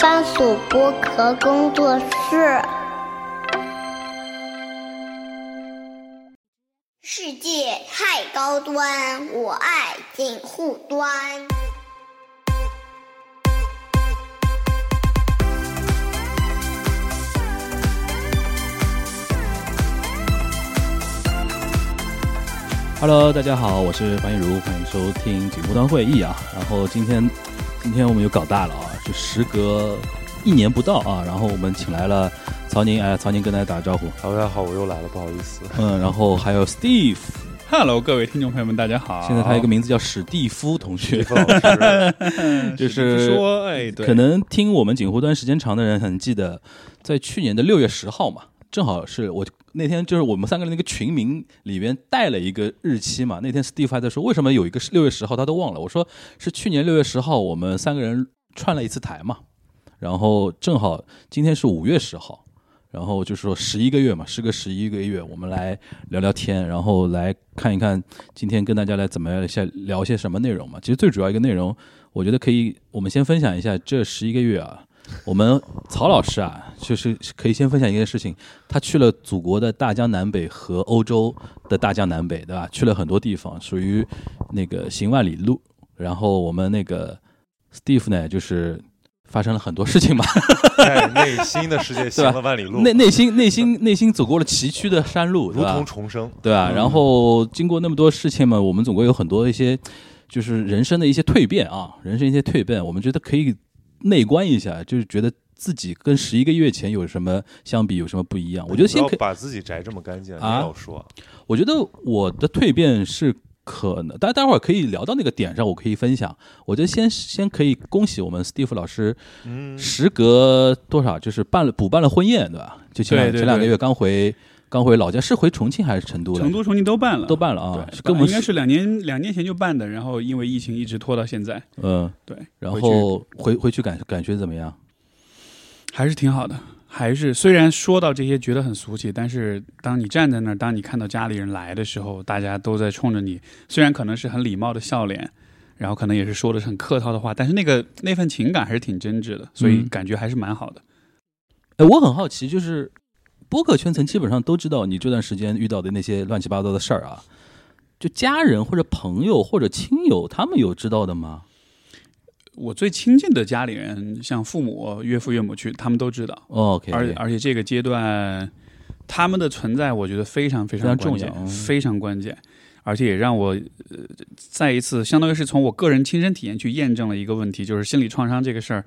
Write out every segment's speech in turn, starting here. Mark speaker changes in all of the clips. Speaker 1: 番薯剥壳工作室。世界太高端，我爱锦护端。
Speaker 2: Hello，大家好，我是樊玉茹，欢迎收听锦湖端会议啊。然后今天，今天我们又搞大了啊，就时隔一年不到啊，然后我们请来了曹宁，哎，曹宁跟大家打个招呼，
Speaker 3: 大家好，我又来了，不好意思。
Speaker 2: 嗯，然后还有 Steve，
Speaker 4: Hello，各位听众朋友们，大家好。
Speaker 2: 现在他有一个名字叫史蒂夫同
Speaker 3: 李
Speaker 2: 学，
Speaker 3: 峰老师，
Speaker 2: 就
Speaker 4: 不
Speaker 2: 是
Speaker 4: 说，哎，对，
Speaker 2: 可能听我们锦湖端时间长的人很记得，在去年的六月十号嘛，正好是我那天就是我们三个人那个群名里边带了一个日期嘛。那天 Steve 还在说为什么有一个六月十号他都忘了，我说是去年六月十号我们三个人串了一次台嘛，然后正好今天是五月十号。然后就是说十一个月嘛，时隔十一个月，我们来聊聊天，然后来看一看今天跟大家来怎么样一下聊些什么内容嘛。其实最主要一个内容，我觉得可以，我们先分享一下这十一个月啊，我们曹老师啊，就是可以先分享一件事情，他去了祖国的大江南北和欧洲的大江南北，对吧？去了很多地方，属于那个行万里路。然后我们那个 Steve 呢，就是发生了很多事情嘛，
Speaker 3: 在内心的世界行了万里路，
Speaker 2: 内内心内心内心走过了崎岖的山路，对
Speaker 3: 如
Speaker 2: 吧？
Speaker 3: 同嗯重生。
Speaker 2: 对啊，然后经过那么多事情嘛，我们总归有很多一些，就是人生的一些蜕变啊，人生一些蜕变，我们觉得可以内观一下，就是觉得自己跟十一个月前有什么相比，有什么不一样。我觉得
Speaker 3: 不
Speaker 2: 先
Speaker 3: 要
Speaker 2: 可以，
Speaker 3: 把自己摘这么干净，你
Speaker 2: 啊
Speaker 3: 要说
Speaker 2: 我觉得我的蜕变是可能，大家待会儿可以聊到那个点上，我可以分享。我觉得先先可以恭喜我们 Steve 老师，
Speaker 4: 嗯
Speaker 2: 时隔多少就是办了补办了婚宴，对吧？就前两
Speaker 4: 对对
Speaker 2: 前两个
Speaker 4: 对
Speaker 2: 月刚回刚回老家，是回重庆还是成都来着？
Speaker 4: 成都、重庆都办了，
Speaker 2: 都办了
Speaker 4: 对
Speaker 2: 啊，是，跟我
Speaker 4: 本来
Speaker 2: 们
Speaker 4: 应该是两年两年前就办的，然后因为疫情一直拖到现在。
Speaker 2: 嗯。
Speaker 4: 对，
Speaker 2: 然
Speaker 4: 回去
Speaker 2: 后回回去感感觉怎么样？
Speaker 4: 还是挺好的，还是虽然说到这些觉得很俗气，但是当你站在那儿，当你看到家里人来的时候，大家都在冲着你，虽然可能是很礼貌的笑脸。然后可能也是说的是很客套的话，但是那个那份情感还是挺真挚的，所以
Speaker 2: 嗯
Speaker 4: 感觉还是蛮好的。
Speaker 2: 哎，我很好奇，就是播客圈层基本上都知道你这段时间遇到的那些乱七八糟的事儿啊，就家人或者朋友或者亲友，他们有知道的吗？
Speaker 4: 我最亲近的家里人，像父母、岳父、岳母去，他们都知道。
Speaker 2: 哦，OK，
Speaker 4: 而而且这个阶段，他们的存在，我觉得非常非
Speaker 2: 非常
Speaker 4: 常关
Speaker 2: 重
Speaker 4: 键
Speaker 2: 要嗯
Speaker 4: 非常关键，而且也让我呃再一次，相当于是从我个人亲身体验去验证了一个问题，就是心理创伤这个事儿，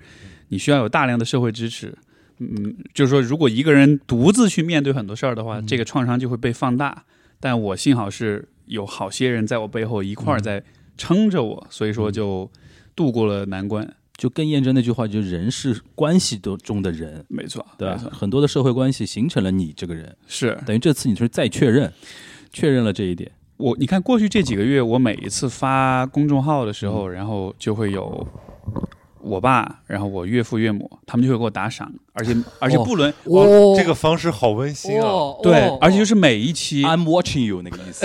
Speaker 4: 你需要有大量的社会支持。嗯，就是说，如果一个人独自去面对很多事儿的话，这个创伤就会被放大。但我幸好是有好些人在我背后一块儿在撑着我，所以说就度过了难关。
Speaker 2: 就更验证那句话，就是人是关系中中的人，
Speaker 4: 没错，
Speaker 2: 对吧
Speaker 4: 没？错
Speaker 2: 很多的社会关系形成了你这个人，
Speaker 4: 是
Speaker 2: 等于这次你是再确认，确认了这一点。
Speaker 4: 我你看过去这几个月，我每一次发公众号的时候，
Speaker 2: 嗯
Speaker 4: 然后就会有我爸，然后我岳父岳母，他们就会给我打赏，而且而且不论、
Speaker 3: 哦，这个方式好温馨
Speaker 2: 哦
Speaker 3: 啊！
Speaker 4: 对，而且就是每一期
Speaker 2: I'm watching you 那个 意思，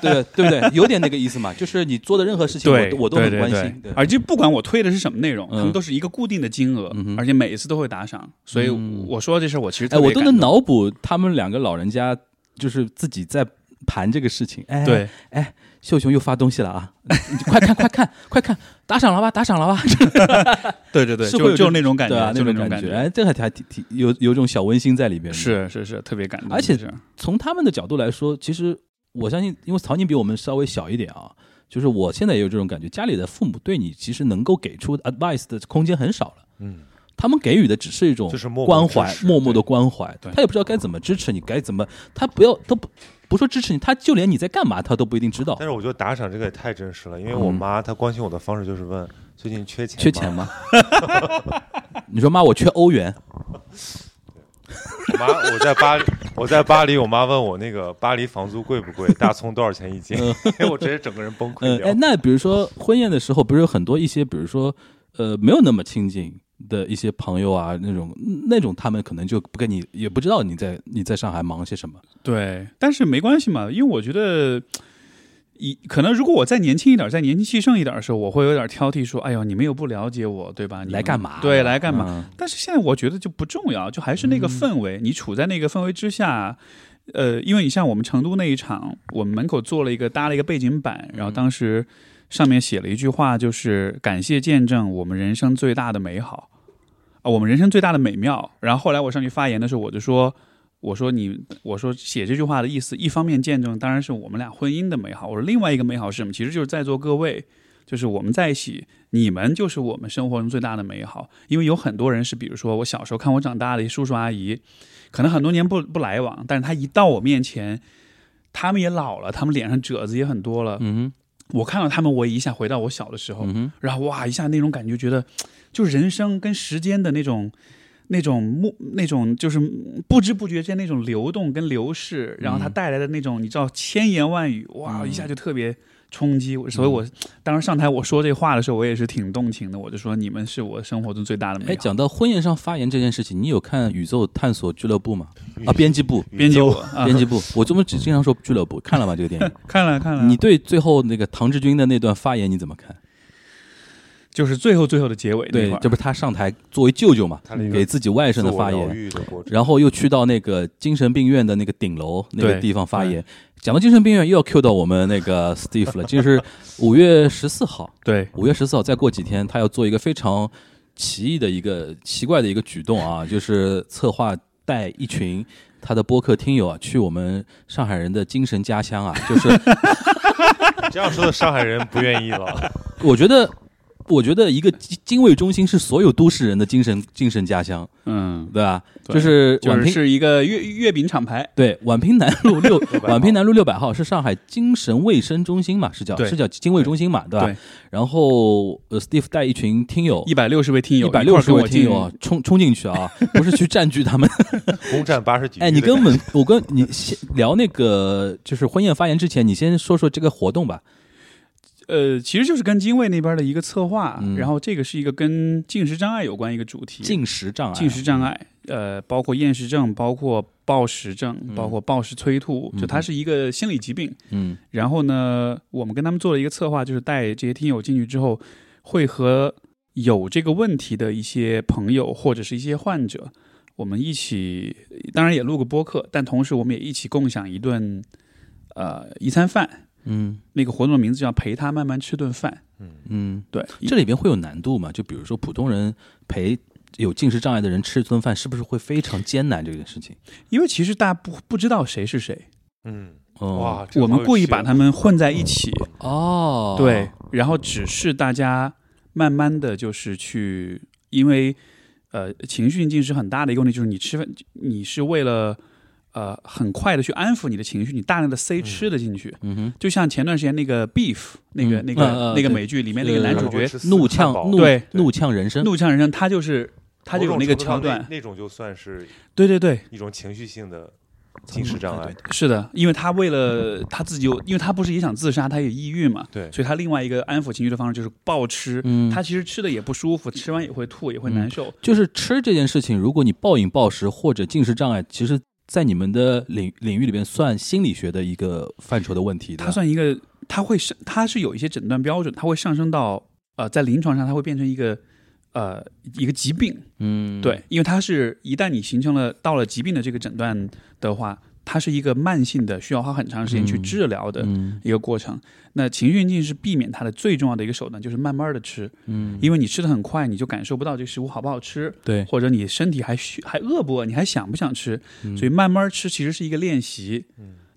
Speaker 2: 对对不对？有点那个意思嘛，就是你做的任何事情，我
Speaker 4: 对
Speaker 2: 都我都很
Speaker 4: 对
Speaker 2: 关
Speaker 4: 对
Speaker 2: 心。
Speaker 4: 对
Speaker 2: 对
Speaker 4: 而且不管我推的是什么内容，
Speaker 2: 嗯
Speaker 4: 他们都是一个固定的金额，而且每一次都会打赏，所以我说这事儿我其实
Speaker 2: 哎，
Speaker 4: 特别
Speaker 2: 我都
Speaker 4: 感
Speaker 2: 能
Speaker 4: 动
Speaker 2: 脑补他们两个老人家就是自己在盘这个事情。哎，
Speaker 4: 对，
Speaker 2: 哎，秀雄又发东西了啊！ 你快看，快看，快看，打赏了吧，打赏了吧，
Speaker 4: 对对对，
Speaker 2: 是会
Speaker 4: 就
Speaker 2: 有
Speaker 4: 就那种感
Speaker 2: 对
Speaker 4: 觉，
Speaker 2: 啊，
Speaker 4: 就
Speaker 2: 种
Speaker 4: 种
Speaker 2: 感
Speaker 4: 觉，
Speaker 2: 哎，这还还挺挺有有种小温馨在里边。，
Speaker 4: 是是是，特别感动
Speaker 2: 而
Speaker 4: 这
Speaker 2: 且
Speaker 4: 事儿。
Speaker 2: 从他们的角度来说，其实我相信，因为曹宁比我们稍微小一点啊，就是我现在也有这种感觉，家里的父母对你其实能够给出 advice 的空间很少了。
Speaker 3: 嗯，
Speaker 2: 他们给予的只是一种
Speaker 3: 就是默默
Speaker 2: 关
Speaker 3: 的
Speaker 2: 怀
Speaker 3: 支，持
Speaker 2: 默默的关怀，
Speaker 4: 对
Speaker 2: 他也不知道该怎么支持你，该怎么，他不要，他不不说支持你，他就连你在干嘛，他都不一定知道
Speaker 3: 但。是我觉得打赏这个也太真实了，因为我妈她关心我的方式就是问最近缺钱
Speaker 2: 嗯缺钱吗？ 你说妈，我缺欧元，
Speaker 3: 我妈，我在巴黎， 我在巴黎，我妈问我那个巴黎房租贵 不贵，大葱多少钱一斤？我直接整个人崩溃
Speaker 2: 嗯，
Speaker 3: 掉
Speaker 2: 哎，。那比如说婚宴的时候，不是有很多一些，比如说呃，没有那么亲近的一些朋友啊，那种那种他们可能就不跟你，也不知
Speaker 4: 啊
Speaker 2: 道你在你在上海忙些什么。
Speaker 4: 对，但是没关系嘛，因为我觉得以可能如果我再年轻一点，再年轻气盛一点的时候，我会有点挑剔，说：“哎呦，你们又不了解我，对吧？你们
Speaker 2: 来干嘛
Speaker 4: 对，来干嘛？
Speaker 2: 嗯
Speaker 4: 但是现在我觉得就不重要，就还是那个氛围，你处在那个氛围之下。呃，因为你像我们成都那一场，我们门口做了一个搭了一个背景板，然后当时上面写了一句话，就是感谢见证我们人生最大的美好，啊、我们人生最大的美妙。然后后来我上去发言的时候，我就说，我说你，我说写这句话的意思，一方面见证当然是我们俩婚姻的美好，我说另外一个美好是什么？其实就是在座各位，就是我们在一起，你们就是我们生活中最大的美好。因为有很多人是，比如说我小时候看我长大的叔叔阿姨，可能很多年不不来往，但是他一到我面前，他们也老了，他们脸上褶子也很多了。
Speaker 2: 嗯
Speaker 4: 我看到他们，我也一下回到我小的时候，
Speaker 2: 哼嗯哼，
Speaker 4: 然后哇，一下那种感觉，觉得就人生跟时间的那种、那种目、那种就是不知不觉间那种流动跟流逝，然后它带来的那种你知道千言万语，
Speaker 2: 嗯
Speaker 4: 哇，一下就特别冲击。我所以我当时上台我说这话的时候，我也是挺动情的，我就说你们是我生活中最大的美
Speaker 2: 哎，
Speaker 4: 好。
Speaker 2: 讲到婚宴上发言这件事情，你有看宇宙探索俱乐部吗？
Speaker 3: 嗯
Speaker 2: 啊，编辑部，
Speaker 4: 编辑部，啊
Speaker 2: 编辑部，我这么只经常说俱乐部，看了吗？这个电影，
Speaker 4: 看了 看了，
Speaker 2: 你对最后那个唐志军的那段发言你怎么看？
Speaker 4: 就是最后最后的结尾那
Speaker 2: 对
Speaker 4: 块，
Speaker 2: 这
Speaker 4: 儿，
Speaker 2: 不是他上台作为舅舅嘛
Speaker 3: 他那，个
Speaker 2: 给自己外甥的发
Speaker 3: 自我疗
Speaker 2: 言，
Speaker 3: 愈的过程
Speaker 2: 然后又去到那个精神病院的那个顶楼那个
Speaker 4: 对
Speaker 2: 地方发言。讲到精神病院，又要 Q 到我们那个 Steve 了，就是五月十四号，
Speaker 4: 对
Speaker 2: 五月十四号再过几天，他要做一个非常奇异的一个奇怪的一个举动啊，就是策划带一群他的播客听友啊，去我们上海人的精神家乡啊，就是
Speaker 3: 这样说的上海人不愿意 了。
Speaker 2: 我觉得。我觉得一个精精卫中心是所有都市人的精神精神家乡，
Speaker 4: 嗯，
Speaker 2: 对吧？
Speaker 4: 对
Speaker 2: 就是宛
Speaker 4: 就是
Speaker 2: 平
Speaker 4: 是一个月月饼厂牌，
Speaker 2: 对，宛平南路 六
Speaker 3: 600
Speaker 2: 宛平南路六百号是上海精神卫生中心嘛，是叫
Speaker 4: 对
Speaker 2: 是叫精卫中心嘛，对吧？
Speaker 4: 对
Speaker 2: 然后呃，Steve 带一群听友，
Speaker 4: 一百六十位听友，
Speaker 2: 一百
Speaker 4: 块
Speaker 2: 六
Speaker 4: 儿
Speaker 2: 十
Speaker 4: 跟
Speaker 2: 位
Speaker 4: 我
Speaker 2: 听
Speaker 4: 进
Speaker 2: 友啊，冲冲进去 啊，不是去占据他们。
Speaker 3: 攻占八十几，
Speaker 2: 哎，你跟本我跟你先聊那个就是婚宴发言之前，你先说说这个活动吧。
Speaker 4: 呃，其实就是跟精卫那边的一个策划，
Speaker 2: 嗯
Speaker 4: 然后这个是一个跟进食障碍有关一个主题，
Speaker 2: 进嗯食障碍，啊
Speaker 4: 进食障碍，呃，包括厌食症，包括暴食症，包括暴食催吐，就它是一个心理疾病。
Speaker 2: 嗯，
Speaker 4: 然后呢，我们跟他们做了一个策划，就是带这些听友进去之后，会和有这个问题的一些朋友或者是一些患者，我们一起，当然也录个播客，但同时我们也一起共享一顿，呃，一餐饭。
Speaker 2: 嗯
Speaker 4: 那个活动的名字叫“陪他慢慢吃顿饭”。
Speaker 2: 嗯，
Speaker 4: 对，
Speaker 2: 这里边会有难度嘛？就比如说普通人陪有进食障碍的人吃一顿饭，是不是会非常艰难这件事情？
Speaker 4: 因为其实大家不不知道谁是谁，
Speaker 3: 嗯，
Speaker 2: 哦
Speaker 3: 哇，这个
Speaker 4: 我们
Speaker 3: 好有
Speaker 4: 故意
Speaker 3: 趣
Speaker 4: 把
Speaker 3: 啊
Speaker 4: 他们混在一起，
Speaker 2: 哦，
Speaker 4: 对，然后只是大家慢慢的就是去，因为呃，情绪性进食很大的一个问题就是你吃饭，你是为了呃很快的去安抚你的情绪，你大量的塞吃的进去，
Speaker 2: 嗯哼。
Speaker 4: 就像前段时间那个 Beef 那个、
Speaker 2: 嗯
Speaker 4: 那个、
Speaker 2: 呃呃
Speaker 4: 那个
Speaker 2: 对
Speaker 4: 美剧里面那个
Speaker 2: 呃
Speaker 4: 男
Speaker 3: 他
Speaker 4: 主
Speaker 3: 们会
Speaker 4: 角
Speaker 3: 吃四个
Speaker 2: 怒
Speaker 3: 汉
Speaker 2: 呛
Speaker 3: 堡
Speaker 2: 怒
Speaker 4: 对
Speaker 2: 怒呛人生，
Speaker 4: 怒呛人生，他就是他就
Speaker 3: 某
Speaker 4: 有
Speaker 3: 种
Speaker 4: 那个
Speaker 3: 程度
Speaker 4: 桥
Speaker 3: 上
Speaker 4: 段，
Speaker 3: 那种就算是
Speaker 4: 对对对，
Speaker 3: 一种情绪性的进食障碍。
Speaker 4: 是的，因为他为了他自己有，因为他不是也想自杀，他也抑郁嘛，
Speaker 3: 对
Speaker 4: 所以他另外一个安抚情绪的方式就是暴吃，
Speaker 2: 嗯
Speaker 4: 他其实吃的也不舒服，吃完也会吐，也会难受，
Speaker 2: 就是吃这件事情，如果你暴饮暴食或者进食障碍，其实，在你们的领领域里边算心理学的一个范畴的问题的。
Speaker 4: 它算一个，它会上，它是有一些诊断标准，它会上升到呃，在临床上它会变成一个呃一个疾病，
Speaker 2: 嗯，
Speaker 4: 对，因为它是一旦你形成了到了疾病的这个诊断的话，它是一个慢性的，需要花很长时间去
Speaker 2: 嗯
Speaker 4: 治疗的
Speaker 2: 嗯
Speaker 4: 一个过程。那情绪进是避免它的最重要的一个手段，就是慢慢的吃，
Speaker 2: 嗯，
Speaker 4: 因为你吃的很快，你就感受不到这个食物好不好吃，
Speaker 2: 对，
Speaker 4: 或者你身体还需还饿不饿，你还想不想吃？
Speaker 2: 嗯
Speaker 4: 所以慢慢吃其实是一个练习。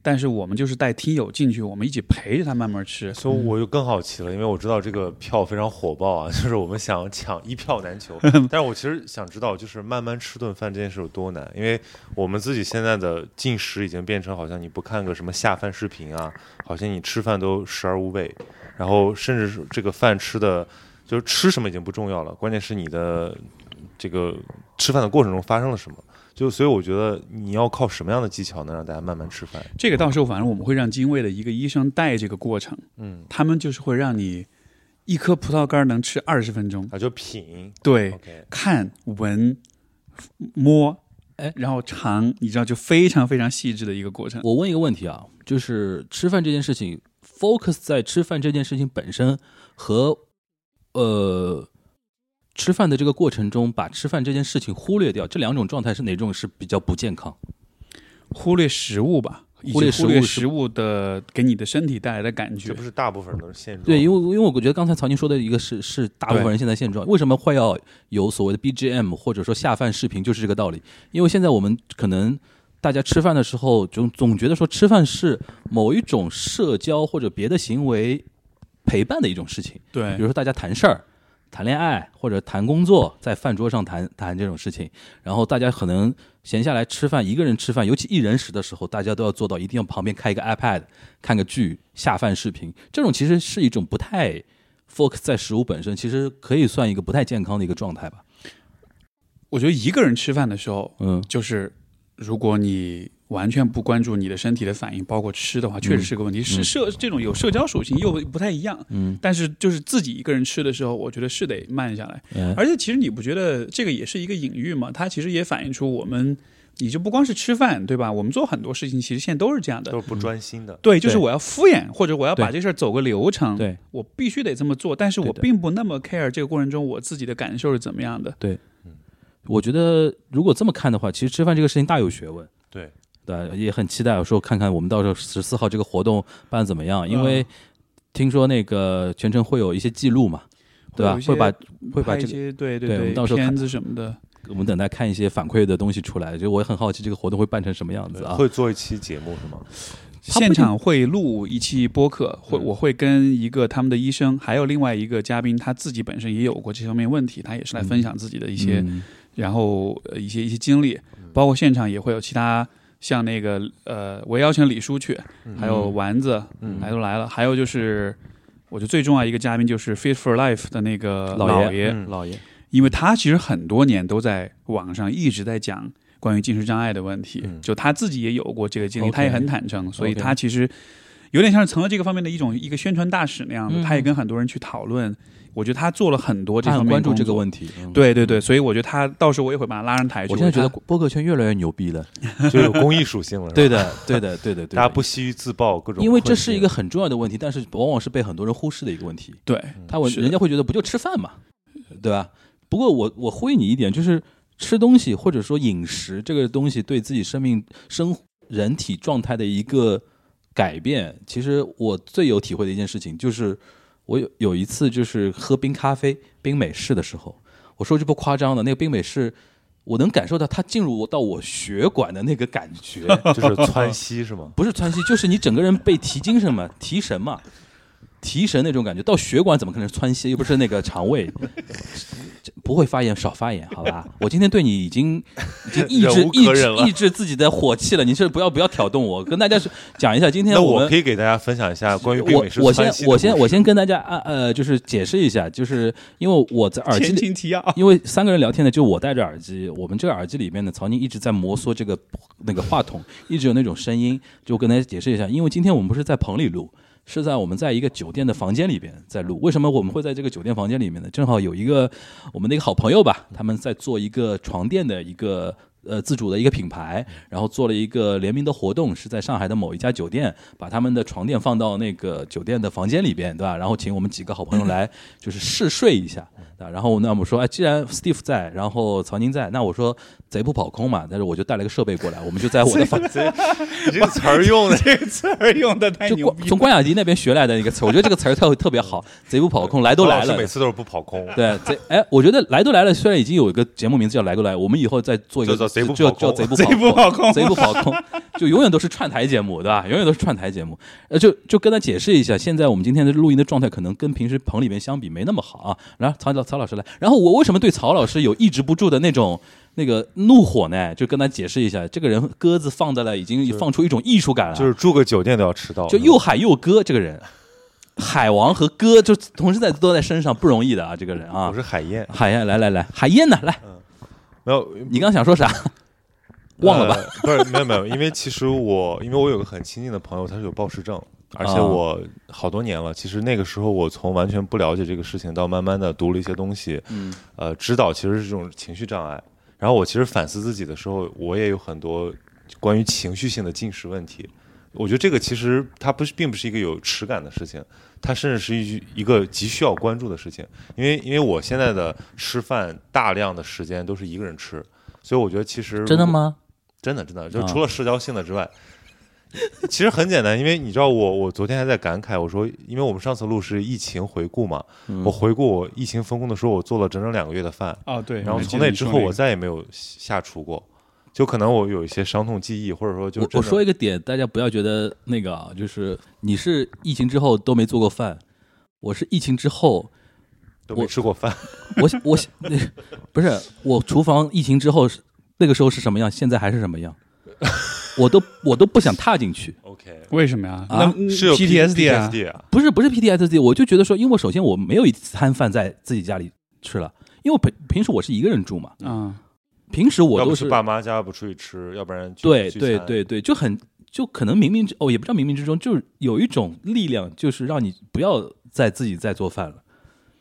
Speaker 4: 但是我们就是带听友进去，我们一起陪着他慢慢吃。
Speaker 3: 所以我就更好奇了，因为我知道这个票非常火爆啊， 就是我们想抢一票难求。但是我其实想知道，就是慢慢吃顿饭这件事有多难，因为我们自己现在的进食已经变成好像你不看个什么下饭视频啊，好像你吃饭都食而无味，然后甚至是这个饭吃的就是吃什么已经不重要了，关键是你的这个吃饭的过程中发生了什么。就所以我觉得你要靠什么样的技巧能让大家慢慢吃饭？
Speaker 4: 这个到时候反正我们会让精卫的一个医生带这个过程，
Speaker 3: 嗯，
Speaker 4: 他们就是会让你一颗葡萄干能吃二十分钟，
Speaker 3: 啊，就品
Speaker 4: 对，
Speaker 3: ，OK，
Speaker 4: 看、闻、摸，
Speaker 2: 哎
Speaker 4: 然后尝，你知道就非常非常细致的一个过程。
Speaker 2: 我问一个问题啊，就是吃饭这件事情， focus 在吃饭这件事情本身和呃吃饭的这个过程中，把吃饭这件事情忽略掉，这两种状态是哪种是比较不健康？
Speaker 4: 忽略食物吧，以及
Speaker 2: 忽略食
Speaker 4: 忽略
Speaker 2: 物是
Speaker 4: 食物的给你的身体带来的感
Speaker 3: 这
Speaker 4: 觉
Speaker 3: 不。是大部分人都是现状。
Speaker 2: 对，因为因为我觉得刚才曹宁说的一个是是大部分
Speaker 4: 对
Speaker 2: 人现在现状，为什么会要有所谓的 BGM 或者说下饭视频，就是这个道理。因为现在我们可能大家吃饭的时候，总总觉得说吃饭是某一种社交或者别的行为陪伴的一种事情，
Speaker 4: 对
Speaker 2: 比如说大家谈事儿。谈恋爱或者谈工作，在饭桌上谈谈这种事情，然后大家可能闲下来吃饭，一个人吃饭，尤其一人食的时候，大家都要做到一定要旁边开一个 iPad，看个剧、下饭视频，这种其实是一种不太 focus 在食物本身，其实可以算一个不太健康的一个状态吧。
Speaker 4: 我觉得一个人吃饭的时候，
Speaker 2: 嗯，
Speaker 4: 就是如果你完全不关注你的身体的反应，包括吃的话，确实是个问题。是社这种有社交属性又不太一样，
Speaker 2: 嗯，
Speaker 4: 但是就是自己一个人吃的时候，我觉得是得慢下来。
Speaker 2: 哎
Speaker 4: 而且其实你不觉得这个也是一个隐喻吗？它其实也反映出我们，你就不光是吃饭，对吧？我们做很多事情其实现在都是这样的
Speaker 3: 都。是不专心的。
Speaker 4: 对，就是
Speaker 2: 对
Speaker 4: 我要敷衍，或者我要把
Speaker 2: 对
Speaker 4: 这事儿走个流程，
Speaker 2: 对
Speaker 4: 我必须得这么做，但是
Speaker 2: 对
Speaker 4: 我
Speaker 2: 的
Speaker 4: 并不那么 care 这个过程中我自己的感受是怎么样的。
Speaker 2: 我觉得如果这么看的话，其实吃饭这个事情大有学问。
Speaker 3: 对
Speaker 2: 对，也很期待说看看我们到时候十四号这个活动办得怎么样，因为听说那个全程会有一些记录嘛，对吧
Speaker 4: 有一？些
Speaker 2: 会把会把
Speaker 4: 拍一
Speaker 2: 这个
Speaker 4: 些对
Speaker 2: 对我
Speaker 4: 对
Speaker 2: 们到时候看
Speaker 4: 片子什么的，
Speaker 2: 我们等待看一些反馈的东西出来，就我也很好奇这个活动会办成什么样子啊？
Speaker 3: 会做一期节目是吗？
Speaker 2: 它不嗯
Speaker 4: 现场会录一期播客，会我会跟一个他们的医生，还有另外一个嘉宾，他自己本身也有过这方面问题，他也是来分享自己的一
Speaker 2: 一
Speaker 4: 些，然后呃一些一些经历，
Speaker 2: 嗯
Speaker 4: 包括现场也会有其他像那个呃，我邀请李叔去，还有丸子，
Speaker 3: 嗯
Speaker 4: 来都来了，还有就是。我觉得最重要一个嘉宾就是 Fit for Life 的那个
Speaker 2: 老爷
Speaker 4: 爷，
Speaker 3: 嗯
Speaker 2: 老爷，
Speaker 4: 因为他其实很多年都在网上一直在讲关于进食障碍的问题，
Speaker 3: 嗯
Speaker 4: 就他自己也有过这个经历，
Speaker 2: OK
Speaker 4: 他也很坦诚，所以
Speaker 2: OK
Speaker 4: 他其实有点像是成了这个方面的一种一个宣传大使那样的，
Speaker 2: 嗯
Speaker 4: 他也跟很多人去讨论。我觉得他做了很多这
Speaker 2: 他
Speaker 4: 方
Speaker 2: 很
Speaker 4: 面
Speaker 2: 关注这个
Speaker 4: 题。
Speaker 2: 问题。嗯，
Speaker 4: 对对对，所以我觉得他到时候我也会把他拉上台去。
Speaker 2: 我现在觉得
Speaker 4: 他
Speaker 2: 播客圈越来越牛逼了。
Speaker 3: 就有公益属性了。是吧
Speaker 2: 对，的，对的，对的，对的。
Speaker 3: 大家不惜于自曝各种困境，
Speaker 2: 因为这是一个很重要的问题，但是往往是被很多人忽视的一个问题。
Speaker 4: 对
Speaker 2: 他我
Speaker 4: 嗯是的
Speaker 2: 人家会觉得不就吃饭嘛，对吧？不过我我呼吁你一点，就是吃东西或者说饮食这个东西对自己生命生人体状态的一个改变，其实我最有体会的一件事情就是，我有有一次就是喝冰咖啡、冰美式的时候，我说句不夸张的，那个冰美式。我能感受到它进入我到我血管的那个感觉，
Speaker 3: 就是窜稀 是吗？
Speaker 2: 不是窜稀，就是你整个人被提精神嘛，提神嘛，提神那种感觉。到血管怎么可能是窜稀？又不是那个肠胃， 这不会发炎少发炎，好吧？我今天对你已经已经抑制
Speaker 3: 忍无
Speaker 2: 抑
Speaker 3: 可忍
Speaker 2: 制
Speaker 3: 了
Speaker 2: 抑制自己的火气了，你是不要不要挑动我。跟大家是讲一下，今天
Speaker 3: 那
Speaker 2: 们
Speaker 3: 我可以给大家分享一下关于冰
Speaker 2: 我
Speaker 3: 美式
Speaker 2: 我
Speaker 3: 窜
Speaker 2: 先
Speaker 3: 稀的
Speaker 2: 我
Speaker 3: 故事
Speaker 2: 先我先跟大家啊呃，就是解释一下，就是因为我在耳机
Speaker 4: 前
Speaker 2: 里
Speaker 4: 情提要，
Speaker 2: 因为三个人聊天呢，就我戴着耳机，我们这个耳机里面呢，曹宁一直在摩挲这个那个话筒，一直有那种声音。就跟大家解释一下，因为今天我们不是在棚里录，是在我们在一个酒店的房间里边在录。为什么我们会在这个酒店房间里面呢？正好有一个我们的一个好朋友吧，他们在做一个床垫的一个。呃，自主的一个品牌，然后做了一个联名的活动，是在上海的某一家酒店，把他们的床垫放到那个酒店的房间里边，对吧？然后请我们几个好朋友来，就是试睡一下，啊，然后那我们说，哎，既然 Steve 在，然后曹宁在，那我说贼不跑空嘛，但是我就带了个设备过来，我们就在我的房，
Speaker 3: 你这个词儿用的
Speaker 4: 这个词儿用的太
Speaker 2: 就
Speaker 4: 牛
Speaker 2: 关
Speaker 4: 逼
Speaker 2: 从
Speaker 4: 了。
Speaker 2: 关雅迪那边学来的一个词，我觉得这个词儿特特别好，贼不跑空，来 都来
Speaker 3: 老师
Speaker 2: 了
Speaker 3: 每。次哦都是不跑空。
Speaker 2: 对，贼哎，我觉得来都来了，虽然已经有一个节目名字叫来都来，我们以后再做一个
Speaker 3: 就叫贼不
Speaker 2: 就
Speaker 3: 跑
Speaker 2: 叫
Speaker 3: 空
Speaker 2: 贼不
Speaker 4: 贼不跑空
Speaker 2: 贼不跑空，就永远都是串台节目，对 吧？永远都是串台节目。呃，就就跟他解释一下，现在我们今天的录音的状态可能跟平时棚里面相比没那么好啊。然后曹老曹老师来，然后我为什么对曹老师有抑制不住的那种？那个怒火呢，就跟他解释一下，这个人鸽子放在了，已经放出一种艺术感了，
Speaker 3: 就是住个酒店都要迟到，
Speaker 2: 啊就又海又歌这个人，海王和歌就同时在都在身上不容易的啊，这个人啊
Speaker 3: 我，是海燕，
Speaker 2: 海燕来来来，海燕呢来，
Speaker 3: 没有
Speaker 2: 你刚想说啥？忘了吧？
Speaker 3: 吧？呃不是，没有没有，因为其实我因为我有个很亲近的朋友，他是有暴食症，而且
Speaker 2: 啊
Speaker 3: 我好多年了。其实那个时候我从完全不了解这个事情，到慢慢的读了一些东西，
Speaker 2: 嗯，
Speaker 3: 呃，知道其实是这种情绪障碍。然后我其实反思自己的时候，我也有很多关于情绪性的进食问题。我觉得这个其实它不是，并不是一个有耻感的事情，它甚至是一一个极需要关注的事情。因为因为我现在的吃饭大量的时间都是一个人吃，所以我觉得其实
Speaker 2: 真的？吗？
Speaker 3: 真的真的，就
Speaker 2: 啊
Speaker 3: 除了社交性的之外， 其实很简单。因为你知道我我昨天还在感慨，我说因为我们上次录是疫情回顾嘛，
Speaker 2: 嗯
Speaker 3: 我回顾我疫情封控的时候，我做了整整两个月的饭，
Speaker 4: 哦，对，
Speaker 3: 然后
Speaker 4: 我记
Speaker 3: 从
Speaker 4: 得
Speaker 3: 那
Speaker 4: 你
Speaker 3: 之
Speaker 4: 说
Speaker 3: 后
Speaker 4: 那
Speaker 3: 我
Speaker 4: 个
Speaker 3: 再也没有下厨过。就可能我有一些伤痛记忆，或者说就
Speaker 2: 我
Speaker 3: 真
Speaker 2: 我
Speaker 3: 的
Speaker 2: 说一个点，大家不要觉得那个啊，就是你是疫情之后都没做过饭，我是疫情之后，
Speaker 3: 都没
Speaker 2: 我
Speaker 3: 吃过饭，
Speaker 2: 我我不是我厨房疫情之后是那个时候是什么样，现在还是什么样，我都我都不想踏进去。
Speaker 3: OK，
Speaker 4: 为什么呀？
Speaker 2: 啊
Speaker 4: 那
Speaker 3: 是有
Speaker 4: PTSD 啊，
Speaker 3: PTSD 啊，
Speaker 2: 不是不是 PTSD，我就觉得说，因为我首先我没有一餐饭在自己家里吃了，因为我平平时我是一个人住嘛，
Speaker 4: 嗯，
Speaker 2: 平时我
Speaker 3: 要
Speaker 2: 都
Speaker 3: 不
Speaker 2: 是
Speaker 3: 爸妈家不出去吃，要不然聚
Speaker 2: 对
Speaker 3: 聚
Speaker 2: 对
Speaker 3: 餐
Speaker 2: 对对，就很就可能冥冥之哦，也不知道冥冥之中，就是有一种力量，就是让你不要再自己再做饭了，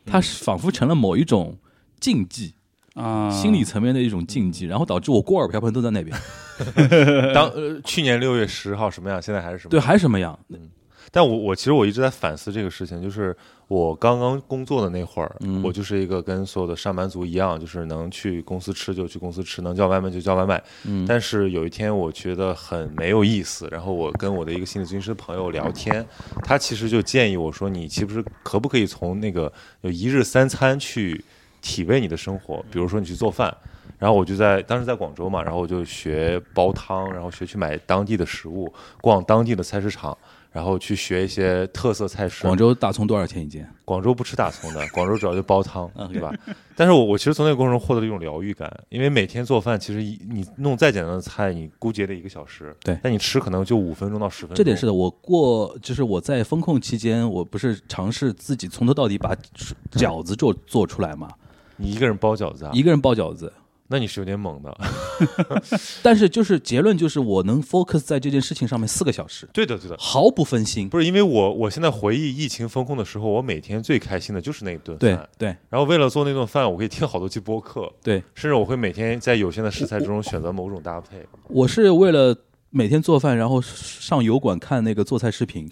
Speaker 3: 嗯
Speaker 2: 它是仿佛成了某一种禁忌，
Speaker 4: 啊，
Speaker 2: 心理层面的一种禁
Speaker 3: 嗯
Speaker 2: 忌，然后导致我锅碗瓢盆都在那 边，
Speaker 3: 当呃去年六月十号什么样，现在还是什么
Speaker 2: 对，
Speaker 3: 样？
Speaker 2: 还是什么样？
Speaker 3: 但我我其实我一直在反思这个事情，就是我刚刚工作的那会儿，
Speaker 2: 嗯
Speaker 3: 我就是一个跟所有的上班族一样，就是能去公司吃就去公司吃，能叫外卖就叫外卖。嗯、但是有一天我觉得很没有意思，然后我跟我的一个心理咨询师朋友聊天，他其实就建议我说，你岂不是可不可以从那个有一日三餐去体味你的生活，比如说你去做饭。然后我就在当时在广州嘛，然后我就学煲汤，然后学去买当地的食物，逛当地的菜市场，然后去学一些特色菜式。
Speaker 2: 广州大葱多少钱一斤？
Speaker 3: 广州不吃大葱的，广州主要就煲汤，
Speaker 2: 嗯
Speaker 3: 对吧？但是我我其实从那个过程中获得了一种疗愈感，因为每天做饭，其实一你弄再简单的菜，你估计也得一个小时，
Speaker 2: 对
Speaker 3: 但你吃可能就五分钟到十分钟。
Speaker 2: 这点是的，我过就是我在风控期间，我不是尝试自己从头到底把饺子做做出来嘛，
Speaker 3: 你一个人包饺嗯子啊，
Speaker 2: 一个人包饺子，
Speaker 3: 那你是有点猛的。
Speaker 2: 但是就是结论就是我能 focus 在这件事情上面四个小时，
Speaker 3: 对的，对的。
Speaker 2: 毫不分心。
Speaker 3: 不是因为我，我现在回忆疫情风控的时候，我每天最开心的就是那一顿
Speaker 2: 对
Speaker 3: 饭。
Speaker 2: 对
Speaker 3: 然后为了做那顿饭，我可以听好多期播客，
Speaker 2: 对，
Speaker 3: 甚至我会每天在有限的食材之中选择某种搭配。
Speaker 2: 我是为了每天做饭，然后上油管看那个做菜视 频，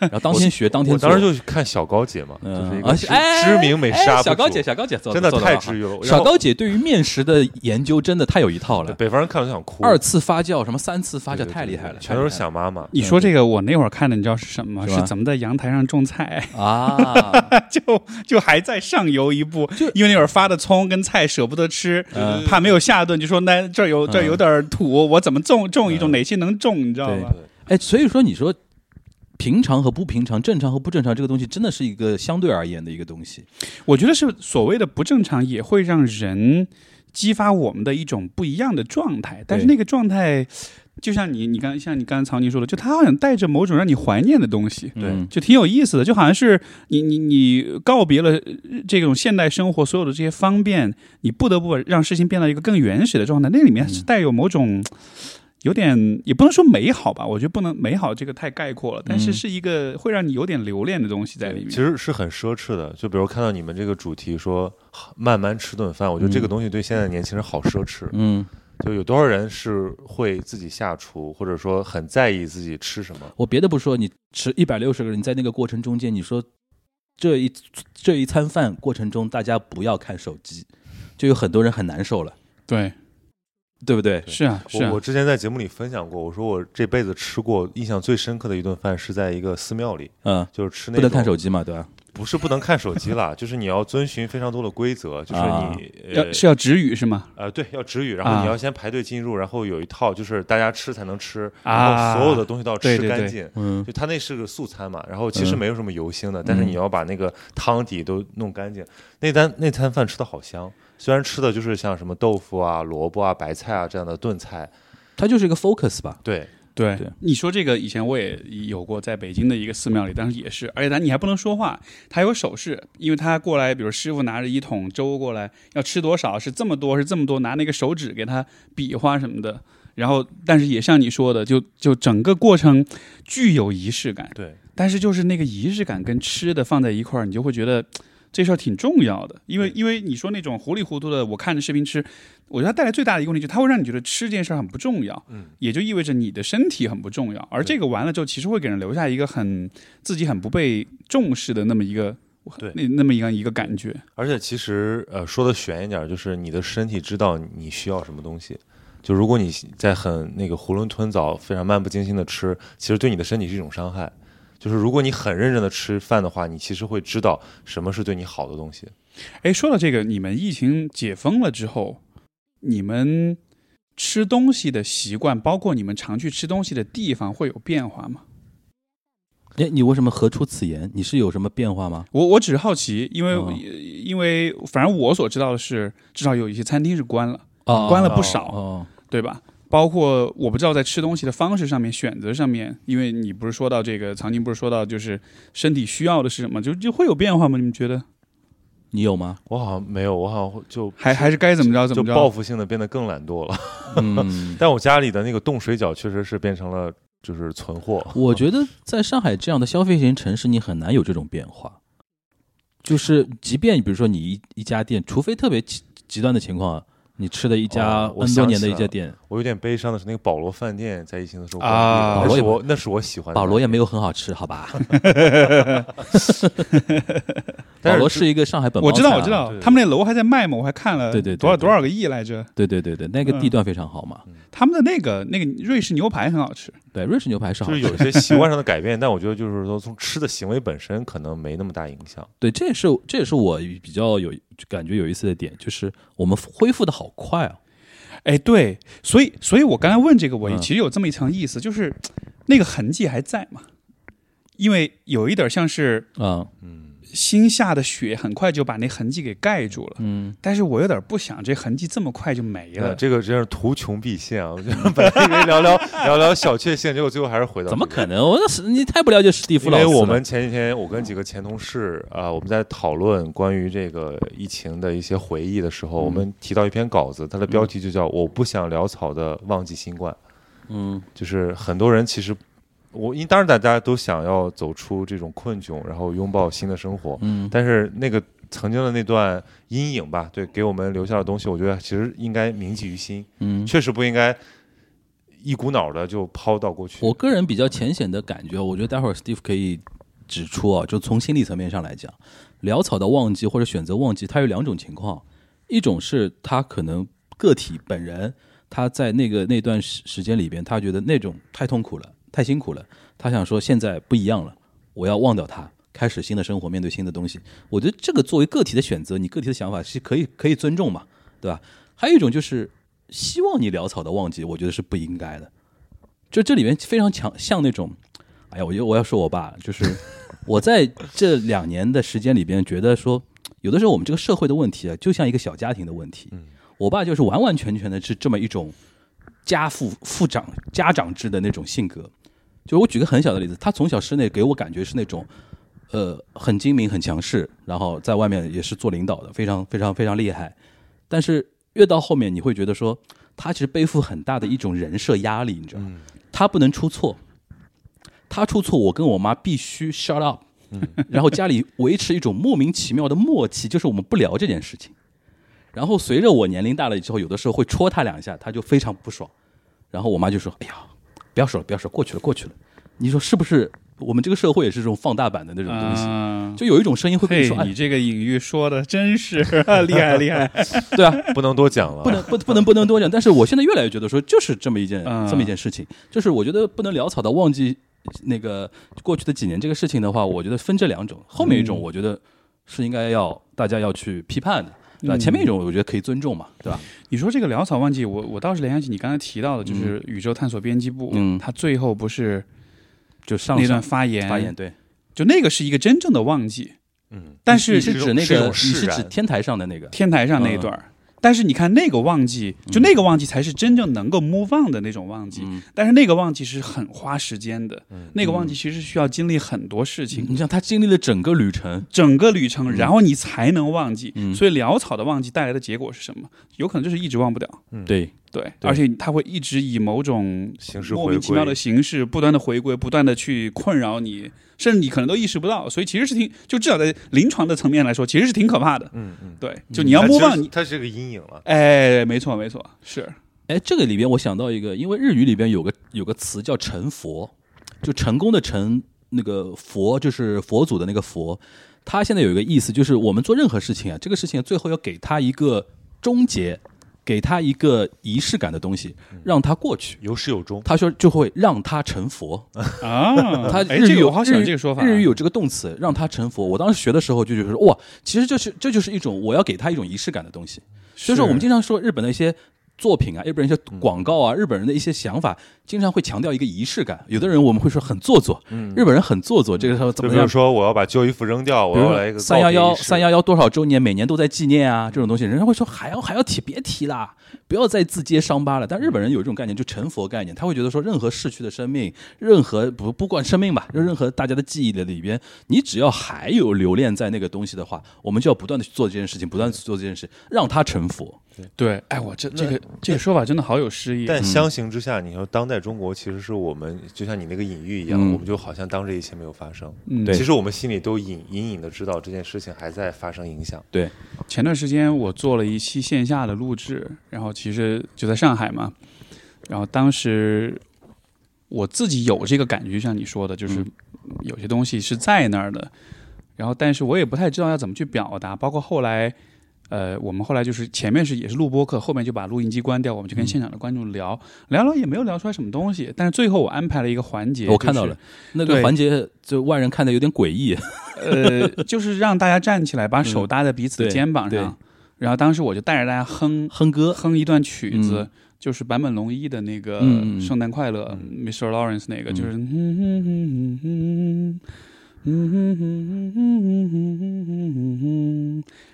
Speaker 2: 然后当天学当天
Speaker 3: 我
Speaker 2: 做。
Speaker 3: 当时就去看小高姐嘛，
Speaker 2: 嗯
Speaker 3: 就是一个
Speaker 2: 而且
Speaker 3: 知
Speaker 2: 哎
Speaker 3: 知名美食 UP
Speaker 2: 哎小高
Speaker 3: 主
Speaker 2: 姐，小高姐做
Speaker 3: 真的
Speaker 2: 做得
Speaker 3: 太
Speaker 2: 好
Speaker 3: 治愈了。然
Speaker 2: 小
Speaker 3: 后
Speaker 2: 高姐对于面食的研究真的太有一套了，
Speaker 3: 北方人看了就想哭，
Speaker 2: 二次发酵什么三次发
Speaker 3: 对
Speaker 2: 酵
Speaker 3: 对对
Speaker 2: 太厉害
Speaker 3: 对
Speaker 2: 了，
Speaker 3: 全都是想妈妈。
Speaker 4: 你说这个，我那会儿看的，你知道是什么吗？
Speaker 2: 是吧
Speaker 4: 是怎么在阳台上种菜，
Speaker 2: 啊，
Speaker 4: 就就还在上游一步，因为那会儿发的葱跟菜舍不得吃，怕没有下顿，就说那这儿有这儿有点儿土，我怎么种种一种，哪些能种，你知道吗？
Speaker 2: 哎，所以说你说平常和不平常，正常和不正常，这个东西真的是一个相对而言的一个东西。
Speaker 4: 我觉得是所谓的不正常，也会让人激发我们的一种不一样的状态。但是那个状态，就像你你刚像你刚才曹宁说的，就它好像带着某种让你怀念的东西。
Speaker 3: 对
Speaker 2: 嗯
Speaker 4: 就挺有意思的，就好像是你你你告别了呃这种现代生活所有的这些方便，你不得不让事情变到一个更原始的状态，那里面是带有某种。有点也不能说美好吧，我觉得不能美好这个太概括了，但是是一个会让你有点留恋的东西在里面。
Speaker 3: 其实是很奢侈的，就比如看到你们这个主题说慢慢吃顿饭，我觉得这个东西对现在的年轻人好奢侈。
Speaker 2: 嗯，
Speaker 3: 就有多少人是会自己下厨，或者说很在意自己吃什么？
Speaker 2: 我别的不说，你吃一百六十个人，你在那个过程中间，你说这一这一餐饭过程中，大家不要看手机，就有很多人很难受了，
Speaker 4: 对，
Speaker 2: 对不对？
Speaker 4: 是啊，是啊
Speaker 3: 我我之前在节目里分享过，我说我这辈子吃过印象最深刻的一顿饭是在一个寺庙里，
Speaker 2: 嗯，
Speaker 3: 就是吃那
Speaker 2: 不能看
Speaker 3: 种
Speaker 2: 手机嘛，对吧？
Speaker 3: 不是不能看手机啦，就是你要遵循非常多的规则，就是
Speaker 2: 啊
Speaker 3: 你、呃
Speaker 4: 要是要止语是吗？
Speaker 3: 呃，对，要止语，然后
Speaker 4: 啊
Speaker 3: 你要先排队进入，然后有一套就是大家吃才能吃，然
Speaker 4: 啊
Speaker 3: 后所有的东西都要
Speaker 4: 对
Speaker 3: 吃
Speaker 4: 对嗯
Speaker 3: 干
Speaker 4: 对
Speaker 3: 净。
Speaker 2: 嗯，
Speaker 3: 就它那是个素餐嘛，然后其实没有什么油腥的，但
Speaker 4: 嗯
Speaker 3: 是你要把那个汤底都弄干净。那单那餐饭吃的好香，虽然吃的就是像什么豆腐啊、萝卜啊、白菜啊这样的炖菜，
Speaker 2: 它就是一个 focus 吧。
Speaker 3: 对，
Speaker 4: 对
Speaker 2: 对
Speaker 4: 你说这个以前我也有过，在北京的一个寺庙里，当时也是，而且他你还不能说话，他有手势，因为他过来，比如师傅拿着一桶粥过来，要吃多少是这么多是这么多，拿那个手指给他比划什么的，然后但是也像你说的，就就整个过程具有仪式感，
Speaker 3: 对，
Speaker 4: 但是就是那个仪式感跟吃的放在一块儿，你就会觉得。这事儿挺重要的，因为因为你说那种糊里糊涂的，我看着视频吃，我觉得它带来最大的一个问题就是它会让你觉得吃这件事儿很不重要，
Speaker 3: 嗯，
Speaker 4: 也就意味着你的身体很不重要，而这个完了之后，其实会给人留下一个很自己很不被重视的那么一个
Speaker 3: 对
Speaker 4: 那那么一个一个感觉，
Speaker 3: 而且其实呃，说的悬一点儿，就是你的身体知道你需要什么东西。就如果你在很那个囫囵吞枣、非常漫不经心的吃，其实对你的身体是一种伤害。就是如果你很认真的吃饭的话，你其实会知道什么是对你好的东西。
Speaker 4: 哎，说到这个，你们疫情解封了之后，你们吃东西的习惯，包括你们常去吃东西的地方，会有变化吗？
Speaker 2: 哎，你为什么何出此言？你是有什么变化吗？
Speaker 4: 我我只是好奇，因为、
Speaker 2: 哦
Speaker 4: 因为反正我所知道的是，至少有一些餐厅是关了，
Speaker 2: 啊
Speaker 4: 关了不
Speaker 3: 哦
Speaker 4: 少，
Speaker 2: 哦，
Speaker 4: 对吧？包括我不知道在吃东西的方式上面、选择上面，因为你不是说到这个，曾经不是说到就是身体需要的是什么，就就会有变化吗？你们觉得
Speaker 2: 你有吗？
Speaker 3: 我好像没有，我好像会 就
Speaker 4: 还还是该怎么着怎
Speaker 3: 就
Speaker 4: 么
Speaker 3: 报
Speaker 4: 着？
Speaker 3: 复性的变得更懒惰了。
Speaker 2: 嗯，
Speaker 3: 但我家里的那个冻水饺确实是变成了就是存货。
Speaker 2: 我觉得在上海这样的消费型城市，你很难有这种变化。就是，即便比如说你一一家店，除非特别极极端的情况，啊你吃的一家
Speaker 3: 哦我
Speaker 2: N 多
Speaker 3: 想
Speaker 2: 年
Speaker 3: 起
Speaker 2: 的一
Speaker 3: 来
Speaker 2: 家
Speaker 3: 了
Speaker 2: 店，
Speaker 3: 我有点悲伤的是，那个保罗饭店在疫情的时候关
Speaker 4: 啊
Speaker 3: 闭
Speaker 2: 保
Speaker 3: 了
Speaker 2: 罗
Speaker 3: 那
Speaker 2: 也
Speaker 3: 是
Speaker 2: 不
Speaker 3: 我那是我喜欢的
Speaker 2: 保罗也
Speaker 3: 饭店
Speaker 2: 没有很好吃，好 吧？
Speaker 3: 但
Speaker 2: 保
Speaker 3: 是
Speaker 2: 罗
Speaker 3: 就是
Speaker 2: 一个上海本帮
Speaker 4: 我知道，
Speaker 2: 菜
Speaker 4: 我知
Speaker 2: 啊
Speaker 4: 道
Speaker 3: 对，对
Speaker 4: 他们那楼还在卖嘛，我还看了，
Speaker 2: 对对对
Speaker 4: 多少
Speaker 2: 对
Speaker 4: 多少个亿来着？
Speaker 2: 对对对对，那个地
Speaker 4: 嗯
Speaker 2: 段非常好嘛。
Speaker 4: 他们的那个那个瑞士牛排很好吃，
Speaker 2: 对，瑞士牛排是好
Speaker 3: 就是
Speaker 2: 吃
Speaker 3: 有一
Speaker 2: 的。
Speaker 3: 些习惯上的改变，但我觉得就是说，从吃的行为本身可能没那么大影响。
Speaker 2: 对，这也是这也是我比较有感觉有意思的点，就是我们恢复的好快啊。
Speaker 4: 哎，对，所以所以我刚才问这个，我
Speaker 2: 嗯
Speaker 4: 其实有这么一层意思，就是那个痕迹还在嘛，因为有一点像是
Speaker 2: 嗯
Speaker 4: 新下的雪，很快就把那痕迹给盖住了，
Speaker 2: 嗯，
Speaker 4: 但是我有点不想这痕迹这么快就没
Speaker 3: 呃
Speaker 4: 了。
Speaker 3: 这个真是图穷匕现啊！我觉得本来以为聊聊聊聊小确幸，结果最后还是回到
Speaker 2: 怎么
Speaker 3: 这个
Speaker 2: 可能？我那是你太不了解史蒂夫
Speaker 3: 因
Speaker 2: 老师
Speaker 3: 为
Speaker 2: 了。
Speaker 3: 我们前几天，我跟几个前同事啊、我们在讨论关于这个疫情的一些回忆的时候，我们提到一篇稿子，它的标题就叫“我不想潦草的忘记新冠”。
Speaker 2: 嗯，
Speaker 3: 就是很多人其实，我因当然大家都想要走出这种困窘，然后拥抱新的生活。
Speaker 2: 嗯
Speaker 3: 但是那个曾经的那段阴影吧，对，给我们留下的东西，我觉得其实应该铭记于心，
Speaker 2: 嗯，
Speaker 3: 确实不应该一股脑的就抛到过去。
Speaker 2: 我个人比较浅显的感觉，我觉得待会儿 Steve 可以指出啊，就从心理层面上来讲，潦草的忘记或者选择忘记，它有两种情况，一种是他可能个体本人他在那个那段时时间里边，他觉得那种太痛苦了，太辛苦了，他想说现在不一样了，我要忘掉它。开始新的生活，面对新的东西，我觉得这个作为个体的选择，你个体的想法是可以可以尊重嘛，对吧？还有一种就是希望你潦草的忘记，我觉得是不应该的。就这里面非常强，像那种，哎呀，我又我要说我爸，就是我在这两年的时间里边，觉得说，有的时候我们这个社会的问题啊，就像一个小家庭的问题。我爸就是完完全全的是这么一种家父父长家长制的那种性格。就我举个很小的例子，他从小室内给我感觉是那种，呃，很精明、很强势，然后在外面也是做领导的，非常非常非常厉害。但是越到后面，你会觉得说，他其实背负很大的一种人设压力，你知道吗？
Speaker 4: 嗯
Speaker 2: 他不能出错，他出错，我跟我妈必须 shut up，、然后
Speaker 4: 嗯
Speaker 2: 家里维持一种莫名其妙的默契，就是我们不聊这件事情。然后随着我年龄大了之后，有的时候会戳他两下，他就非常不爽。然后我妈就说：“哎呀，不要说了，不要说了，过去了，过去了。”你说是不是？我们这个社会也是这种放大版的那种东西，
Speaker 4: 嗯，
Speaker 2: 就有一种声音会跟你
Speaker 4: 嘿
Speaker 2: 说：“，哎
Speaker 4: 你，这个隐喻说的真 是厉害厉害。
Speaker 2: 对啊，
Speaker 3: 不能多讲了，
Speaker 2: 不能不不能不能多讲，但是我现在越来越觉得说，就是这么一件、
Speaker 4: 嗯
Speaker 2: 这么一件事情，就是我觉得不能潦草的忘记那个过去的几年这个事情的话，我觉得分这两种，后面一
Speaker 3: 嗯
Speaker 2: 种我觉得是应该要大家要去批判的，对
Speaker 3: 嗯
Speaker 2: 吧？前面一种我觉得可以尊重嘛，对吧？
Speaker 4: 你说这个潦草忘记，我我倒是联想起你刚才提到的，就是宇宙探索编辑部，
Speaker 2: 嗯
Speaker 4: 他最后不是
Speaker 2: 就上
Speaker 4: 那段
Speaker 2: 上
Speaker 4: 发言，
Speaker 2: 发言，对，
Speaker 4: 就那个是一个真正的忘记，
Speaker 3: 嗯，
Speaker 4: 但
Speaker 2: 你
Speaker 4: 是
Speaker 2: 是
Speaker 3: 是
Speaker 2: 指那
Speaker 3: 是一
Speaker 2: 个，
Speaker 3: 种
Speaker 2: 你是
Speaker 3: 释然
Speaker 2: 指天台上的那个，
Speaker 4: 天台上
Speaker 3: 嗯
Speaker 4: 那一段儿。但是你看那个忘记，就那个忘记才是真正能够 move on 的那种忘记。
Speaker 3: 嗯
Speaker 4: 但是那个忘记是很花时间的，那个忘记其实需要经历很多事情，
Speaker 3: 嗯
Speaker 2: 你像他经历了整个旅程，
Speaker 4: 整个旅程，然后
Speaker 3: 嗯
Speaker 4: 你
Speaker 3: 嗯
Speaker 4: 才能忘记。所以潦草的忘记带来的结果是什么？有可能就是一直忘不掉。
Speaker 2: 对，
Speaker 4: 对，
Speaker 2: 对
Speaker 4: 而且它会一直以某种
Speaker 3: 形式
Speaker 4: 莫
Speaker 3: 回
Speaker 4: 名其妙
Speaker 3: 归
Speaker 4: 的，形式，不断的回归，不断的去困扰你，甚至你可能都意识不到。所以其实是挺，就至少在临床的层面来说，其实是挺可怕的。
Speaker 3: 嗯嗯，
Speaker 4: 对，就你要摸
Speaker 3: 它
Speaker 4: 棒，
Speaker 3: 其实
Speaker 4: 你
Speaker 3: 它是个阴影了。
Speaker 4: 哎，没错没错，是
Speaker 2: 哎，这个里边我想到一个，因为日语里边有个有个词叫成佛，就成功的成，那个佛就是佛祖的那个佛。他现在有一个意思，就是我们做任何事情啊，这个事情最后要给他一个终结，给他一个仪式感的东西，让他过去。
Speaker 3: 有始有终，
Speaker 2: 他说就会让他成佛，
Speaker 4: 啊，
Speaker 2: 他
Speaker 4: 哎，
Speaker 2: 日
Speaker 4: 这
Speaker 2: 语
Speaker 4: 个
Speaker 2: 有
Speaker 4: 我好喜欢这个说法啊，
Speaker 2: 日语有这个动词让他成佛。我当时学的时候就觉得说哇，其实这是这就是一种我要给他一种仪式感的东西。所以说我们经常说日本的一些作品啊，日本人一些
Speaker 4: 嗯
Speaker 2: 广告啊，日本人的一些想法，经常会强调一个仪式感。有的人我们会说很做作，
Speaker 4: 嗯
Speaker 2: 日本人很做作，这个时候怎
Speaker 3: 就
Speaker 2: 么
Speaker 3: 比如
Speaker 2: 样？
Speaker 3: 说我要把旧衣服扔掉，我
Speaker 2: 比如
Speaker 3: 要来一
Speaker 2: 说
Speaker 3: 个
Speaker 2: 三幺幺
Speaker 3: 告别仪式
Speaker 2: 三幺幺多少周年，每年都在纪念啊，这种东西，人家会说还要还要提，别提啦，不要再自揭伤疤了。但日本人有一种概念，就成佛概念，他会觉得说，任何逝去的生命，任何不不管生命吧，就任何大家的记忆的里边，你只要还有留恋在那个东西的话，我们就要不断的去做这件事情，不断地去做这件事，让它成佛。
Speaker 4: 对，哎，我这这个这个说法真的好有诗意啊，
Speaker 3: 但相形之下，你说当代中国其实是我们，就像你那个隐喻一样，
Speaker 2: 嗯
Speaker 3: 我们就好像当这一切没有发生。
Speaker 4: 嗯
Speaker 2: 对
Speaker 3: 其实我们心里都隐隐隐的知道这件事情还在发生影响。
Speaker 2: 对，
Speaker 4: 前段时间我做了一期线下的录制，然后其实就在上海嘛，然后当时我自己有这个感觉，像你说的，就是
Speaker 2: 嗯
Speaker 4: 有些东西是在那儿的，然后但是我也不太知道要怎么去表达，包括后来。呃，我们后来就是前面是也是录播课，后面就把录音机关掉，我们就跟现场的观众聊、聊聊，也没有聊出来什么东西。但是最后我安排了一个环节，
Speaker 2: 我看到了，那个
Speaker 4: 对
Speaker 2: 环节，就外人看的有点诡异。
Speaker 4: 呃，就是让大家站起来，把手搭在彼此的
Speaker 2: 嗯对
Speaker 4: 肩膀
Speaker 2: 对
Speaker 4: 上。然后当时我就带着大家哼
Speaker 2: 哼歌，
Speaker 4: 哼一段曲子
Speaker 2: 嗯，
Speaker 4: 就是坂本龙一的那个
Speaker 2: 嗯嗯嗯
Speaker 4: 《圣诞快乐》，Mr. Lawrence 那个，就是。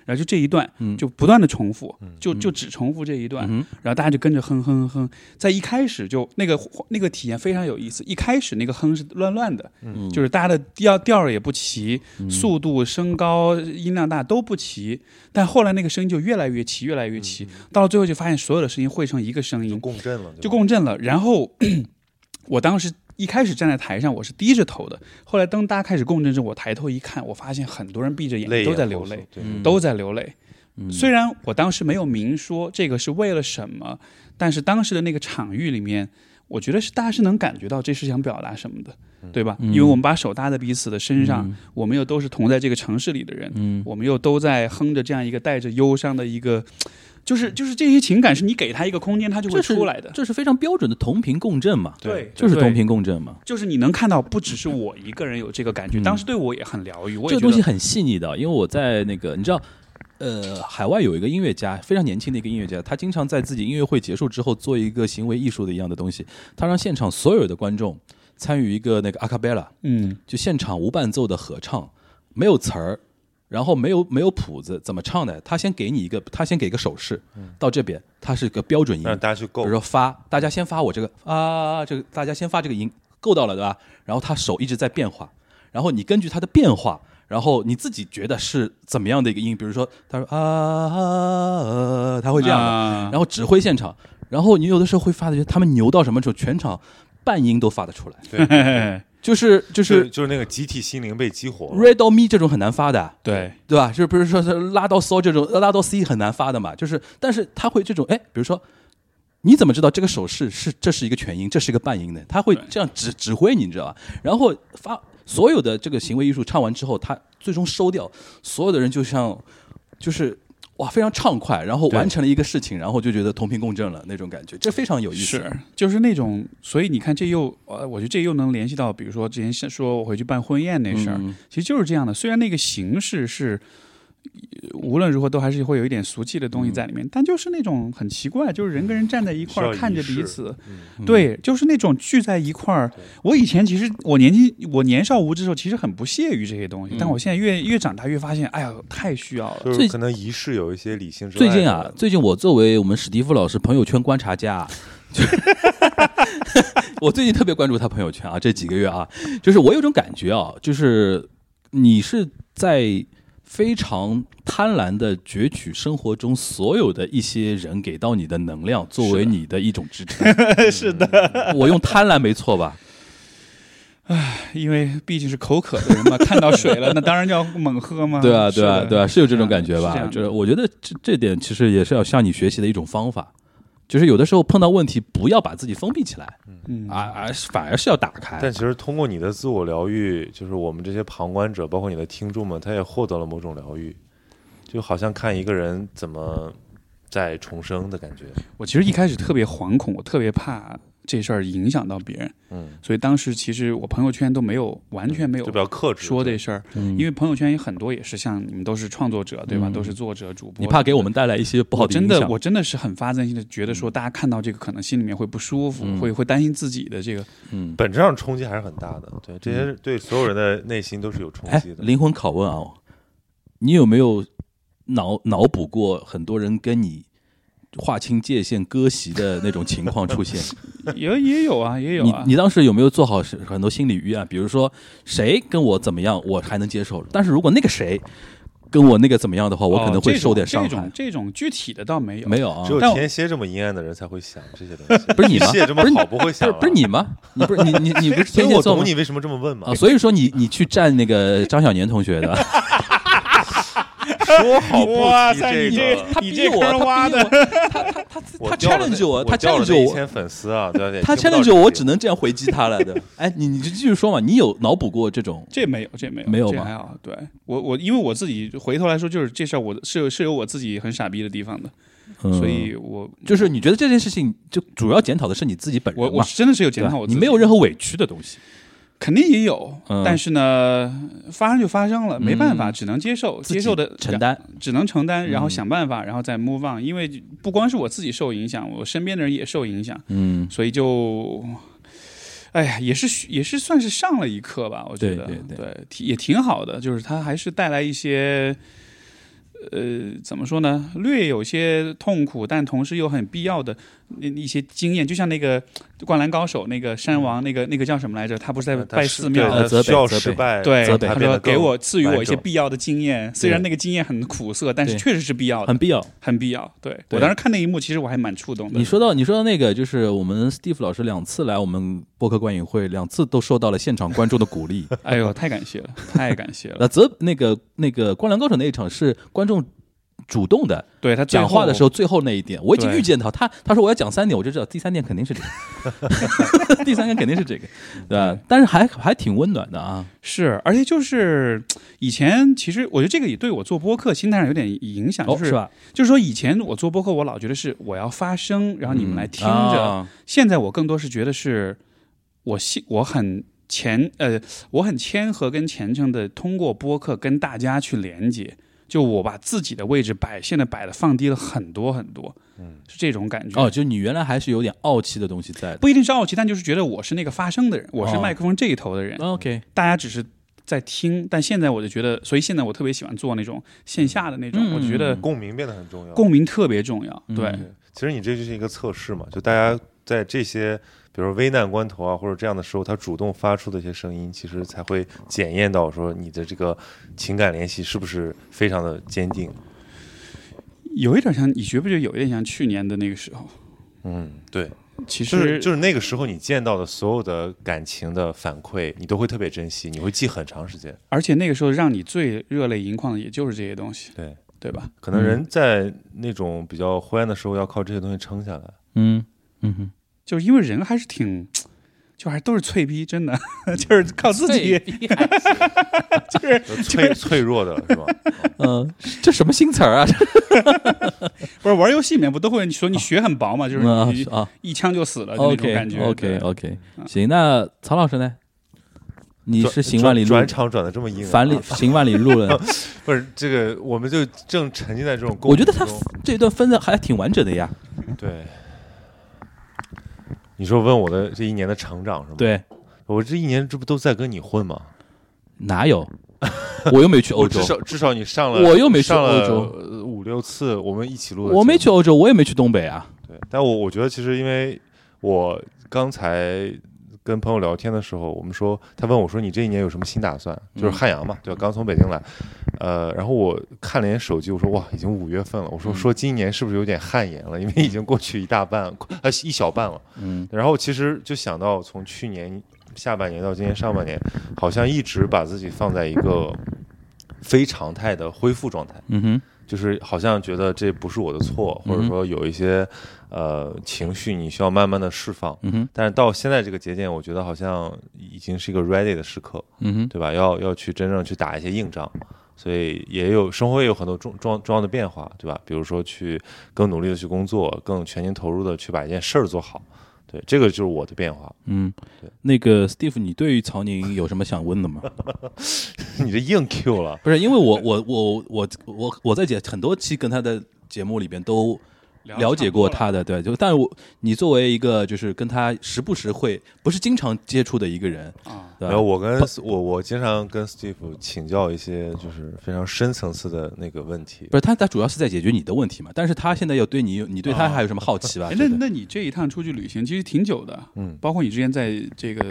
Speaker 4: 然后就这一段，就不断的重复，就就只重复这一段，然后大家就跟着哼哼哼。在一开始就那个那个体验非常有意思，一开始那个哼是乱乱的，就是大家的调调儿也不齐，速度、升高、音量大都不齐。但后来那个声音就越来越齐，越来越齐，到了最后就发现所有的声音汇成一个声
Speaker 3: 就
Speaker 4: 音，
Speaker 3: 共振了，对吧
Speaker 4: 就共振了。然后 我当时一开始站在台上，我是低着头的，后来当大家开始共振之后，我抬头一看，我发现很多人闭着眼
Speaker 3: 泪
Speaker 4: 都
Speaker 3: 眼
Speaker 4: 在
Speaker 3: 婆
Speaker 4: 流
Speaker 3: 娑
Speaker 4: 泪，。嗯
Speaker 3: 对，
Speaker 2: 嗯
Speaker 4: 都在流泪。虽然我当时没有明说这个是为了什么，但是当时的那个场域里面，我觉得是大家是能感觉到这是想表达什么的，
Speaker 2: 嗯
Speaker 4: 对吧？因为我们把手搭在彼此的身上，我们又都是同在这个城市里的人，
Speaker 2: 嗯
Speaker 4: 我们又都在哼着这样一个带着忧伤的一个，就是就是这些情感是你给他一个空间，他就会
Speaker 2: 这是
Speaker 4: 出来的。
Speaker 2: 这是非常标准的同频共振嘛，
Speaker 4: 对，
Speaker 2: 就是
Speaker 4: 对
Speaker 2: 同频共振嘛。
Speaker 4: 就是你能看到，不只是我一个人有这个感觉，当时对我也很疗愈。我
Speaker 2: 这个
Speaker 4: 也觉
Speaker 2: 嗯东
Speaker 4: 得
Speaker 2: 西很细腻的，因为我在那个你知道，呃，海外有一个音乐家，非常年轻的一个音乐家，他经常在自己音乐会结束之后做一个行为艺术的一样的东西，他让现场所有的观众参与一个那个 a cappella，
Speaker 4: 嗯，
Speaker 2: 就现场无伴奏的合唱，没有词儿，然后没有没有谱子，怎么唱的？他先给你一个，他先给个手势，
Speaker 4: 嗯
Speaker 2: 到这边它是个标准音，
Speaker 3: 让大家去
Speaker 2: 比
Speaker 3: 够
Speaker 2: 如。说发，大家先发我这个啊，这个大家先发这个音，够到了对吧？然后他手一直在变化，然后你根据他的变化，然后你自己觉得是怎么样的一个音？比如说他说啊啊，他会这样的，
Speaker 4: 啊
Speaker 2: 然后指挥现场，然后你有的时候会发觉他们牛到什么时候，全场半音都发得出来，
Speaker 3: 对，
Speaker 2: 就是就
Speaker 3: 就是就是那个集体心灵被激活了。
Speaker 2: red or me 这种很难发的。
Speaker 4: 对，
Speaker 2: 对吧？就是比如说是拉到骚这种，拉到 C 很难发的嘛。就是，但是他会这种，哎，比如说，你怎么知道这个手势是这是一个全音，这是一个半音呢？他会这样指指挥你，你知道吧？然后发所有的这个行为艺术唱完之后，他最终收掉，所有的人就像就是哇非常畅快，然后
Speaker 4: 对
Speaker 2: 完成了一个事情，然后就觉得同频共振了那种感觉，这非常有意思。
Speaker 4: 是，就是那种，所以你看，这又呃，我觉得这又能联系到，比如说之前是说我回去办婚宴那事儿，
Speaker 3: 嗯
Speaker 4: 其实就是这样的。虽然那个形式是呃无论如何都还是会有一点俗气的东西在里面，
Speaker 3: 嗯
Speaker 4: 但就是那种很奇怪，就是人跟人站在一块
Speaker 3: 需要
Speaker 4: 儿
Speaker 3: 仪
Speaker 4: 看着彼
Speaker 3: 式嗯
Speaker 4: 此，对，就是那种聚在一块儿。我以前其实我年轻，我年少无知的时候，其实很不屑于这些东西，
Speaker 3: 嗯
Speaker 4: 但我现在越越长大越发现，哎呀，太需要了。
Speaker 3: 就是
Speaker 2: 最
Speaker 3: 可能仪式有一些理性之
Speaker 2: 最
Speaker 3: 外
Speaker 2: 近
Speaker 3: 的
Speaker 2: 啊，最近我作为我们史蒂夫老师朋友圈观察家、啊，就 我最近特别关注他朋友圈啊，这几个月啊，就是我有种感觉啊，就是你是在非常贪婪的攫取生活中所有的一些人给到你的能量，作为你的一种支撑。 嗯
Speaker 4: 是的，
Speaker 2: 我用贪婪没错吧？
Speaker 4: 因为毕竟是口渴的人嘛，看到水了，那当然就要猛喝嘛。
Speaker 2: 对啊，对
Speaker 4: 是
Speaker 2: 啊，
Speaker 4: 的
Speaker 2: 对啊，是有这种感觉
Speaker 4: 是这
Speaker 2: 吧？
Speaker 4: 样
Speaker 2: 就是我觉得这这点其实也是要向你学习的一种方法，就是有的时候碰到问题，不要把自己封闭起来，
Speaker 4: 嗯
Speaker 2: 而而反而是要打开。
Speaker 3: 但其实通过你的自我疗愈，就是我们这些旁观者，包括你的听众们，他也获得了某种疗愈，就好像看一个人怎么在重生的感觉。
Speaker 4: 我其实一开始特别惶恐，我特别怕这事儿影响到别人，
Speaker 3: 嗯，
Speaker 4: 所以当时其实我朋友圈都没有完全没有
Speaker 3: 就比较克制。
Speaker 4: 说这事儿，因为朋友圈有很多也是像你们都是创作者对吧？
Speaker 2: 嗯
Speaker 4: 都是作者主播，
Speaker 2: 你怕给我们带来一些不好
Speaker 4: 我
Speaker 2: 的
Speaker 4: 真
Speaker 2: 影
Speaker 4: 的，
Speaker 2: 响？嗯
Speaker 4: 我真的是很发自内心的觉得说，大家看到这个可能心里面会不舒服，会会担心自己的这个。
Speaker 2: 嗯，
Speaker 3: 本质上冲击还是很大的，对这
Speaker 4: 嗯
Speaker 3: 些对所有人的内心都是有冲
Speaker 2: 哎
Speaker 3: 击，的。
Speaker 2: 灵魂拷问啊，你有没有脑脑补过很多人跟你划清界限、割席的那种情况出现？
Speaker 4: 也也有啊，也有
Speaker 2: 你
Speaker 4: 啊。
Speaker 2: 你当时有没有做好是很多心理预案？比如说谁跟我怎么样，我还能接受；但是如果那个谁跟我那个怎么样的话，我可能会受点伤
Speaker 4: 哦这种
Speaker 2: 害。
Speaker 4: 这种这种具体的倒没有，
Speaker 2: 没有啊
Speaker 3: 只，有
Speaker 4: 但我
Speaker 3: 天蝎这么阴暗的人才会想这些东西，
Speaker 2: 不 是你吗？
Speaker 3: 蟹这么
Speaker 2: 不是你
Speaker 3: 好不会想
Speaker 2: 不是不是
Speaker 3: 啊
Speaker 2: 你吗？你不是你你你不是
Speaker 3: 所
Speaker 2: 天
Speaker 3: 以
Speaker 2: 蝎
Speaker 3: 我
Speaker 2: 座吗
Speaker 3: 懂你为什么这么问嘛
Speaker 2: 啊？。所以说你你去站那个张小年同学 的，
Speaker 3: 说好
Speaker 4: 哇
Speaker 3: 不
Speaker 4: 塞
Speaker 3: 提
Speaker 4: 你
Speaker 3: 这
Speaker 4: 这
Speaker 3: 个，
Speaker 2: 他
Speaker 4: 你
Speaker 2: 逼我，
Speaker 4: 坑
Speaker 2: 他逼
Speaker 4: 挖的
Speaker 2: 我，
Speaker 3: 哎
Speaker 2: 他他他
Speaker 3: 我
Speaker 2: 他
Speaker 3: 掉了
Speaker 2: challenge 我，他
Speaker 3: 掉了
Speaker 2: challenge
Speaker 3: 那一
Speaker 2: 我，
Speaker 3: 千粉丝啊，对对，
Speaker 2: 他
Speaker 3: 听不到
Speaker 2: challenge
Speaker 3: 这
Speaker 2: 我，我
Speaker 3: 个
Speaker 2: 只能这样回击他了的。哎，你你就继续说嘛，你有脑补过这种？
Speaker 4: 这没有，这没有，
Speaker 2: 没有
Speaker 4: 这
Speaker 2: 吗
Speaker 4: 还好。对我我因为我自己回头来说，就是这事儿我是有是有我自己很傻逼的地方的，
Speaker 2: 嗯
Speaker 4: 所以我
Speaker 2: 就是你觉得这件事情，就主要检讨的是你自己本人
Speaker 4: 我
Speaker 2: 嘛
Speaker 4: 我真的是有
Speaker 2: 对
Speaker 4: 检
Speaker 2: 吧
Speaker 4: 讨我自
Speaker 2: 你
Speaker 4: 己，
Speaker 2: 没有任何委屈的东西。
Speaker 4: 肯定也有
Speaker 2: 嗯，
Speaker 4: 但是呢，发生就发生了，没办法，只能接受，
Speaker 2: 自己
Speaker 4: 接受的
Speaker 2: 承担，嗯
Speaker 4: 只能承担，然后想办法，然后再 move on。因为不光是我自己受影响，我身边的人也受影响，
Speaker 2: 嗯，
Speaker 4: 所以就，哎呀，也是也是算是上了一课吧，我觉得
Speaker 2: 对对对
Speaker 4: 挺也挺好的，就是它还是带来一些。呃，怎么说呢？略有些痛苦，但同时又很必要的那一些经验，就像那个《灌篮高手》那个山王，那个那个叫什么来着？他不是在
Speaker 3: 对他
Speaker 4: 拜
Speaker 3: 是
Speaker 4: 寺庙
Speaker 3: 对
Speaker 2: 呃
Speaker 3: 他
Speaker 2: 责备
Speaker 3: 需要
Speaker 2: 责备
Speaker 3: 失败，
Speaker 4: 对，
Speaker 2: 责备
Speaker 3: 他
Speaker 4: 他
Speaker 3: 变
Speaker 4: 说
Speaker 3: 得
Speaker 4: 给
Speaker 3: 更
Speaker 4: 我赐予我一些
Speaker 3: 完整
Speaker 4: 必要的经验，虽然那个经验很苦涩，但是
Speaker 2: 对
Speaker 4: 确实是必要的，
Speaker 2: 很必要。
Speaker 4: 很必要。对
Speaker 2: 对
Speaker 4: 我当时看那一幕，其实我还蛮触动的。
Speaker 2: 你说到你说到那个，就是我们 Steve 老师两次来我们播客观影会，两次都受到了现场观众的鼓 励。
Speaker 4: 哎呦，太感谢了，太感谢了。
Speaker 2: 那则那个那个《灌篮高手》那一场是观众主动的
Speaker 4: 对他
Speaker 2: 讲话的时
Speaker 4: 候，
Speaker 2: 候，最后那一点我已经
Speaker 4: 对
Speaker 2: 预见到他，他说我要讲三点，我就知道第三点肯定是这 个，第三点肯定是这个，对吧？但是还还挺温暖的啊，
Speaker 4: 是，而且就是以前，其实我觉得这个也对我做播客心态上有点影响，
Speaker 2: 哦
Speaker 4: 就是
Speaker 2: 吧？
Speaker 4: 就是说以前我做播客，我老觉得是我要发声，然后你们来听着。
Speaker 2: 嗯啊
Speaker 4: 现在我更多是觉得是我信，我很虔呃，我很谦和跟虔诚的通过播客跟大家去连接，就我把自己的位置摆现在摆的放低了很多很多，嗯，是这种感觉。
Speaker 2: 哦，就你原来还是有点傲气的东西在的。
Speaker 4: 不一定是傲气，但就是觉得我是那个发声的人，我是
Speaker 2: 哦
Speaker 4: 麦克风这一头的人，
Speaker 2: OK，
Speaker 4: 大家只是在听。但现在我就觉得，所以现在我特别喜欢做那种线下的那种，
Speaker 2: 嗯
Speaker 4: 我觉得
Speaker 2: 嗯
Speaker 3: 共鸣变得很重要。
Speaker 4: 共鸣特别重要。对，
Speaker 2: 嗯
Speaker 3: 其实你这就是一个测试嘛，就大家在这些比如说危难关头啊，或者这样的时候，他主动发出的一些声音，其实才会检验到说你的这个情感联系是不是非常的坚定。
Speaker 4: 有一点像，你觉不觉得有一点像去年的那个时候？
Speaker 3: 嗯，对，
Speaker 4: 其实
Speaker 3: 就是就是那个时候你见到的所有的感情的反馈，你都会特别珍惜，你会记很长时间。
Speaker 4: 而且那个时候让你最热泪盈眶的，也就是这些东西，
Speaker 3: 对，
Speaker 4: 对吧？
Speaker 3: 可能
Speaker 2: 嗯
Speaker 3: 人在那种比较灰暗的时候，要靠这些东西撑下来。
Speaker 2: 嗯嗯哼，
Speaker 4: 就是因为人还是挺，就还都是脆逼，真的，
Speaker 2: 嗯
Speaker 4: 就是靠自己，就是
Speaker 3: 就脆脆弱的是吧？
Speaker 2: 嗯，这什么新词儿啊？
Speaker 4: 不是玩游戏里面不都会说你血很薄嘛，就是
Speaker 2: 啊嗯
Speaker 4: 你
Speaker 2: 啊
Speaker 4: 一枪就死了就那种感
Speaker 2: ，OK 哦
Speaker 4: 觉。
Speaker 2: OK
Speaker 4: 对嗯
Speaker 2: OK，行，那曹老师呢？你是行万里路
Speaker 3: 转，转场转的这么硬啊，
Speaker 2: 反里行万里路 了。
Speaker 3: 不是这个，我们就正沉浸在这种共
Speaker 2: 我觉得
Speaker 3: 鸣
Speaker 2: 他
Speaker 3: 中
Speaker 2: 这段分的还挺完整的呀。
Speaker 3: 对。你说问我的这一年的成长是吗？，
Speaker 2: 对，
Speaker 3: 我这一年这不都在跟你混吗？
Speaker 2: 哪有？我又没去欧
Speaker 3: 我
Speaker 2: 洲
Speaker 3: 至，少至少你上了，
Speaker 2: 我又没去
Speaker 3: 上了
Speaker 2: 欧洲
Speaker 3: 呃五六次，我们一起录的节目。
Speaker 2: 我没去欧洲，我也没去东北啊。
Speaker 3: 对，但我我觉得其实因为我刚才跟朋友聊天的时候，我们说，他问我说你这一年有什么新打算？就是汉阳嘛，对吧？刚从北京来，呃，然后我看了眼手机，我说哇，已经五月份了，我说说今年是不是有点汗颜了？因为已经过去一大半，呃，一小半了。
Speaker 2: 嗯，
Speaker 3: 然后其实就想到从去年下半年到今年上半年，好像一直把自己放在一个非常态的恢复状态。
Speaker 2: 嗯哼，
Speaker 3: 就是好像觉得这不是我的错，或者
Speaker 2: 嗯
Speaker 3: 说有一些呃情绪你需要慢慢的释放。
Speaker 2: 嗯哼，
Speaker 3: 但是到现在这个节点，我觉得好像已经是一个 ready 的时刻，
Speaker 2: 嗯哼，
Speaker 3: 对吧？要要去真正去打一些硬仗，所以也有生活也有很多重重重要的变化，对吧？比如说去更努力的去工作，更全心投入的去把一件事儿做好，对，这个就是我的变化。
Speaker 2: 嗯，那个 Steve，你对于曹宁有什么想问的吗？
Speaker 3: 你这硬 Q 了，
Speaker 2: 不是，因为我我我我我我在节很多期跟他的节目里边都了解过他的，对，就但我你作为一个就是跟他时不时会不是经常接触的一个人，
Speaker 4: 啊，
Speaker 2: 对
Speaker 3: 然
Speaker 2: 吧？
Speaker 3: 后我跟 我我经常跟 Steve 请教一些就是非常深层次的那个问题
Speaker 2: 不。是他，他主要是在解决你的问题嘛。但是他现在要对你，你对他还有什么好奇吧？
Speaker 4: 哎，
Speaker 2: 觉
Speaker 4: 那
Speaker 2: 得
Speaker 4: 那你这一趟出去旅行其实挺久的，
Speaker 3: 啊嗯，
Speaker 4: 包括你之前在这个，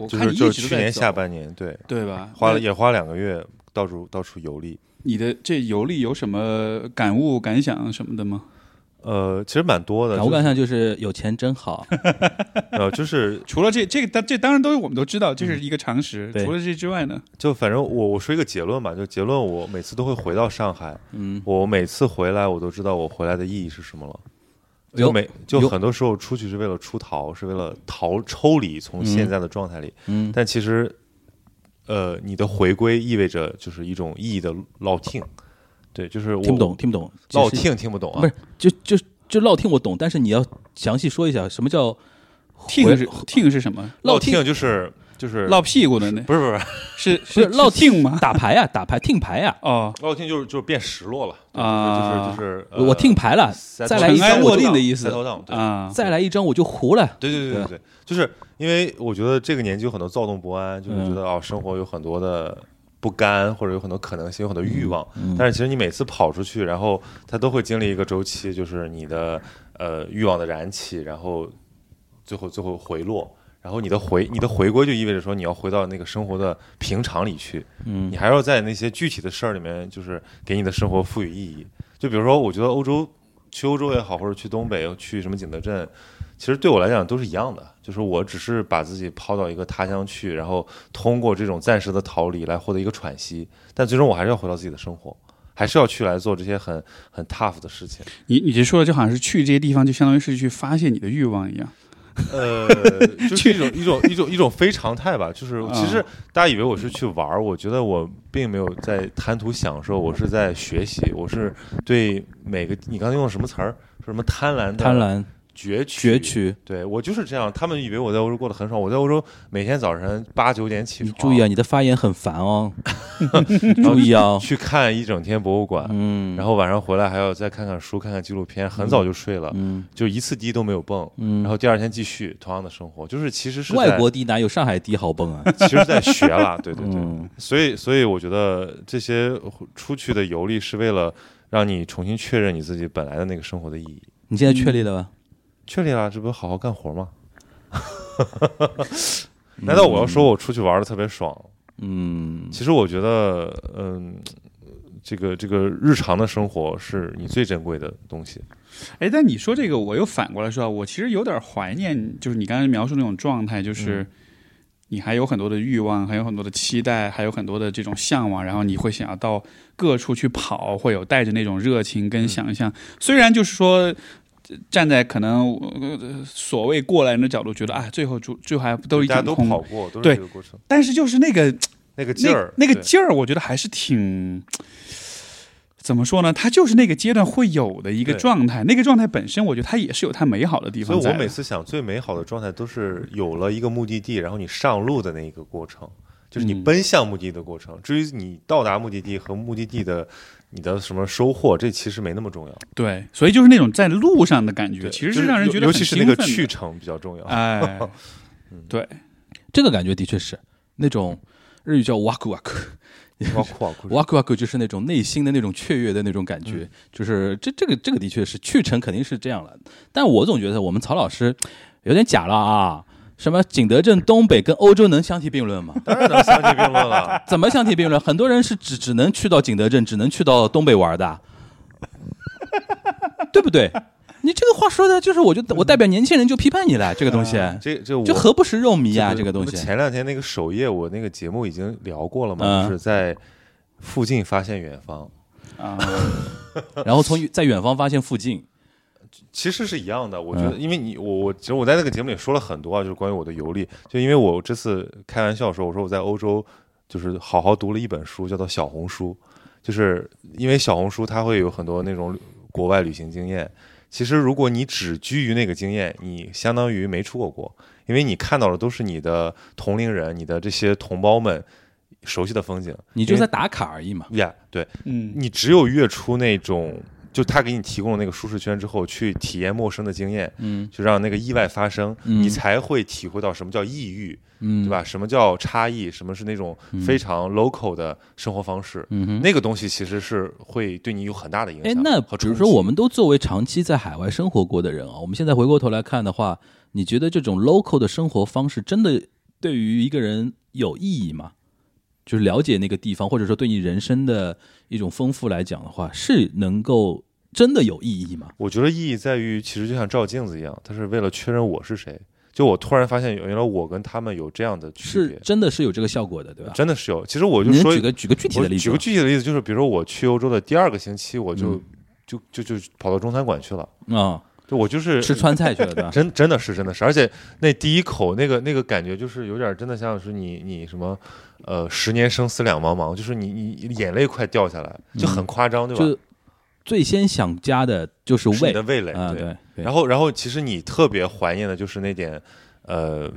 Speaker 4: 我
Speaker 3: 就
Speaker 4: 看
Speaker 3: 是
Speaker 4: 你一
Speaker 3: 就是
Speaker 4: 直都
Speaker 3: 去
Speaker 4: 在
Speaker 3: 年
Speaker 4: 走
Speaker 3: 下半年，对，
Speaker 4: 对吧？
Speaker 3: 花
Speaker 4: 那
Speaker 3: 了也花了两个月，到处到处游历。
Speaker 4: 你的这游历有什么感悟、感想什么的吗？
Speaker 3: 呃，其实蛮多的，
Speaker 2: 啊感悟感想就是有钱真好，
Speaker 3: 就是呃，就是
Speaker 4: 除了这这个，当这当然都是我们都知道，
Speaker 3: 嗯
Speaker 4: 这是一个常识。
Speaker 2: 对
Speaker 4: 除了这之外呢，
Speaker 3: 就反正我我说一个结论吧，就结论我每次都会回到上海，
Speaker 2: 嗯，
Speaker 3: 我每次回来我都知道我回来的意义是什么了。
Speaker 2: 哎
Speaker 3: 就
Speaker 2: 呦
Speaker 3: 每就
Speaker 2: 有
Speaker 3: 很多时候出去是为了出逃，是为了逃抽离从现在的状态里，
Speaker 2: 嗯
Speaker 3: 但其实，呃，你的回归意味着就是一种意义的落听，对，就是我
Speaker 2: 听不懂，听不懂，
Speaker 3: 落
Speaker 2: 其实
Speaker 3: 听听不懂啊，
Speaker 2: 不是就就就唠听我懂，但是你要详细说一下什么叫
Speaker 4: 听是听是什么？
Speaker 2: 唠
Speaker 3: 落
Speaker 2: 听
Speaker 3: 听就是就是
Speaker 4: 落屁股的呢？
Speaker 3: 不是不是。
Speaker 4: 是
Speaker 2: 是落
Speaker 4: 听吗？
Speaker 2: 打牌呀，打牌听牌呀，
Speaker 4: 哦，
Speaker 3: 落听就是就是变失落了
Speaker 4: 啊
Speaker 3: 对就是呃就是、
Speaker 2: 我我听牌了，再来一
Speaker 4: 尘埃
Speaker 2: 张
Speaker 4: 落
Speaker 2: 我
Speaker 4: 定
Speaker 2: 就
Speaker 4: 的意思
Speaker 3: 抬头荡，对
Speaker 4: 啊，
Speaker 2: 再来一张我就糊了。
Speaker 3: 对对对对对，就是因为我觉得这个年纪有很多躁动不安，就是觉得哦，生活有很多的不甘，或者有很多可能性，有很多欲望。但是其实你每次跑出去，然后它都会经历一个周期，就是你的呃欲望的燃起，然后最后最后回落。然后你的回你的回归就意味着说你要回到那个生活的平常里去，嗯，你还要在那些具体的事儿里面，就是给你的生活赋予意义。就比如说，我觉得欧洲去欧洲也好，或者去东北，去什么景德镇，其实对我来讲都是一样的，就是我只是把自己抛到一个他乡去，然后通过这种暂时的逃离来获得一个喘息，但最终我还是要回到自己的生活，还是要去来做这些很很 tough 的事情。
Speaker 4: 你你这说的就好像是去这些地方，就相当于是去发泄你的欲望一样。
Speaker 3: 呃，就是一种一种一种一种非常态吧，就是
Speaker 2: 嗯
Speaker 3: 其实大家以为我是去玩儿，我觉得我并没有在贪图享受，我是在学习，我是对每个你刚才用的什么词儿？是什么贪婪的
Speaker 2: 贪婪
Speaker 3: 攫取
Speaker 2: 攫取，
Speaker 3: 对我就是这样，他们以为我在欧洲过得很爽。我在欧洲每天早晨八九点起
Speaker 2: 你
Speaker 3: 床，
Speaker 2: 注意啊，你的发言很烦 哦，
Speaker 3: 然后
Speaker 2: 注意啊，
Speaker 3: 去看一整天博物馆，
Speaker 2: 嗯，
Speaker 3: 然后晚上回来还要再看看书、看看纪录片，很早就睡了，
Speaker 2: 嗯
Speaker 3: 就一次低都没有蹦，
Speaker 2: 嗯
Speaker 3: 然后第二天继续同样的生活，就是其实是在
Speaker 2: 外国地哪有上海地好蹦啊？
Speaker 3: 其实在学 了，对对对，
Speaker 2: 嗯
Speaker 3: 所以所以我觉得这些出去的游历是为了让你重新确认你自己本来的那个生活的意义。
Speaker 2: 你现在确立了吧？
Speaker 3: 确立了，这不好好 干活吗？难道我要说我出去玩的特别爽？
Speaker 2: 嗯
Speaker 3: 其实我觉得，嗯，这个这个日常的生活是你最珍贵的东西。
Speaker 4: 哎，但你说这个，我又反过来说啊，我其实有点怀念，就是你刚才描述那种状态，
Speaker 3: 嗯
Speaker 4: 就是你还有很多的欲望，还有很多的期待，还有很多的这种向往，然后你会想要到各处去跑，会有带着那种热情
Speaker 3: 嗯
Speaker 4: 跟想象。虽然就是说。呃站在可能、呃、所谓过来人的角度，觉得啊，最后最最后还不都一
Speaker 3: 大家
Speaker 4: 场
Speaker 3: 都
Speaker 4: 空
Speaker 3: 跑过，都是
Speaker 4: 对
Speaker 3: 这个过程，
Speaker 4: 但是就是那个
Speaker 3: 那个劲
Speaker 4: 那
Speaker 3: 儿，
Speaker 4: 那个
Speaker 3: 对
Speaker 4: 劲儿，我觉得还是挺。怎么说呢？它就是那个阶段会有的一个
Speaker 3: 对
Speaker 4: 状态，那个状态本身，我觉得它也是有它美好的地
Speaker 3: 所
Speaker 4: 方
Speaker 3: 以
Speaker 4: 在
Speaker 3: 我
Speaker 4: 的。
Speaker 3: 每次想最美好的状态都是有了一个目的地，然后你上路的那一个过程，就是
Speaker 4: 嗯
Speaker 3: 你奔向目的地的过程。至于你到达目的地和目的地的你的什么收获，这其实没那么重要。
Speaker 4: 对，所以就是那种在路上的感觉，
Speaker 3: 对
Speaker 4: 其实
Speaker 3: 就是
Speaker 4: 让人
Speaker 3: 尤
Speaker 4: 觉得
Speaker 3: 尤
Speaker 4: 很
Speaker 3: 其是那
Speaker 4: 兴奋
Speaker 3: 个
Speaker 4: 的。
Speaker 3: 去程比较重要。
Speaker 4: 哎，对，
Speaker 2: 这个感觉的确是那种日语叫 waku waku。
Speaker 3: 哇酷啊酷！
Speaker 2: 哇酷哇酷就是那嗯种内心的那种雀跃的那种感觉，就是这这个这个的确是去程肯定是这样了，但我总觉得我们曹老师有点假了啊。什么景德镇东北跟欧洲能相提并论吗？
Speaker 3: 当然能相提并论了。
Speaker 2: 怎么相提并论？很多人是只只能去到景德镇，只能去到东北玩的， 对不对？你这个话说的，就是我就我代表年轻人就批判你了，这个东西
Speaker 3: 嗯啊这这我
Speaker 2: 就何不食肉糜啊，
Speaker 3: 不
Speaker 2: 这个东
Speaker 3: 不
Speaker 2: 西。
Speaker 3: 前两天那个首页，我那个节目已经聊过了嘛，
Speaker 2: 嗯
Speaker 3: 就是在附近发现远方，
Speaker 4: 啊，
Speaker 2: 然后从在远方发现附近，
Speaker 3: 其实是一样的。我觉得，因为你我我其实我在那个节目里说了很多啊，就是关于我的游历。就因为我这次开玩笑说，我说我在欧洲就是好好读了一本书，叫做《小红书》，就是因为小红书它会有很多那种国外旅行经验。其实如果你只居于那个经验，你相当于没出过国，因为你看到的都是你的同龄人、你的这些同胞们熟悉的风景。
Speaker 2: 你就在打卡而已嘛。
Speaker 3: 呀对，
Speaker 4: 嗯，
Speaker 3: 你只有跃出那种，就他给你提供了那个舒适圈之后，去体验陌生的经验，
Speaker 2: 嗯
Speaker 3: 就让那个意外发生，
Speaker 2: 嗯
Speaker 3: 你才会体会到什么叫异域，
Speaker 2: 嗯，
Speaker 3: 对？吧？什么叫差异？什么是那种非常 local 的生活方式？
Speaker 2: 嗯哼。
Speaker 3: 那个东西其实是会对你有很大的影
Speaker 2: 哎
Speaker 3: 响。，
Speaker 2: 那比
Speaker 3: 和冲
Speaker 2: 如
Speaker 3: 击
Speaker 2: 说，我们都作为长期在海外生活过的人啊，我们现在回过头来看的话，你觉得这种 local 的生活方式真的对于一个人有意义吗？就是了解那个地方，或者说对你人生的一种丰富来讲的话，是能够真的有意义吗？
Speaker 3: 我觉得意义在于，其实就像照镜子一样，它是为了确认我是谁。就我突然发现，原来我跟他们有这样的区
Speaker 2: 是
Speaker 3: 别，
Speaker 2: 真的是有这个效果的，对吧？
Speaker 3: 真的是有。其实我就
Speaker 2: 你能
Speaker 3: 说
Speaker 2: 举个举个具体
Speaker 3: 我
Speaker 2: 的例子
Speaker 3: 举
Speaker 2: 吗
Speaker 3: 个，具体的例子，就是比如说我去欧洲的第二个星期，我就、
Speaker 2: 嗯
Speaker 3: 就就就跑到中餐馆去了，
Speaker 2: 啊、
Speaker 3: 就我就是
Speaker 2: 吃川菜去了，对吧？
Speaker 3: 真真的 是真的是，而且那第一口那个那个感觉就是有点真的像是你你什么呃十年生死两茫茫，就是你你眼泪快掉下来，就很夸张，对吧？
Speaker 2: 嗯就最先想家的就是
Speaker 3: 是你
Speaker 2: 胃
Speaker 3: 的味蕾，
Speaker 2: 啊，
Speaker 3: 对。
Speaker 2: 对对，
Speaker 3: 然
Speaker 2: 后
Speaker 3: 后然后其实你特别怀念的就是那点。呃，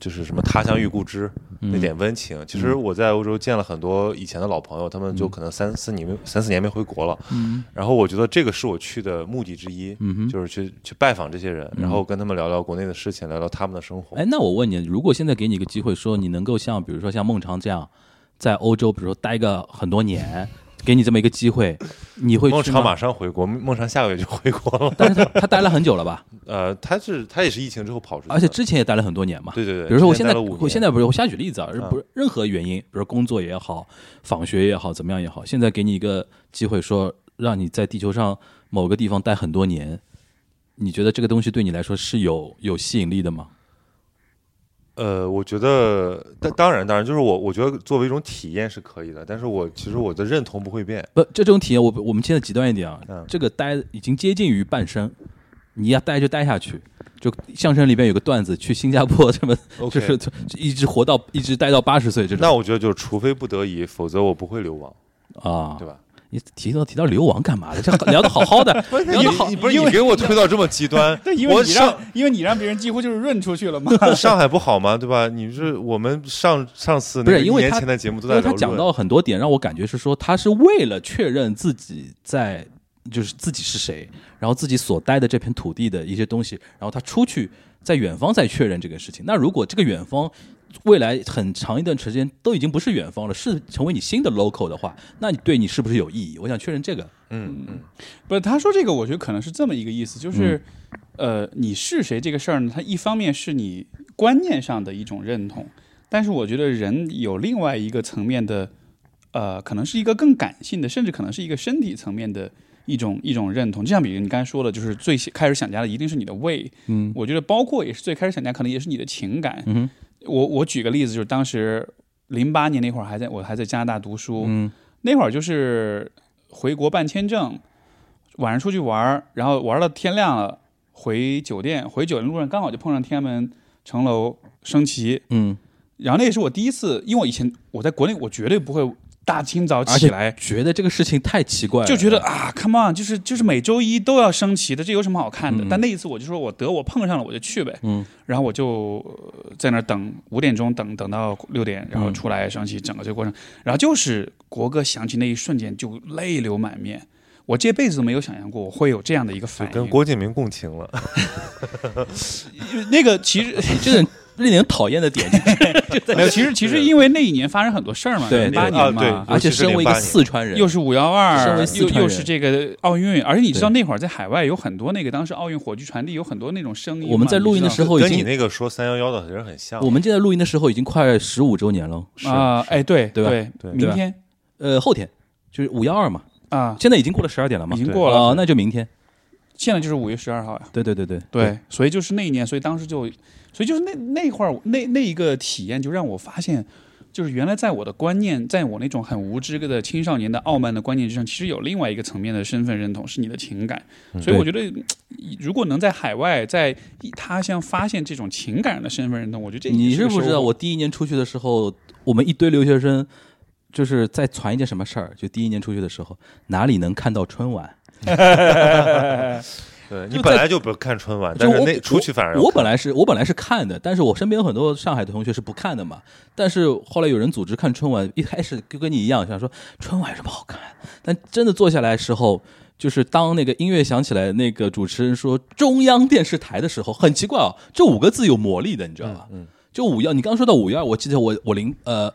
Speaker 3: 就是什么他乡遇故知、
Speaker 2: 嗯
Speaker 3: 那点温情。其实我在欧洲见了很多以前的老朋友，他们就可能三四年没三四年没回国了，
Speaker 2: 嗯
Speaker 3: 然后我觉得这个是我去的目的之一，
Speaker 2: 嗯哼。嗯
Speaker 3: 就是去去拜访这些人，然后跟他们聊聊国内的事情，聊聊他们的生活。
Speaker 2: 哎，那我问你，如果现在给你一个机会，说你能够像比如说像孟尝这样，在欧洲，比如说待个很多年，给你这么一个机 会，你会
Speaker 3: 孟
Speaker 2: 去
Speaker 3: 尝
Speaker 2: 吗
Speaker 3: 马？上回国，孟尝下个月就回国了。
Speaker 2: 但是他他待了很久了吧，
Speaker 3: 呃，他是他也是疫情之后跑出去的，
Speaker 2: 而且之前也待了很多年嘛。
Speaker 3: 对对对，
Speaker 2: 比如说我
Speaker 3: 之
Speaker 2: 现
Speaker 3: 前
Speaker 2: 在，
Speaker 3: 待了五
Speaker 2: 我
Speaker 3: 年
Speaker 2: 现在不是我瞎举例子啊，
Speaker 3: 嗯
Speaker 2: 不是任何原因，比如说工作也好，访学也好，怎么样也好，现在给你一个机会，说让你在地球上某个地方待很多年，你觉得这个东西对你来说是有有吸引力的吗？
Speaker 3: 呃，我觉得当当然当然，就是我我觉得作为一种体验是可以的，但是我其实
Speaker 2: 嗯
Speaker 3: 我的认同不会变。
Speaker 2: 不，这种体验我我们现在极端一点啊，
Speaker 3: 嗯
Speaker 2: 这个待已经接近于半生，你要待就待下去。就相声里边有个段子，去新加坡什么
Speaker 3: OK
Speaker 2: 就是就一直活到一直待到八十岁这
Speaker 3: 那
Speaker 2: 种。
Speaker 3: 我觉得就是，除非不得已，否则我不会流亡，
Speaker 2: 啊
Speaker 3: 对，吧？
Speaker 2: 你提到提到流亡干嘛的？这聊的好好的，聊的好
Speaker 3: 你， 不是你给我推到这么极端
Speaker 4: 对，因，为
Speaker 3: 我
Speaker 4: 你
Speaker 3: 上
Speaker 4: 让因为你让别人几乎就是润出去了嘛。
Speaker 3: 上海不好吗？对吧？你是我们上上次
Speaker 2: 不
Speaker 3: 那
Speaker 2: 是
Speaker 3: 个一
Speaker 2: 因为
Speaker 3: 年
Speaker 2: 他
Speaker 3: 前的节目都
Speaker 2: 因
Speaker 3: 在
Speaker 2: 为
Speaker 3: 聊
Speaker 2: 他
Speaker 3: 论
Speaker 2: 讲到很多点，让我感觉是说他是为了确认自己在就是自己是谁，然后自己所待的这片土地的一些东西，然后他出去在远方再确认这个事情。那如果这个远方未来很长一段时间都已经不是远方了，是成为你新的 local 的话，那你对你是不是有意义？我想确认这个。
Speaker 3: 嗯嗯，
Speaker 4: 不是，他说这个，我觉得可能是这么一个意思，就是，呃，你是谁这个事儿呢？它一方面是你观念上的一种认同，但是我觉得人有另外一个层面的，呃，可能是一个更感性的，甚至可能是一个身体层面的一种一种认同。就像比如你刚才说的，就是最先开始想家的一定是你的胃，嗯，我觉得包括也是最开始想家，可能也是你的情感。
Speaker 2: 哼
Speaker 4: 我我举个例子，就是当时零八年那会儿还在我还在加拿大读书，那会儿就是回国办签证，晚上出去玩儿，然后玩儿到天亮了，回酒店，回酒店路上刚好就碰上天安门城楼升旗，
Speaker 2: 嗯，
Speaker 4: 然后那也是我第一次，因为我以前我在国内我绝对不会大清早
Speaker 2: 而
Speaker 4: 起
Speaker 2: 且
Speaker 4: 来。
Speaker 2: 觉得这个事情太奇怪了，
Speaker 4: 就觉得啊，come on，就是就是每周一都要升旗的，这有什么好看的？但那一次我就说我得我碰上了我就去呗，
Speaker 2: 嗯，
Speaker 4: 然后我就呃在那儿等五点钟等等到六点，然后出来升旗，整个这个过程，然后就是国歌响起那一瞬间就泪流满面，我这辈子都没有想象过我会有这样
Speaker 2: 哎
Speaker 4: 的一个反应。
Speaker 3: 跟郭敬明共情了。
Speaker 4: 那个其实
Speaker 2: 这种令人讨厌的点就是
Speaker 4: 没有，其实其实因为那一年发生很多事儿嘛，
Speaker 2: 对
Speaker 4: 八
Speaker 2: 对
Speaker 4: 年
Speaker 3: 啊
Speaker 4: 嘛，
Speaker 3: 对
Speaker 2: 而且身为一个
Speaker 3: 08年
Speaker 2: 四川人，
Speaker 4: 又是五幺
Speaker 2: 身
Speaker 4: 二
Speaker 2: 为，四
Speaker 4: 又
Speaker 2: 川人
Speaker 4: 又是这个奥运，而且你知道
Speaker 2: 对
Speaker 4: 那会儿在海外有很多那个当时奥运火炬传递有很多那种声音嘛。
Speaker 2: 我们在录音的时候已
Speaker 3: 跟你
Speaker 2: 经，
Speaker 3: 那个说三幺幺的人很像。
Speaker 2: 我们现在录音的时候已经快十五周年了，
Speaker 4: 候啊，哎对
Speaker 2: 对吧
Speaker 4: 对
Speaker 3: 对
Speaker 4: 明天
Speaker 2: 呃，后天就是五幺二嘛，
Speaker 4: 啊
Speaker 2: 现在已经过了十二点了嘛，
Speaker 4: 已经过了，
Speaker 2: 啊，那就明天，
Speaker 4: 现在就是五月十二号啊呀。
Speaker 2: 对对对对，
Speaker 4: 对，所以就是那一年，所以当时就，所以就是那那会儿那那一个体验，就让我发现，就是原来在我的观念，在我那种很无知的青少年的傲慢的观念之上，其实有另外一个层面的身份认同，是你的情感。
Speaker 2: 嗯
Speaker 4: 所以我觉得，如果能在海外，在异他乡发现这种情感的身份认同，我觉得这
Speaker 2: 你
Speaker 4: 也是
Speaker 2: 是
Speaker 4: 个
Speaker 2: 不知道，
Speaker 4: 收获
Speaker 2: 我第一年出去的时候，我们一堆留学生就是在传一件什么事儿，就第一年出去的时候，哪里能看到春晚？
Speaker 3: 对
Speaker 2: 就
Speaker 3: 你本
Speaker 2: 在
Speaker 3: 来就不看春晚，
Speaker 2: 就
Speaker 3: 但是
Speaker 2: 我
Speaker 3: 那出去反而要
Speaker 2: 我我
Speaker 3: 看
Speaker 2: 本来是我本来是看的，但是我身边有很多上海的同学是不看的嘛。但是后来有人组织看春晚，一开始就跟你一样想说春晚有什么好看，但真的坐下来的时候，就是当那个音乐响起来，那个主持人说中央电视台的时候，很奇怪哦，这五个字有魔力的，你知道吧？嗯，就五幺，你刚说到五幺，我记得我我零呃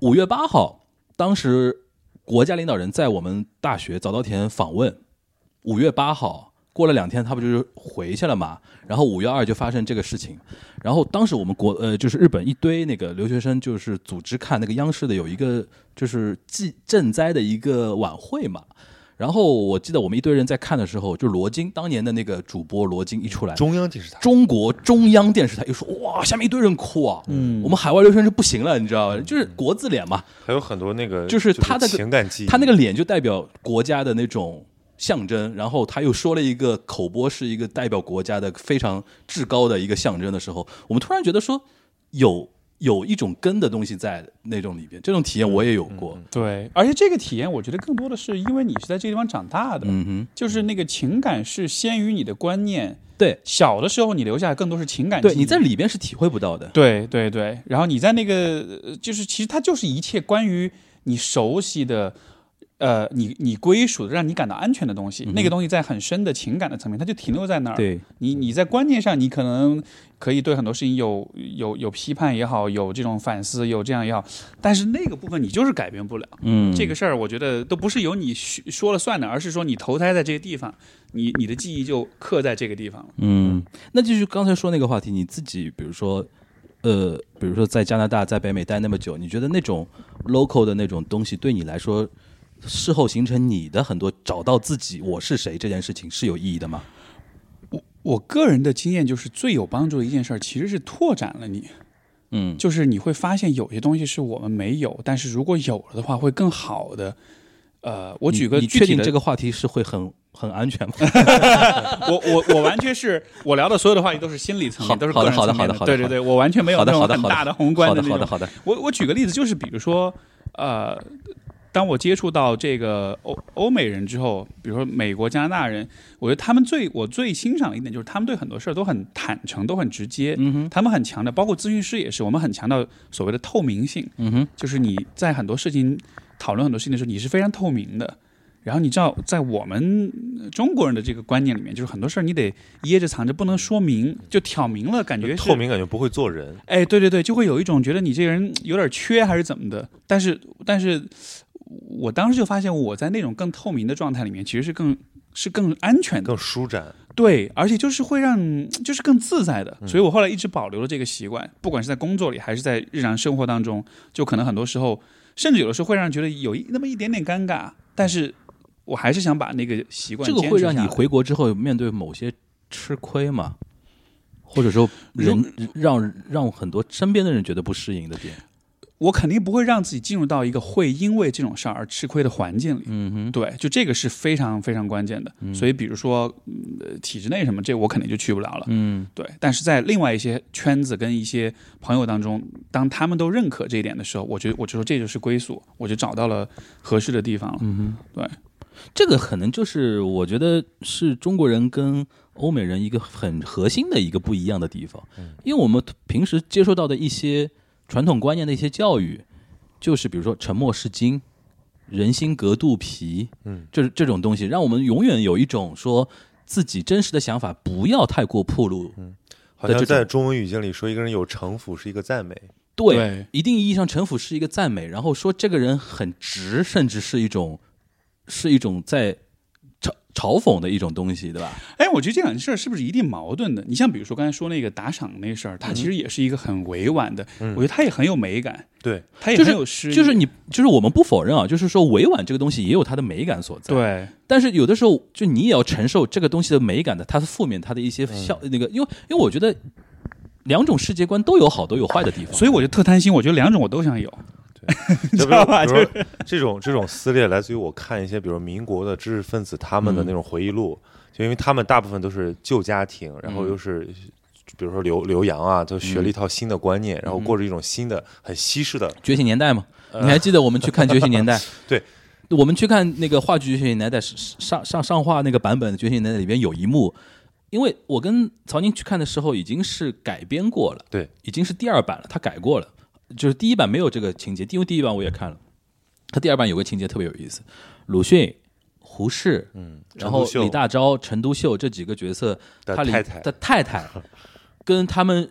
Speaker 2: 五月八号，当时国家领导人在我们大学早稻田访问，五月八号过了两天，他不就是回去了嘛？然后五月二就发生这个事情，然后当时我们国呃就是日本一堆那个留学生就是组织看那个央视的有一个就是祭赈灾的一个晚会嘛。然后我记得我们一堆人在看的时候，就罗京当年的那个主播罗京一出来，
Speaker 3: 中央电视台。
Speaker 2: 中国中央电视台又说哇，下面一堆人哭啊，嗯，我们海外留学生就不行了，你知道吧？就是国字脸嘛，
Speaker 3: 还有很多那个
Speaker 2: 就是他的
Speaker 3: 情感记忆，
Speaker 2: 他那个脸就代表国家的那种象征，然后他又说了一个口播是一个代表国家的非常至高的一个象征的时候，我们突然觉得说有有一种根的东西在那种里边，这种体验我也有过，
Speaker 4: 对，而且这个体验，我觉得更多的是因为你是在这个地方长大的，
Speaker 2: 嗯哼，
Speaker 4: 就是那个情感是先于你的观念。
Speaker 2: 对
Speaker 4: 小的时候，你留下更多是情感记忆。
Speaker 2: 对，你在里边是体会不到的，
Speaker 4: 对对对，然后你在那个呃就是其实它就是一切关于你熟悉的。呃，你你归属的让你感到安全的东西，那个东西在很深的情感的层面，它就停留在那儿。
Speaker 2: 嗯对，
Speaker 4: 你你在观念上，你可能可以对很多事情有有有批判也好，有这种反思，有这样也好，但是那个部分你就是改变不了。
Speaker 2: 嗯，
Speaker 4: 这个事儿，我觉得都不是由你说说了算的，而是说你投胎在这个地方，你你的记忆就刻在这个地方了。
Speaker 2: 嗯，那就是刚才说那个话题，你自己比如说，呃，比如说在加拿大、在北美待那么久，你觉得那种 local 的那种东西对你来说，事后形成你的很多找到自己我是谁这件事情是有意义的吗？
Speaker 4: 我个人的经验就是，最有帮助的一件事儿，其实是拓展了你，
Speaker 2: 嗯，
Speaker 4: 就是你会发现有些东西是我们没有，但是如果有了的话，会更好的。呃，我
Speaker 2: 我
Speaker 4: 举个
Speaker 2: 你
Speaker 4: 具
Speaker 2: 确
Speaker 4: 体
Speaker 2: 定
Speaker 4: 的，
Speaker 2: 这个话题是会很很安全吗？
Speaker 4: 我我我完全是我聊的所有的话题都是心理层
Speaker 2: 好
Speaker 4: 面，都是
Speaker 2: 好
Speaker 4: 个
Speaker 2: 的
Speaker 4: 人层面
Speaker 2: 好的好
Speaker 4: 的
Speaker 2: 的好的
Speaker 4: 对对对，我完 全没有
Speaker 2: 好的
Speaker 4: 那种
Speaker 2: 好的
Speaker 4: 很
Speaker 2: 好的
Speaker 4: 大的宏观
Speaker 2: 好
Speaker 4: 的
Speaker 2: 的
Speaker 4: 那
Speaker 2: 好的
Speaker 4: 种。
Speaker 2: 好的，
Speaker 4: 我我举个例子，就是比如说，呃，当我接触到这个欧欧美人之后，比如说美国、加拿大人，我觉得他们最我最欣赏的一点就是他们对很多事儿都很坦诚，都很直接。
Speaker 2: 嗯哼，
Speaker 4: 他们很强调，包括咨询师也是，我们很强调所谓的透明性，
Speaker 2: 嗯哼，
Speaker 4: 就是你在很多事情讨论很多事情的时候，你是非常透明的。然后你知道，在我们呃中国人的这个观念里面，就是很多事儿你得掖着藏着，不能说明，就挑明了，感觉是
Speaker 3: 透明感觉不会做人，
Speaker 4: 哎，对对对，就会有一种觉得你这个人有点缺还是怎么的。但是，但是我当时就发现，我在那种更透明的状态里面，其实是更是更安全的，
Speaker 3: 更舒展。
Speaker 4: 对，而且就是会让就是更自在
Speaker 2: 嗯
Speaker 4: 的。所以我后来一直保留了这个习惯，不管是在工作里还是在日常生活当中，就可能很多时候，甚至有的时候会让人觉得有一那么一点点尴尬，但是我还是想把那个习惯
Speaker 2: 这个
Speaker 4: 坚
Speaker 2: 会
Speaker 4: 持
Speaker 2: 让
Speaker 4: 下
Speaker 2: 你
Speaker 4: 来
Speaker 2: 回国之后面对某些吃亏吗？或者说人让让很多身边的人觉得不适应的点？
Speaker 4: 我肯定不会让自己进入到一个会因为这种事儿而吃亏的环境里。
Speaker 2: 嗯哼，
Speaker 4: 对，就这个是非常非常关键的。所以比如说、嗯呃体制内什么，这我肯定就去不了了。
Speaker 2: 嗯。
Speaker 4: 对，但是在另外一些圈子跟一些朋友当中，当他们都认可这一点的时候，我觉得我就说这就是归宿，我就找到了合适的地方了。嗯对，
Speaker 2: 这个可能就是我觉得是中国人跟欧美人一个很核心的一个不一样的地方，因为我们平时接受到的一些传统观念的一些教育，就是比如说沉默是金，人心隔肚皮，嗯，这这种东西让我们永远有一种说自己真实的想法不要太过暴露
Speaker 3: 好
Speaker 2: 的
Speaker 3: 像
Speaker 2: 这种
Speaker 3: 在中文语境里说一个人有城府是一个赞美，
Speaker 2: 对，
Speaker 4: 对
Speaker 2: 一定意义上，城府是一个赞美，然后说这个人很直，甚至是一种是一种在嘲嘲讽的一种东西，对吧？
Speaker 4: 哎，我觉得这两件事儿是不是一定矛盾的？你像比如说刚才说那个打赏那事儿，它其实也是一个很委婉的，我觉得它也很有美感，
Speaker 3: 对，
Speaker 4: 它也
Speaker 2: 嗯就
Speaker 4: 很
Speaker 2: 是
Speaker 4: 有诗意，
Speaker 2: 就是你，就是我们不否认啊，就是说委婉这个东西也有它的美感所在。，
Speaker 4: 对
Speaker 2: 但是有的时候就你也要承受这个东西的美感的，它是负面，它的一些
Speaker 4: 嗯
Speaker 2: 效、那个，因为因为我觉得两种世界观都有好都有坏的地方。
Speaker 4: 所以我就特贪心，我觉得两种我都想有。
Speaker 3: 就比
Speaker 4: 知道
Speaker 3: 如
Speaker 4: 吧
Speaker 3: 比如说这种这种撕裂来自于我看一些，比如民国的知识分子他
Speaker 4: 嗯
Speaker 3: 们的那种回忆录，就因为他们大部分都是旧家庭，然
Speaker 4: 嗯
Speaker 3: 后又是。比如说刘刘洋啊，就学了一套新的观念，然
Speaker 4: 嗯
Speaker 3: 后过着一种新的、很西式的，
Speaker 2: 觉醒年代嘛，
Speaker 4: 呃
Speaker 2: 你还记得我们去看《觉醒年 代》？
Speaker 3: 对，
Speaker 2: 我们去看那个话剧《觉醒年代》是是上上上画那个版本的《觉醒年代》里边有一幕，因为我跟曹宁去看的时候已经是改编过了，
Speaker 3: 对，
Speaker 2: 已经是第二版了，他改过了，就是第一版没有这个情节，因为第一版我也看了，他第二版有个情节特别有意思，鲁迅、胡适，嗯，然后
Speaker 3: 陈独秀
Speaker 2: 李大钊、陈独秀这几个角色，
Speaker 3: 的
Speaker 2: 他里
Speaker 3: 太太
Speaker 2: 的太太跟他们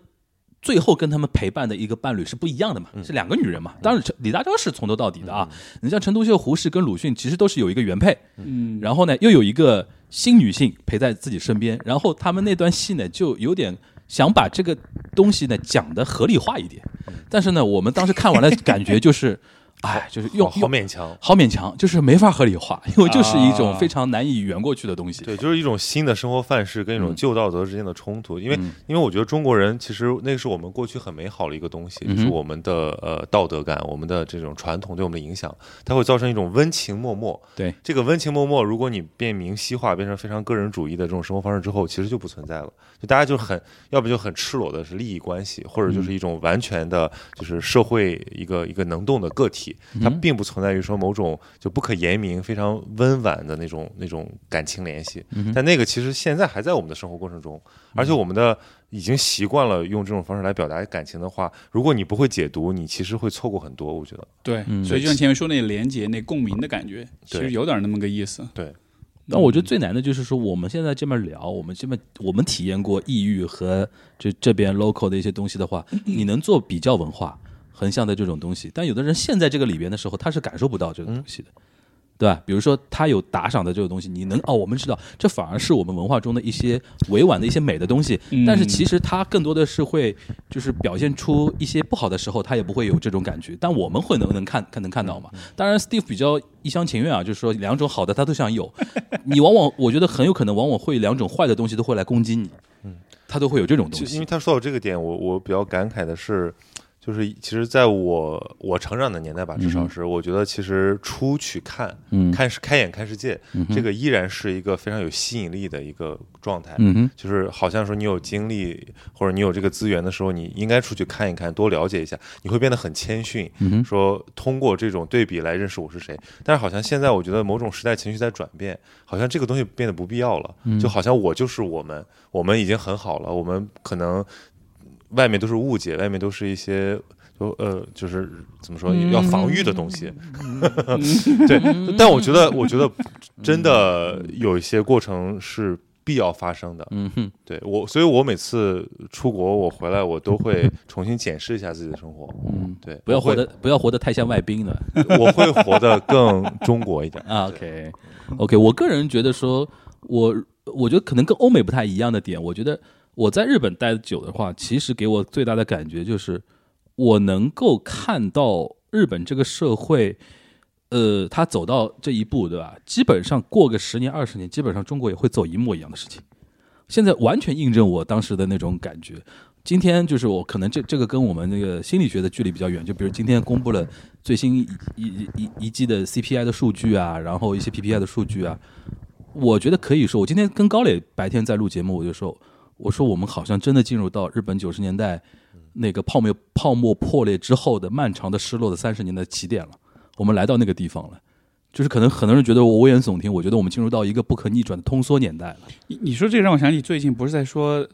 Speaker 2: 最后跟他们陪伴的一个伴侣是不一样的嘛，
Speaker 3: 嗯
Speaker 2: 是两个女人嘛。当然，陈李大钊是从头到底的啊。你像陈独秀、胡适跟鲁迅，其实都是有一个原配，
Speaker 4: 嗯，
Speaker 2: 然后呢又有一个新女性陪在自己身边，然后他们那段戏呢就有点。想把这个东西呢讲的合理化一点，
Speaker 3: 嗯
Speaker 2: 但是呢，我们当时看完了，感觉就是，哎，就是用
Speaker 3: 好好
Speaker 2: 用
Speaker 3: 勉强。
Speaker 2: 好勉强，就是没法合理化，因为就是一种
Speaker 4: 啊
Speaker 2: 非常难以圆过去的东西。
Speaker 3: 对，就是一种新的生活范式跟一种旧道德之间的冲突，因为因为我觉得中国人其实那是我们过去很美好的一个东西，就是我们的呃道德感，我们的这种传统对我们的影响，它会造成一种温情脉脉。
Speaker 2: 对，
Speaker 3: 这个温情脉脉，如果你变明晰化，变成非常个人主义的这种生活方式之后，其实就不存在了。就大家就很，要不就很赤裸的是利益关系，或者就是一种完全的，就是社会一个一个能动的个体，它并不存在于说某种就不可言明、非常温婉的那种那种感情联系。但那个其实现在还在我们的生活过程中，而且我们的。已经习惯了用这种方式来表达感情的话，如果你不会解读，你其实会错过很多。我觉得，
Speaker 4: 对，
Speaker 2: 嗯
Speaker 4: 所以就像前面说那连接、那共鸣的感觉，其实
Speaker 3: 对
Speaker 4: 有点那么个意思。
Speaker 3: 对，
Speaker 2: 但我觉得最难的就是说，我们现在这边聊，我们这边我们体验过异域和这这边 local 的一些东西的话，你能做比较文化横向的这种东西，但有的人陷在这个里边的时候，他是感受不到这个东西的，对吧？比如说他有打赏的这种东西，你能哦，我们知道这反而是我们文化中的一些委婉的一些美的东西，但是其实它更多的是会就是表现出一些不好的时候，他也不会有这种感觉，但我们会能能看看能看到嘛？当然，Steve 比较一厢情愿啊，就是说两种好的他都想有，你往往我觉得很有可能往往会两种坏的东西都会来攻击你，嗯，他都会有这种东
Speaker 3: 就因
Speaker 2: 西
Speaker 3: 为，他说到这个点，我我比较感慨的是，就是其实在我我成长的年代吧，至少是、我觉得其实出去看，
Speaker 2: 嗯
Speaker 3: 看世开眼看世界，这个依然是一个非常有吸引力的一个状态。
Speaker 2: 嗯哼，
Speaker 3: 就是好像说你有精力或者你有这个资源的时候，你应该出去看一看，多了解一下，你会变得很谦逊，说通过这种对比来认识我是谁。但是好像现在我觉得某种时代情绪在转变，好像这个东西变得不必要了，就好像我就是我们，我们已经很好了，我们可能外面都是误解，外面都是一些。就呃，就是怎么说，要防御的东西， 对。但我觉得，我觉得真的有一些过程是必要发生的，
Speaker 2: 嗯哼，
Speaker 3: 对我，所以我每次出国，我回来我 都会重新检视一下自己的生活。嗯，对，
Speaker 2: 不要
Speaker 3: 我会
Speaker 2: 活得，不要活得太像外宾了。。
Speaker 3: 我会活得更中国一点
Speaker 2: 啊 OK OK，我个人觉得说，我我觉得可能跟欧美不太一样的点，我觉得我在日本待得久的话，其实给我最大的感觉就是，我能够看到日本这个社会，呃，他走到这一步，对吧？基本上过个十年二十年，基本上中国也会走一模一样的事情。现在完全印证我当时的那种感觉。今天就是我可能这这个跟我们那个心理学的距离比较远，就比如今天公布了最新一一一一季的 CPI 的数据啊，然后一些 PPI 的数据啊，我觉得可以说，我今天跟高磊白天在录节目，我就说，我说我们好像真的进入到日本九十年代那个泡沫泡沫破裂之后的漫长的失落的三十年的起点了，我们来到那个地方了。就是可能很多人觉得我危言耸听，我觉得我们进入到一个不可逆转的通缩年代了。
Speaker 4: 你你说这个让我想起最近不是在说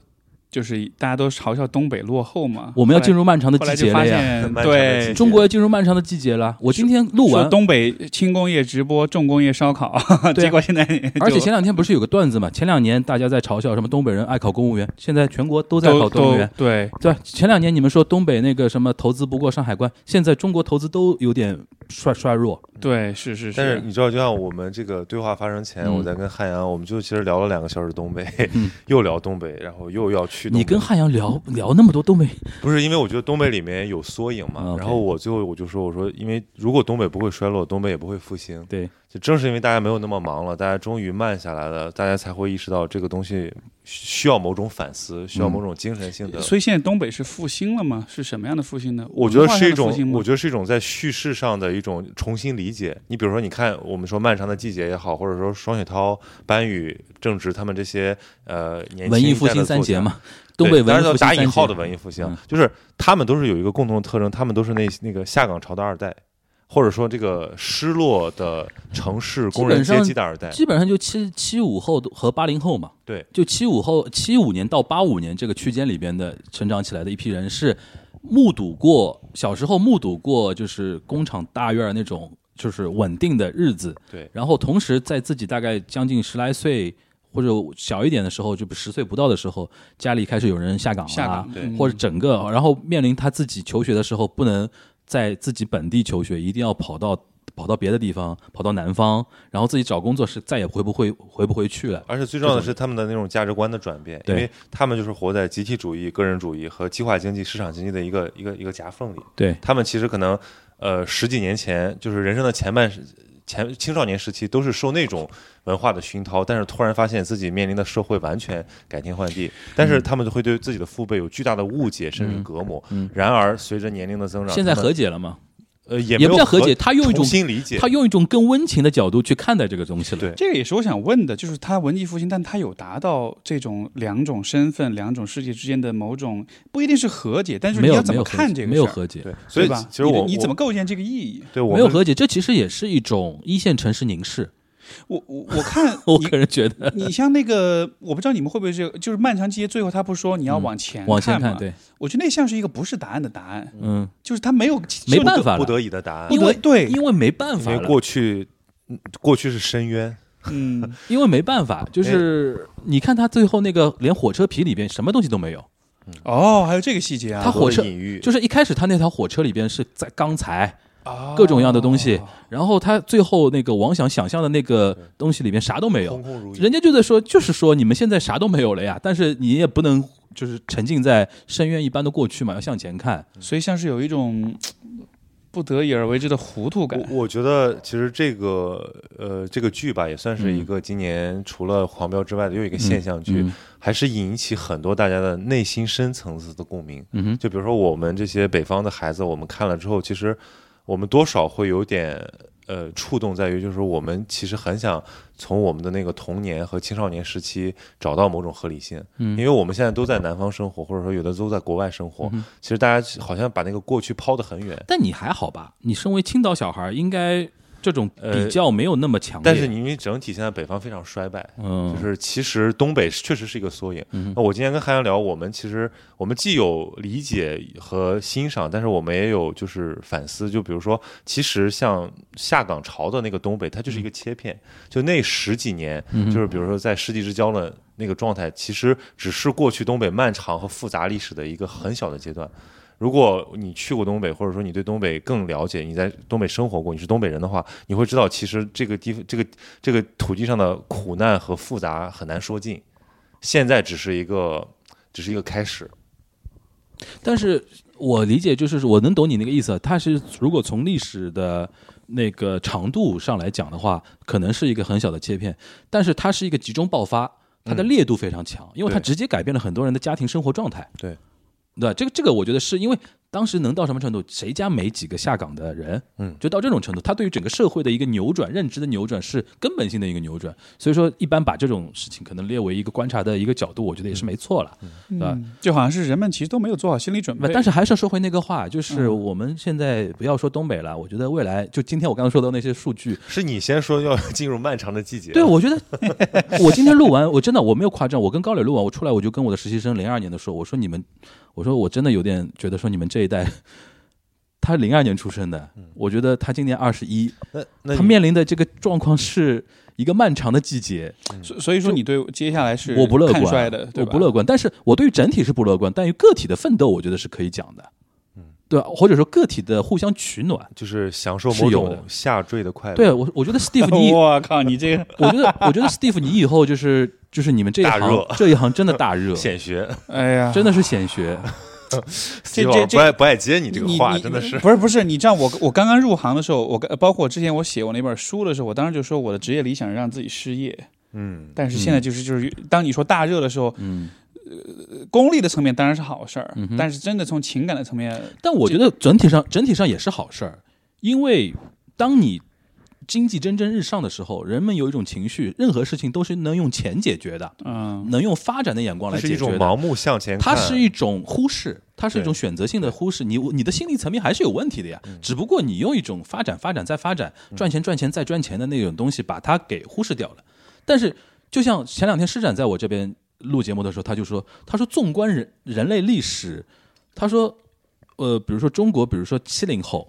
Speaker 4: 就是大家都嘲笑东北落后嘛，
Speaker 2: 我们要进入漫长的
Speaker 4: 后来
Speaker 2: 季
Speaker 4: 就
Speaker 2: 节
Speaker 4: 发
Speaker 2: 了呀。
Speaker 4: 现，
Speaker 3: 漫长的季
Speaker 4: 对
Speaker 3: 节，
Speaker 2: 中国要进入漫长的季节了。我今天录
Speaker 4: 说
Speaker 2: 完，
Speaker 4: 东北轻工业直播重工业烧烤，
Speaker 2: 对啊
Speaker 4: 结果现在就
Speaker 2: 而且前两天不是有个段子嘛？前两年大家在嘲笑什么东北人爱考公务员，现在全国都在考
Speaker 4: 都
Speaker 2: 公务
Speaker 4: 都
Speaker 2: 员。
Speaker 4: 对，
Speaker 2: 对，前两年你们说东北那个什么投资不过上海关，现在中国投资都有点衰衰弱。
Speaker 4: 对，是是
Speaker 3: 但是你知道，就像我们这个对话发生前，
Speaker 2: 嗯
Speaker 3: 我在跟汉阳，我们就其实聊了两个小时东北，
Speaker 2: 嗯
Speaker 3: 又聊东北，然后又要去东北。
Speaker 2: 你跟汉阳聊聊那么多东北，
Speaker 3: 不是因为我觉得东北里面有缩影嘛
Speaker 2: 啊，，OK
Speaker 3: 然后我最后我就说，我说因为如果东北不会衰落，东北也不会复兴。
Speaker 2: 对，
Speaker 3: 就正是因为大家没有那么忙了，大家终于慢下来了，大家才会意识到这个东西需要某种反思，需
Speaker 2: 嗯
Speaker 3: 要某种精神性的。
Speaker 4: 所以现在东北是复兴了吗？是什么样的复兴呢？
Speaker 3: 我觉得是一
Speaker 4: 文化上的复兴
Speaker 3: 种，
Speaker 4: 吗
Speaker 3: 我觉得是一种在叙事上的一种重新理解。你比如说，你看我们说《漫长的季节》也好，或者说双雪涛、班宇、正直他们这些呃年轻
Speaker 2: 文艺
Speaker 3: 一
Speaker 2: 复
Speaker 3: 代的
Speaker 2: 兴三
Speaker 3: 作
Speaker 2: 杰
Speaker 3: 家，
Speaker 2: 嘛，
Speaker 3: 对
Speaker 2: 东北
Speaker 3: 当
Speaker 2: 文
Speaker 3: 然
Speaker 2: 艺复
Speaker 3: 要
Speaker 2: 兴
Speaker 3: 打
Speaker 2: 三杰。
Speaker 3: 引号的文艺复兴，
Speaker 2: 嗯
Speaker 3: 就是他们都是有一个共同特征，他们都是那那个下岗潮的二代，或者说这个失落的城市工人
Speaker 2: 基本
Speaker 3: 阶
Speaker 2: 上
Speaker 3: 级的二代。
Speaker 2: 基本上就七七五后和八零后嘛，
Speaker 3: 对，
Speaker 2: 就七五后七五年到八五年这个区间里边的成长起来的一批人，是目睹过小时候目睹过就是工厂大院儿那种就是稳定的日子，
Speaker 3: 对
Speaker 2: 然后同时在自己大概将近十来岁或者小一点的时候，就不十岁不到的时候，家里开始有人下岗了啊，
Speaker 4: 下岗
Speaker 3: 对
Speaker 4: 嗯
Speaker 2: 或者整个，然后面临他自己求学的时候，不能在自己本地求学，一定要跑到跑到别的地方，跑到南方，然后自己找工作是再也回不回回不回去了。
Speaker 3: 而且最重要的是他们的那种价值观的转变，因
Speaker 2: 对
Speaker 3: 为他们就是活在集体主义、个人主义和计划经济、市场经济的一个一个一个夹缝里。
Speaker 2: 对，
Speaker 3: 他们其实可能呃十几年前，就是人生的前半时前青少年时期都是受那种文化的熏陶，但是突然发现自己面临的社会完全改天换地，但是他们就会对自己的父辈有巨大的误解甚至隔膜。
Speaker 2: 嗯
Speaker 3: 然而随着年龄的增长，
Speaker 2: 现在
Speaker 3: 他们
Speaker 2: 和解了嘛？
Speaker 3: 呃也
Speaker 2: 也
Speaker 3: 没
Speaker 2: 不
Speaker 3: 有
Speaker 2: 叫和解他用一种
Speaker 3: 重新理解
Speaker 2: 他，用一种更温情的角度去看待这个东西了。
Speaker 3: 对
Speaker 4: 这个也是我想问的，就是他文艺复兴，但他有达到这种两种身份、两种世界之间的某种不一定是和解，但是
Speaker 2: 没
Speaker 4: 你要
Speaker 2: 有
Speaker 4: 怎
Speaker 2: 没
Speaker 4: 么
Speaker 2: 有
Speaker 4: 看
Speaker 2: 和
Speaker 4: 这
Speaker 2: 解，
Speaker 4: 个
Speaker 2: 没
Speaker 4: 事
Speaker 2: 有
Speaker 4: 儿？
Speaker 2: 和解，
Speaker 3: 对，所以
Speaker 4: 对吧？
Speaker 3: 其实我
Speaker 4: 你你怎么
Speaker 3: 我
Speaker 4: 构建这个意义？
Speaker 3: 对我
Speaker 2: 没有
Speaker 3: 们
Speaker 2: 和解，这其实也是一种一线城市凝视。
Speaker 4: 我我我看
Speaker 2: 我
Speaker 4: 你
Speaker 2: 个人觉得，
Speaker 4: 你像那个，我不知道你们会不会这个，就是漫长季节最后他不说你要往前
Speaker 2: 嗯往前
Speaker 4: 嘛
Speaker 2: 看，，对，
Speaker 4: 我觉得那像是一个不是答案的答案，
Speaker 2: 嗯，
Speaker 4: 就是他没有
Speaker 2: 没办，法
Speaker 3: 不
Speaker 2: 了，
Speaker 3: 得已的答案
Speaker 4: 不，
Speaker 2: 因
Speaker 4: 得
Speaker 2: 为
Speaker 4: 对
Speaker 2: 因为没办
Speaker 3: 因
Speaker 2: 法
Speaker 3: 为
Speaker 2: 了，
Speaker 3: 过去嗯过去是深渊。
Speaker 4: 嗯，
Speaker 2: 因为没办法，就是
Speaker 4: 哎
Speaker 2: 你看他最后那个连火车皮里边什么东西都没有，
Speaker 4: 哦，还有这个细节啊，
Speaker 2: 他火车
Speaker 3: 很多的隐喻
Speaker 2: 就是一开始他那条火车里边是在钢材
Speaker 4: 哦
Speaker 2: 各种样的东西，然后他最后那个王想想象的那个东西里边啥都没有
Speaker 3: 空，空如也。
Speaker 2: 人家就在说，就是说你们现在啥都没有了呀，但是你也不能就是沉浸在深渊一般的过去嘛，要向前看。
Speaker 4: 所以像是有一种嘖不得已而为之的糊涂感。
Speaker 3: 我我觉得其实这个呃这个剧吧，也算是一个今年除了《狂飙》之外的又一个现象剧，
Speaker 2: 嗯
Speaker 3: 还是引起很多大家的内心深层次的共鸣。
Speaker 2: 嗯哼
Speaker 3: 就比如说我们这些北方的孩子，我们看了之后，其实我们多少会有点呃触动，在于就是我们其实很想从我们的那个童年和青少年时期找到某种合理性，嗯，因为我们现在都在南方生活，或者说有的都在国外生活，
Speaker 2: 嗯
Speaker 3: 其实大家好像把那个过去抛得很远。
Speaker 2: 但你还好吧？你身为青岛小孩儿，应该这种
Speaker 3: 呃
Speaker 2: 比较没有那么强烈。
Speaker 3: 但是你因为整体现在北方非常衰败，
Speaker 2: 嗯
Speaker 3: 就是其实东北是确实是一个缩影。那我今天跟汉阳聊，我们其实我们既有理解和欣赏，但是我们也有就是反思。就比如说，其实像下岗潮的那个东北，它就是一个切片，就那十几年，就是比如说在世纪之交的那个状态，其实只是过去东北漫长和复杂历史的一个很小的阶段。如果你去过东北，或者说你对东北更了解，你在东北生活过，你是东北人的话，你会知道，其实这个地这个这个土地上的苦难和复杂很难说尽。现在只是一个，只是一个开始。
Speaker 2: 但是我理解，就是我能懂你那个意思。它是如果从历史的那个长度上来讲的话，可能是一个很小的切片，但是它是一个集中爆发，它的烈度非常强，因为它
Speaker 3: 嗯对
Speaker 2: 直接改变了很多人的家庭生活状态。
Speaker 3: 对，
Speaker 2: 对吧，这个这个我觉得是因为当时能到什么程度？谁家没几个下岗的人？
Speaker 3: 嗯
Speaker 2: 就到这种程度，他对于整个社会的一个扭转、认知的扭转是根本性的一个扭转。所以说，一般把这种事情可能列为一个观察的一个角度，我觉得也是没错了，对吧？
Speaker 4: 嗯就好像是人们其实都没有做好心理准
Speaker 2: 啊不
Speaker 4: 备，
Speaker 2: 但是还是要说回那个话，就是
Speaker 4: 嗯
Speaker 2: 我们现在不要说东北了，我觉得未来就今天我刚刚说到那些数据，
Speaker 3: 是你先说要进入漫长的季节，啊
Speaker 2: 对，我觉得 我今天录完，我真的我没有夸张，我跟高磊录完，我出来我就跟我的实习生零二年的说，我说你们，我说我真的有点觉得说你们这一代，他零二年出生的，
Speaker 4: 嗯
Speaker 2: 我觉得他今年二十一，
Speaker 3: 那那
Speaker 2: 他
Speaker 3: 你
Speaker 2: 面临的这个状况是一个漫长的季节，
Speaker 4: 嗯所所以说你对接下来是
Speaker 2: 我不乐
Speaker 4: 看衰
Speaker 2: 观
Speaker 4: 的，，对
Speaker 2: 我
Speaker 4: 吧
Speaker 2: 不乐观，但是我对于整体是不乐观，但于个体的奋斗，我觉得是可以讲的，嗯，对吧，或者说个体的互相取暖，
Speaker 3: 就是享受
Speaker 2: 是
Speaker 3: 某
Speaker 2: 有的
Speaker 3: 种下坠的快乐，
Speaker 2: 对我我觉得 Steve 你
Speaker 4: 我靠，你这个
Speaker 2: 我觉得，我觉得 Steve，你以后就是就是你们这一
Speaker 3: 大
Speaker 2: 行
Speaker 3: 热，
Speaker 2: 这一行真的 大热，
Speaker 3: 显学，
Speaker 4: 哎呀，
Speaker 2: 真的是显学。
Speaker 3: 希
Speaker 4: 这
Speaker 3: 望
Speaker 4: 这
Speaker 3: 不爱不爱接你
Speaker 4: 你
Speaker 3: 这个话，
Speaker 4: 你
Speaker 3: 真的是
Speaker 4: 不是不是，你知道我我刚刚入行的时候，我刚包括之前我写我那本书的时候，我当时就说我的职业理想是让自己失业，
Speaker 3: 嗯，
Speaker 4: 但是现在就是就是当你说大热的时候，呃
Speaker 2: 嗯，
Speaker 4: 功利的层面当然是好事儿
Speaker 2: 嗯，哼
Speaker 4: 但是真的从情感的层面，
Speaker 2: 但我觉得整体上整体上也是好事儿，因为当你经济蒸蒸日上的时候，人们有一种情绪，任何事情都是能用钱解决的，
Speaker 4: 嗯，
Speaker 2: 能用发展的眼光
Speaker 3: 这
Speaker 2: 来
Speaker 3: 是
Speaker 2: 解
Speaker 3: 一种
Speaker 2: 决
Speaker 3: 盲
Speaker 2: 的。
Speaker 3: 目向前看，
Speaker 2: 它是一种忽视，它是一
Speaker 3: 对嗯
Speaker 2: 种选择性的忽视。你你的心理层面还是有问题的呀，只不过你用一种发展、发展再发展、赚钱、赚钱再赚钱的那种东西，把它给忽视掉了。但是，就像前两天施展在我这边录节目的时候，他就说，他说纵观人人类历史，他说，呃，比如说中国，比如说七零后。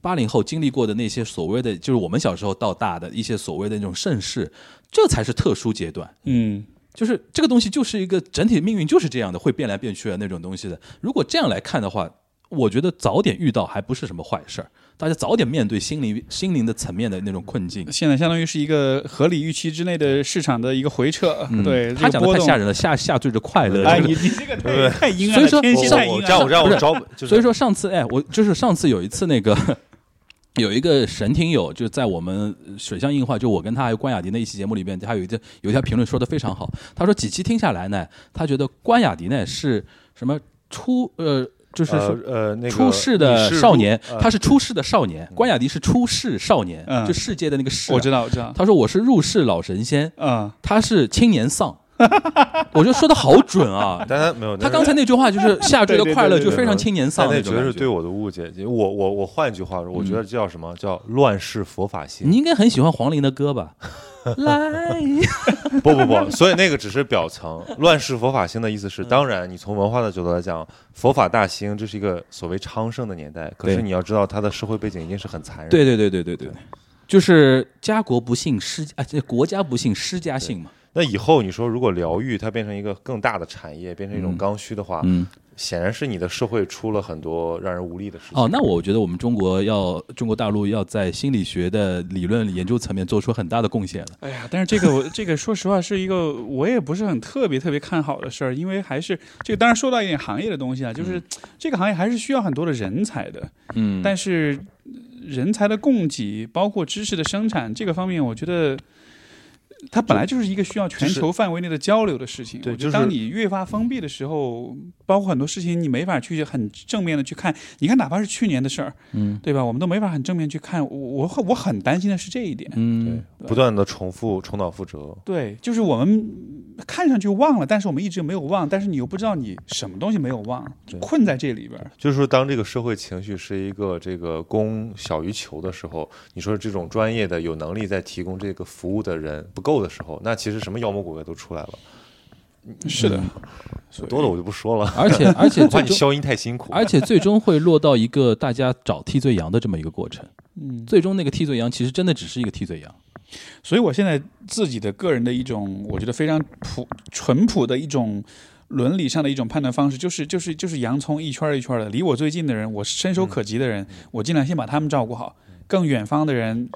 Speaker 2: 八零后经历过的那些所谓的，就是我们小时候到大的一些所谓的那种盛世，这才是特殊阶段。
Speaker 4: 嗯，
Speaker 2: 就是这个东西就是一个整体命运就是这样的，会变来变去的那种东西的。如果这样来看的话，我觉得早点遇到还不是什么坏事儿，大家早点面对心 灵心灵的层面的那种困境。
Speaker 4: 现在相当于是一个合理预期之内的市场的一个回撤，
Speaker 2: 嗯
Speaker 4: 对，
Speaker 2: 他
Speaker 4: 这个
Speaker 2: 讲的
Speaker 4: 波
Speaker 2: 太
Speaker 4: 动
Speaker 2: 吓。人了，下下坠着快乐。
Speaker 4: 哎，
Speaker 2: 这个
Speaker 4: 你你这个太太阴
Speaker 2: 所
Speaker 4: 暗
Speaker 2: 以
Speaker 4: 了，
Speaker 2: 说
Speaker 4: 天蝎
Speaker 2: 我
Speaker 4: 太
Speaker 3: 我
Speaker 4: 阴
Speaker 3: 我
Speaker 4: 暗
Speaker 3: 让
Speaker 4: 了
Speaker 3: 哦我。让
Speaker 2: 不
Speaker 3: 我
Speaker 2: 是
Speaker 3: 招，就是
Speaker 2: 所以说上次哎，我就是上次有一次那个 有一个神听友，就在我们呃水象硬化，就我跟他还有关雅迪那一期节目里边，他有一个有一条评论说的非常好，他说几期听下来呢，他觉得关雅迪呢是什么出呃。就是说
Speaker 3: 呃呃那个
Speaker 2: 出世
Speaker 3: 你
Speaker 2: 的
Speaker 3: 是
Speaker 2: 少
Speaker 3: 入
Speaker 2: 年，
Speaker 3: 呃
Speaker 2: 他是出世的少年，关雅迪是出世少年
Speaker 4: 嗯，
Speaker 2: 就世界的那个世啊。
Speaker 4: 我知道，我知道，
Speaker 2: 他说我是入世老神仙，
Speaker 4: 嗯，
Speaker 2: 他是青年丧。我觉得说的好准啊！
Speaker 3: 但他没有，
Speaker 2: 他
Speaker 3: 那
Speaker 2: 刚才那句话就是下坠的快乐，
Speaker 4: 对对对
Speaker 2: 就非常青年丧
Speaker 3: 但那
Speaker 2: 那
Speaker 3: 绝
Speaker 2: 种
Speaker 3: 对
Speaker 2: 感
Speaker 3: 是对
Speaker 2: 觉。嗯
Speaker 3: 我的误解。我我我换句话说，我觉得叫什么叫乱世佛法心
Speaker 2: 你？应该很喜欢黄龄的歌吧？来，
Speaker 3: 不 不不，所以那个只是表层。乱世佛法兴的意思是，
Speaker 2: 嗯
Speaker 3: 当然你从文化的角度来讲，佛法大兴，这是一个所谓昌盛的年代。可是
Speaker 2: 对
Speaker 3: 你要知道，它的社会背景一定是很残忍。
Speaker 2: 对，对对对对对，就是家国不幸施啊，这国家不幸施家幸嘛。
Speaker 3: 那以后你说如果疗愈它变成一个更大的产业，变成一种刚需的话，
Speaker 2: 嗯，
Speaker 3: 显然是你的社会出了很多让人无力的事情。
Speaker 2: 哦，那我觉得我们中国要中国大陆要在心理学的理论研究层面做出很大的贡献了。
Speaker 4: 哎呀，但是这个我这个说实话是一个我也不是很特别特别看好的事儿，因为还是这个当然说到一点行业的东西啊，
Speaker 3: 嗯
Speaker 4: 就是这个行业还是需要很多的人才的，
Speaker 2: 嗯，
Speaker 4: 但是呃人才的供给，包括知识的生产这个方面，我觉得。它本来就是一个需要全
Speaker 3: 就是
Speaker 4: 球范围内的交流的事情。
Speaker 3: 对
Speaker 4: 我觉
Speaker 3: 就
Speaker 4: 得
Speaker 3: 是
Speaker 4: 当你越发封闭的时候，包括很多事情你没法去很正面的去看。你看，哪怕是去年的事儿，
Speaker 2: 嗯
Speaker 4: 对吧？我们都没法很正面去看。我我我很担心的是这一点。
Speaker 2: 嗯，
Speaker 3: 不断的重复、重蹈覆辙。
Speaker 4: 对，就是我们嗯看上去忘了，但是我们一直没有忘，但是你又不知道你什么东西没有忘，就
Speaker 3: 对
Speaker 4: 困在这里边儿。
Speaker 3: 就是说，当这个社会情绪是一个这个供小于求的时候，你说这种专业的有能力在提供这个服务的人不够的时候，那其实什么妖魔鬼怪都出来了，
Speaker 4: 是
Speaker 3: 嗯
Speaker 4: 的，
Speaker 3: 多了我就不说了，
Speaker 2: 而且而且
Speaker 3: 我怕
Speaker 2: 最
Speaker 3: 你
Speaker 2: 终
Speaker 3: 消音太辛苦。
Speaker 2: 而且最终会落到一个大家找替罪羊的这么一个过程。
Speaker 4: 嗯，
Speaker 2: 最终那个替罪羊其实真的只是一个替罪羊。
Speaker 4: 所以我现在自己的个人的一种，我觉得非常朴淳朴的一种。伦理上的一种判断方式，就是就是就是洋葱一圈儿一圈儿的，离我最近的人，我伸
Speaker 3: 嗯
Speaker 4: 手可及的人，我尽量先把他们照顾好。更远方的人，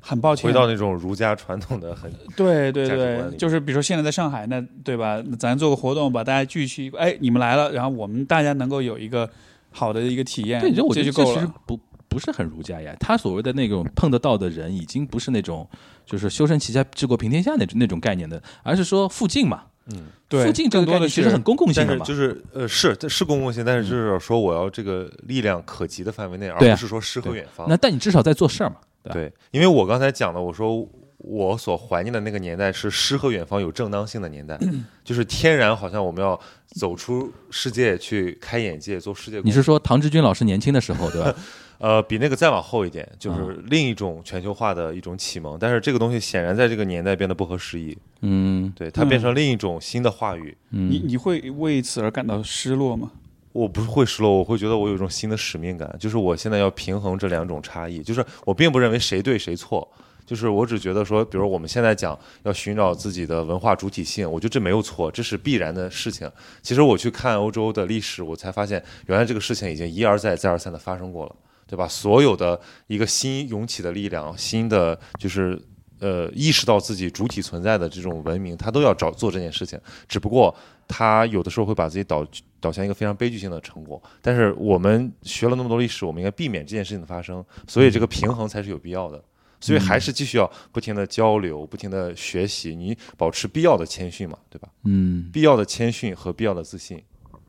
Speaker 4: 很抱歉，
Speaker 3: 回到那种儒家传统的很，
Speaker 4: 对对
Speaker 3: 价值观里
Speaker 4: 对，
Speaker 3: 面
Speaker 4: 就是比如说现在在上海，那对吧？那咱做个活动，把大家聚齐，哎，你们来了，然后我们大家能够有一个好的一个体验，
Speaker 2: 对，这我觉
Speaker 4: 哎
Speaker 2: 得
Speaker 4: 这就
Speaker 2: 这
Speaker 4: 够
Speaker 2: 其实
Speaker 4: 了。
Speaker 2: 不不是很儒家呀。他所谓的那种碰得到的人，已经不是那种就是修身齐家治国平天下那种那种概念的，而是说附近嘛，
Speaker 3: 嗯，
Speaker 4: 对
Speaker 2: 附近更多的其实很公共性
Speaker 3: 但
Speaker 2: 的
Speaker 3: 是
Speaker 2: 嘛，
Speaker 3: 就是呃是这是公共性，但是就是说我要这个力量可及的范围内，而
Speaker 2: 对啊
Speaker 3: 不是说诗和远方。
Speaker 2: 那但你至少在做事儿嘛，对吧？
Speaker 3: 对，因为我刚才讲的，我说我所怀念的那个年代是诗和远方有正当性 的年代，就是天然好像我们要走出世界去开眼界，做世界公
Speaker 2: 你是说唐志军老师年轻的时候，对吧？
Speaker 3: 呃，比那个再往后一点，就是
Speaker 2: 嗯
Speaker 3: 另一种全球化的一种启蒙，但是这个东西显然在这个年代变得不合时宜，
Speaker 2: 嗯，
Speaker 3: 对，它变成另一种新的话语。
Speaker 4: 你你会为此而感到失落吗？
Speaker 3: 我不是会失落，我会觉得我有一种新的使命感，就是我现在要平衡这两种差异，就是我并不认为谁对谁错，就是我只觉得说，比如我们现在讲要寻找自己的文化主体性，我觉得这没有错，这是必然的事情。其实我去看欧洲的历史，我才发现原来这个事情已经一而再、再而三的发生过了，对吧？所有的一个新涌起的力量，新的就是。呃，意识到自己主体存在的这种文明，它都要找做这件事情，只不过它有的时候会把自己导导向一个非常悲剧性的成果。但是我们学了那么多历史，我们应该避免这件事情的发生，所以这个平衡才是有必要的。所以还是继续要不停的交流，不停的学习，你保持必要的谦逊嘛，对吧？
Speaker 2: 嗯
Speaker 3: 必要的谦逊和必要的自信。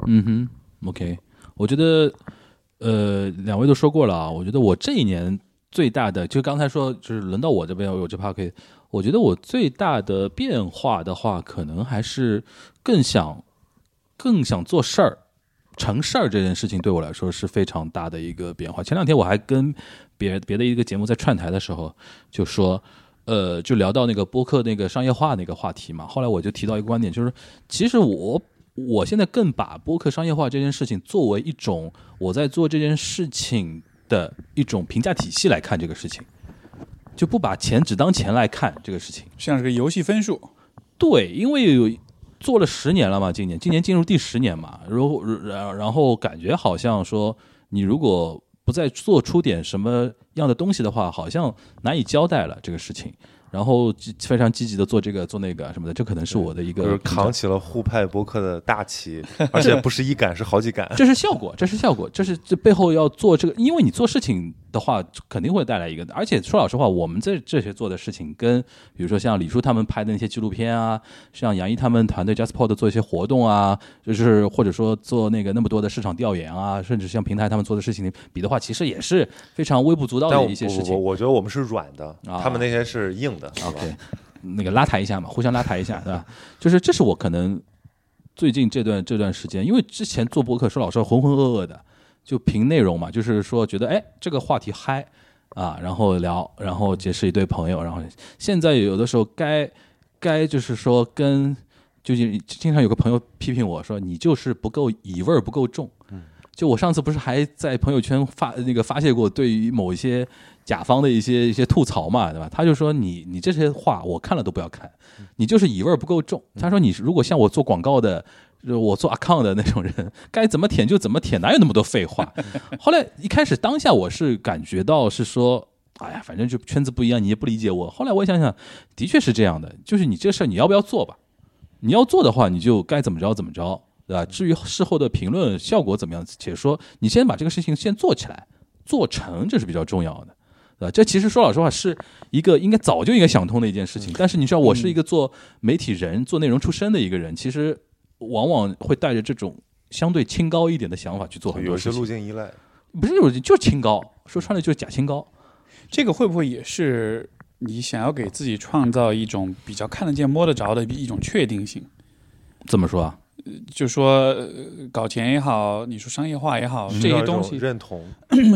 Speaker 2: 嗯哼，OK，我觉得呃，两位都说过了啊，我觉得我这一年最大的，就刚才说，就是轮到我这边，我这趴可以，我觉得我最大的变化的话，可能还是更想更想做事儿。成事儿这件事情对我来说是非常大的一个变化。前两天我还跟别别的一个节目在串台的时候，就说，呃，就聊到那个播客那个商业化那个话题嘛。后来我就提到一个观点，就是其实我我现在更把播客商业化这件事情作为一种我在做这件事情的一种评价体系来看这个事情，就不把钱只当钱来看这个事情。
Speaker 4: 像是个游戏分数，
Speaker 2: 对，因为有做了十年了嘛，今年今年进入第十年嘛，然后然然后感觉好像说，你如果不再做出点什么样的东西的话，好像难以交代了这个事情。然后积非常积极的做这个做那个什么的，这可能是我的一
Speaker 3: 就是
Speaker 2: 个评价
Speaker 3: 扛起了互派博客的大 旗，而且不是一杆，是 好几杆。
Speaker 2: 这是效果，这是效果，这是这背后要做这个，因为你做事情的话，肯定会带来一个。而且说老实话，我们这这些做的事情，跟比如说像李叔他们拍的那些纪录片啊，像杨毅他们团队 JustPod 做一些活动啊，就是或者说做那个那么多的市场调研啊，甚至像平台他们做的事情比的话，其实也是非常微不足道
Speaker 3: 但
Speaker 2: 的
Speaker 3: 我
Speaker 2: 一些
Speaker 3: 不
Speaker 2: 事
Speaker 3: 不不，
Speaker 2: 情。
Speaker 3: 我觉得我们是软的，
Speaker 2: 啊
Speaker 3: 他们那些是硬的，好吧？
Speaker 2: OK，那个拉抬一下嘛，互相拉抬一下， 对吧？就是这是我可能最近这段这段时间，因为之前做播客，说老实话，浑浑噩噩的，就凭内容嘛，就是说觉得哎这个话题嗨啊，然后聊，然后结识一堆朋友，然后现在有的时候该该就是说跟就是经常有个朋友批评我说你就是不够乙味儿不够重，
Speaker 3: 嗯
Speaker 2: 就我上次不是还在朋友圈发那个发泄过对于某一些甲方的一些一些吐槽嘛，对吧？他就说你你这些话我看了都不要看，你就是乙味儿不够重。他说你如果像我做广告的，呃我做 account 的那种人，该怎么舔就怎么舔，哪有那么多废话？ 后来一开始当下我是感觉到是说。哎呀，反正就圈子不一样，你也不理解我。后来我想想，的确是这样的，就是你这事儿你要不要做吧？你要做的话，你就该怎么着怎么着，对吧？至于事后的评论效果怎么样，且说你先把这个事情先做起来，做成这是比较重要的，对吧？这其实说老实话是一个应该早就应该想通的一件事情，但是你知道，我是一个做媒体人、做内容出身的一个人，其实往往会带着这种相对清高一点的想法去做很
Speaker 3: 有
Speaker 2: 多
Speaker 3: 一些
Speaker 2: 事
Speaker 3: 路
Speaker 2: 情，
Speaker 3: 径依赖。
Speaker 2: 不是有就是清高，说穿了就是假清高。
Speaker 4: 这个会不会也是你想要给自己创造一种比较看得见、摸得着的一种确定性？
Speaker 2: 怎么说啊？
Speaker 4: 就说、呃搞钱也好，你说商业化也好，这
Speaker 3: 需要
Speaker 4: 些
Speaker 3: 一种
Speaker 4: 东西
Speaker 3: 认同，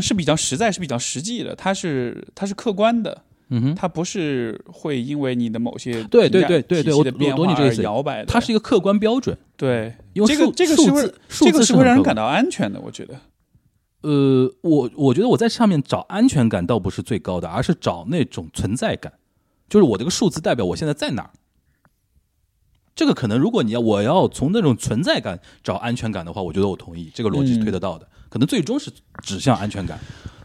Speaker 4: 是比较实在、是比较实际的，它是它是客观的，
Speaker 2: 嗯哼，
Speaker 4: 它不是会因为你的某些
Speaker 2: 对对
Speaker 4: 评价
Speaker 2: 对对对
Speaker 4: 体系的
Speaker 2: 我
Speaker 4: 变
Speaker 2: 我懂
Speaker 4: 化
Speaker 2: 你这个
Speaker 4: 而
Speaker 2: 意思
Speaker 4: 摇摆的，
Speaker 2: 它是一个客观标准，
Speaker 4: 对
Speaker 2: 因为
Speaker 4: 这个
Speaker 2: 数
Speaker 4: 这个是
Speaker 2: 数
Speaker 4: 会
Speaker 2: 字数
Speaker 4: 这个
Speaker 2: 字
Speaker 4: 是会
Speaker 2: 很
Speaker 4: 让人
Speaker 2: 客观
Speaker 4: 感到安全的，我觉得。
Speaker 2: 呃，我我觉得我在上面找安全感倒不是最高的，而是找那种存在感，就是我这个数字代表我现在在哪儿。这个可能，如果你要我要从那种存在感找安全感的话，我觉得我同意这个逻辑是推得到的，可能最终是指向安全感。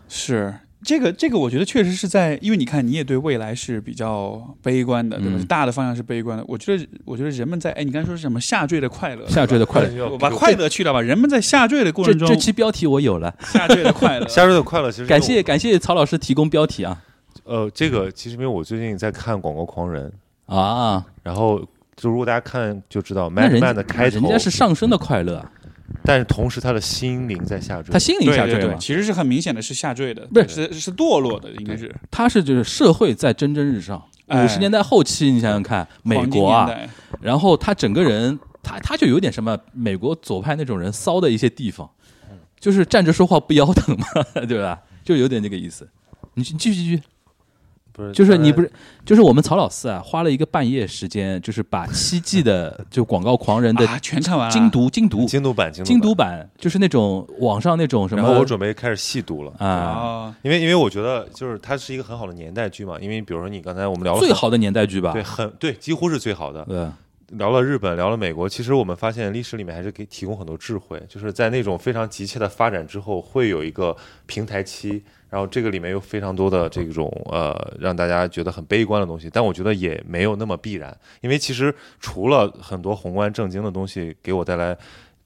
Speaker 4: 是这个，这个我觉得确实是在，因为你看，你也对未来是比较悲观的，对吧？
Speaker 2: 嗯
Speaker 4: 大的方向是悲观的。我觉得，我觉得人们在，哎，你刚才说是什么下坠的快乐，
Speaker 2: 下坠的快乐，
Speaker 3: 乐，
Speaker 4: 我把快乐去掉吧。人们在下坠的过
Speaker 2: 这
Speaker 4: 程中
Speaker 2: 这，期标题我 有了，
Speaker 4: 下坠的快乐
Speaker 3: 夏日的快乐，其实
Speaker 2: 感
Speaker 3: 是我
Speaker 2: 谢感谢曹老师提供标题啊
Speaker 3: 呃，这个其实因为我最近在看《广告狂人》，
Speaker 2: 啊！
Speaker 3: 然后就如果大家看就知道
Speaker 2: 那人家啊
Speaker 3: ，Madman 的开头
Speaker 2: 人，家是上升的快乐啊，
Speaker 3: 但是同时他的心灵在下坠
Speaker 2: 他。心灵下
Speaker 4: 嗯对
Speaker 2: 坠
Speaker 4: 对
Speaker 2: 嘛
Speaker 4: 对，，其实是很明显的是下坠的，
Speaker 2: 不是
Speaker 4: 是是堕落的，应该是
Speaker 2: 他是就是社会在蒸蒸日上。
Speaker 4: 哎
Speaker 2: 五十年代后期，你想想看，美国
Speaker 4: 黄金
Speaker 2: 啊，
Speaker 4: 年代
Speaker 2: 然后他整个人，他他就有点什么美国左派那种人骚的一些地方，
Speaker 4: 嗯
Speaker 2: 就是站着说话不腰疼嘛， 对吧？就有点这个意思。你去你继续继续，
Speaker 3: 不是，
Speaker 2: 就是你不
Speaker 3: 是
Speaker 2: 是，就是我们曹老四啊，花了一个半夜时间，就是把七季的就广告狂人的
Speaker 4: 啊，全看完了，
Speaker 2: 精读精读
Speaker 3: 精读版，
Speaker 2: 精读
Speaker 3: 读版。
Speaker 2: 版，就是那种网上那种什
Speaker 3: 然后我
Speaker 2: 么
Speaker 3: 准备开始细读了，
Speaker 2: 啊，
Speaker 4: 啊，
Speaker 3: 因为因为我觉得就是它是一个很好的年代剧嘛，因为比如说你刚才我们聊了
Speaker 2: 最
Speaker 3: 很
Speaker 2: 好的年代剧吧
Speaker 3: 对，？很对，几乎是最好的。
Speaker 2: 对，
Speaker 3: 聊了日本，聊了美国，其实我们发现历史里面还是给提供很多智慧，就是在那种非常急切的发展之后，会有一个平台期，然后这个里面有非常多的这种呃让大家觉得很悲观的东西，但我觉得也没有那么必然，因为其实除了很多宏观正经的东西给我带来。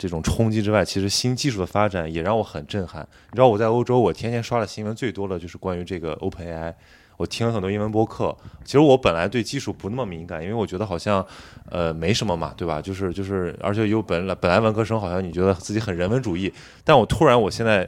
Speaker 3: 这种冲击之外，其实新技术的发展也让我很震撼。你知道我在欧洲，我天天刷的新闻最多的就是关于这个 OpenAI，我听了很多英文播客。其实我本来对技术不那么敏感，因为我觉得好像呃没什么嘛，对吧？就是就是，而且有本来本来文科生好像你觉得自己很人文主义，但我突然我现在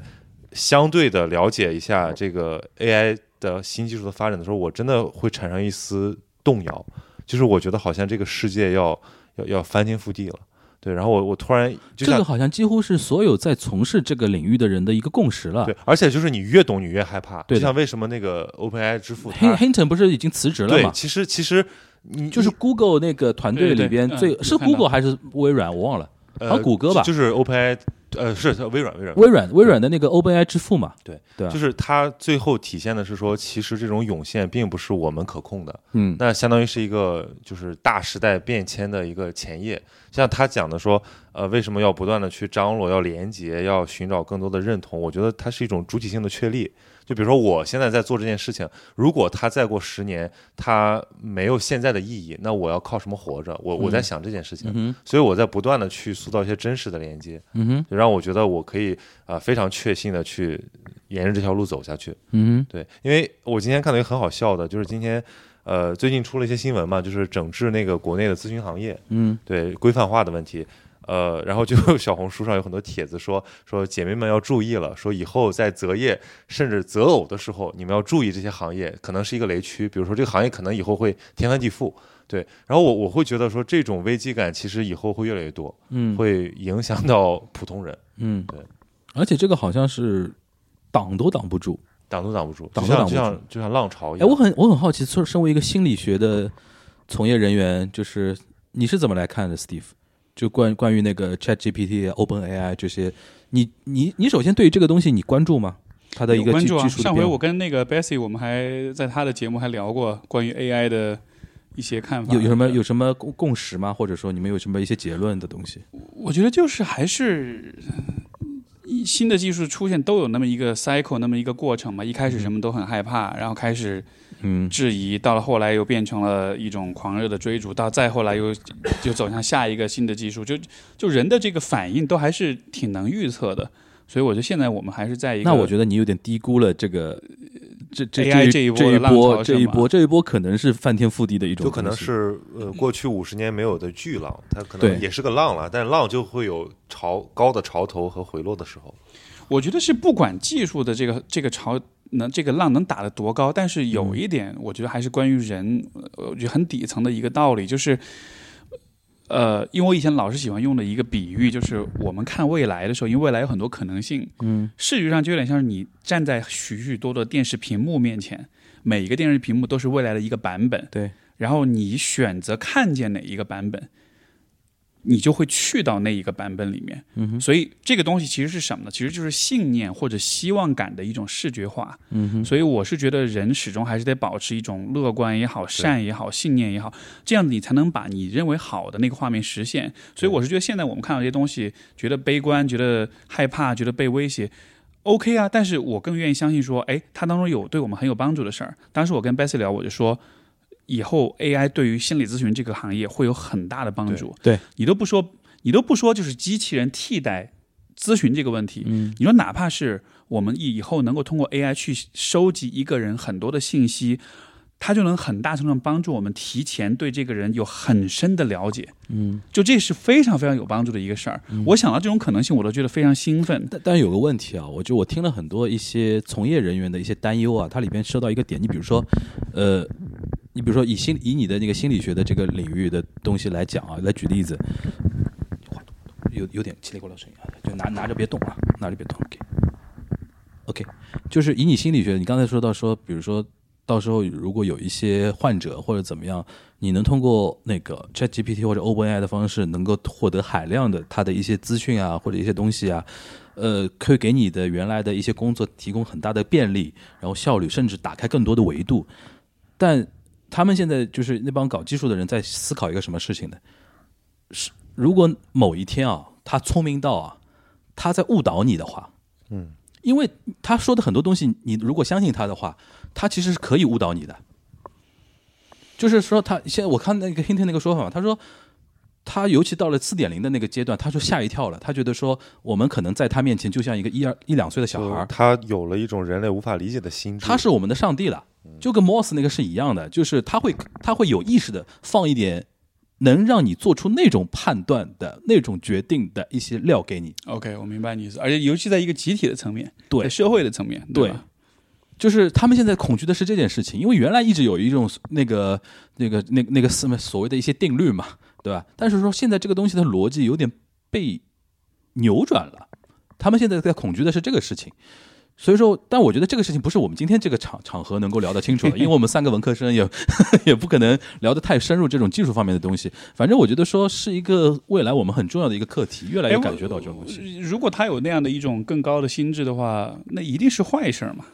Speaker 3: 相对的了解一下这个 AI 的新技术的发展的时候，我真的会产生一丝动摇，就是我觉得好像这个世界要要要翻天覆地了。对，然后我我突然就
Speaker 2: 这
Speaker 3: 像
Speaker 2: 个好像几乎是所有在从事这个领域的人的一个共识了
Speaker 3: 对。，而且就是你越懂，你越害怕。
Speaker 2: 对的
Speaker 3: 就像为什么那个 OpenAI 之父他
Speaker 2: Hin-，Hinton 不是已经辞职了
Speaker 3: 对，
Speaker 2: 嘛？
Speaker 3: 其实其实你
Speaker 2: 就是 Google 那个团队里边
Speaker 4: 对对对
Speaker 2: 最
Speaker 4: 嗯
Speaker 2: 是
Speaker 4: 我看到
Speaker 2: Google 还是微软，我忘了，
Speaker 3: 呃
Speaker 2: 好像谷歌吧
Speaker 3: 就就是 OpenAI 呃是微软微软
Speaker 2: 微软微软的那个 OpenAI 之父嘛。
Speaker 3: 对
Speaker 2: 对啊
Speaker 3: 就，是它最后体现的是说，其实这种涌现并不是我们可控的，
Speaker 2: 嗯，
Speaker 3: 那相当于是一个就是大时代变迁的一个前夜。像他讲的说，呃，为什么要不断的去张罗，要连接，要寻找更多的认同？我觉得它是一种主体性的确立。就比如说我现在在做这件事情，如果它再过十年，它没有现在的意义，那我要靠什么活着？我我在
Speaker 2: 嗯
Speaker 3: 想这件事情，所以我在不断的去塑造一些真实的连接，
Speaker 2: 嗯哼，
Speaker 3: 就让我觉得我可以啊、呃非常确信的去沿着这条路走下去。
Speaker 2: 嗯
Speaker 3: 对，因为我今天看到一个很好笑的，就是今天，呃，最近出了一些新闻嘛，就是整治那个国内的咨询行业，
Speaker 2: 嗯，
Speaker 3: 对规范化的问题，呃，然后就小红书上有很多帖子说说姐妹们要注意了，说以后在择业甚至择偶的时候，你们要注意这些行业可能是一个雷区，比如说这个行业可能以后会天翻地覆，对，然后我我会觉得说这种危机感其实以后会越来越多，
Speaker 2: 嗯
Speaker 3: 会影响到普通人，
Speaker 2: 嗯，
Speaker 3: 对，
Speaker 2: 而且这个好像是挡都挡不住。
Speaker 3: 挡都挡不住，
Speaker 2: 挡
Speaker 3: 就
Speaker 2: 都挡
Speaker 3: 像就
Speaker 2: 不
Speaker 3: 像就像浪潮一
Speaker 2: 哎，
Speaker 3: 样。
Speaker 2: 我很我很好奇，作身为一个心理学的从业人员，就是你是怎么来看的，Steve？就关关于那个 Chat GPT、Open AI 这些，你你你首先对于这个东西你关注吗？它的一
Speaker 4: 有
Speaker 2: 个
Speaker 4: 关
Speaker 2: 技
Speaker 4: 注啊。
Speaker 2: 技术的
Speaker 4: 上回
Speaker 2: 变
Speaker 4: 我
Speaker 2: 化
Speaker 4: 跟那个 Bessy，我们还在他的节目还聊过关于 AI 的一些看法。
Speaker 2: 有有什么有什么共共识吗？或者说你们有什么一些结论的东西？
Speaker 4: 我觉得就是还是呃一新的技术出现都有那么一个 cycle，那么一个过程嘛。一开始什么都很害怕，然后开始
Speaker 2: 嗯
Speaker 4: 质疑，到了后来又变成了一种狂热的追逐，到再后来又就走向下一个新的技术，就就人的这个反应都还是挺能预测的。所以我觉得现在我们还是在一个
Speaker 2: 那我觉得你有点低估了这个呃这这
Speaker 4: AI
Speaker 2: 这
Speaker 4: 这一波
Speaker 2: 这
Speaker 4: 的
Speaker 2: 一
Speaker 4: 浪
Speaker 2: 波
Speaker 4: 潮
Speaker 2: 这
Speaker 4: 是
Speaker 2: 一
Speaker 4: 吗
Speaker 2: 波这一波可能是翻天覆地的一种
Speaker 3: 就
Speaker 2: 东西，
Speaker 3: 可能是呃过去五十年没有的巨浪，它可
Speaker 2: 对
Speaker 3: 能也是个浪了，但浪就会有潮高的潮头和回落的时候。
Speaker 4: 我觉得是不管技术的这个这个潮能这个浪能打得多高，但是有一点，我觉得还是关于人，呃我觉得很底层的一个道理就是。呃，因为我以前老是喜欢用的一个比喻，就是我们看未来的时候，因为未来有很多可能性，嗯，视觉上就有点像是你站在许许多多电视屏幕面前，每一个电视屏幕都是未来的一个版本，
Speaker 2: 对，
Speaker 4: 然后你选择看见哪一个版本，你就会去到那一个版本里面。嗯、所以这个东西其实是什么呢？其实就是信念或者希望感的一种视觉化。嗯、所以我是觉得人始终还是得保持一种乐观也好、善也好、信念也好，这样子你才能把你认为好的那个画面实现。所以我是觉得现在我们看到这些东西，觉得悲观、觉得害怕、觉得被威胁。OK 啊，但是我更愿意相信说，哎，它当中有对我们很有帮助的事儿。当时我跟 Bessy 聊，我就说，以后 AI 对于心理咨询这个行业会有很大的帮助。
Speaker 2: 对对
Speaker 4: 你都不说，你都不说，就是机器人替代咨询这个问题。嗯，你说哪怕是我们以以后能够通过 AI 去收集一个人很多的信息，它就能很大程度上帮助我们提前对这个人有很深的了解。
Speaker 2: 嗯，
Speaker 4: 就这是非常非常有帮助的一个事儿。我想到这种可能性，我都觉得非常兴奋。
Speaker 2: 但但有个问题啊，我就我听了很多一些从业人员的一些担忧啊，它里边说到一个点，你比如说，呃，你比如说以心以你的那个心理学的这个领域的东西来讲啊，来举例子，有有点叽里呱啦声音啊，就拿拿着别动啊，拿着别动，OK。OK，就是以你心理学，你刚才说到说，比如说到时候如果有一些患者或者怎么样，你能通过那个 ChatGPT 或者 OpenAI 的方式，能够获得海量的它的一些资讯啊，或者一些东西啊，呃，可以给你的原来的一些工作提供很大的便利，然后效率，甚至打开更多的维度。但他们现在就是那帮搞技术的人在思考一个什么事情呢？是如果某一天啊，他聪明到啊，他在误导你的话，因为他说的很多东西，你如果相信他的话，他其实是可以误导你的。就是说他，现在我看那个 Hint 那个说法嘛，他说他尤其到了四点零的那个阶段，他说吓一跳了，他觉得说我们可能在他面前就像一个一二一两岁的小孩
Speaker 3: 就
Speaker 2: 儿，
Speaker 3: 他有了一种人类无法理解的心智，嗯
Speaker 2: 他是我们的上帝了，就跟 Moss 那个是一样的，就是他会他会有意识的放一点能让你做出那种判断的那种决定的一些料给你，
Speaker 4: OK，我明白你意思，而且尤其在一个集体的层面，
Speaker 2: 对
Speaker 4: 在社会的层面，
Speaker 2: 对
Speaker 4: 吧
Speaker 2: 就是他们现在恐惧的是这件事情，因为原来一直有一种那个、那个、那、那个什么所谓的一些定律嘛，对吧？但是说现在这个东西的逻辑有点被扭转了，他们现在在恐惧的是这个事情。所以说，但我觉得这个事情不是我们今天这个场场合能够聊得清楚的，因为我们三个文科生也 也不可能聊得太深入这种技术方面的东西。反正我觉得说是一个未来我们很重要的一个课题，越来越
Speaker 4: 哎我
Speaker 2: 感觉到这种东西。
Speaker 4: 如果他有那样的一种更高的心智的话，那一定是坏事儿嘛。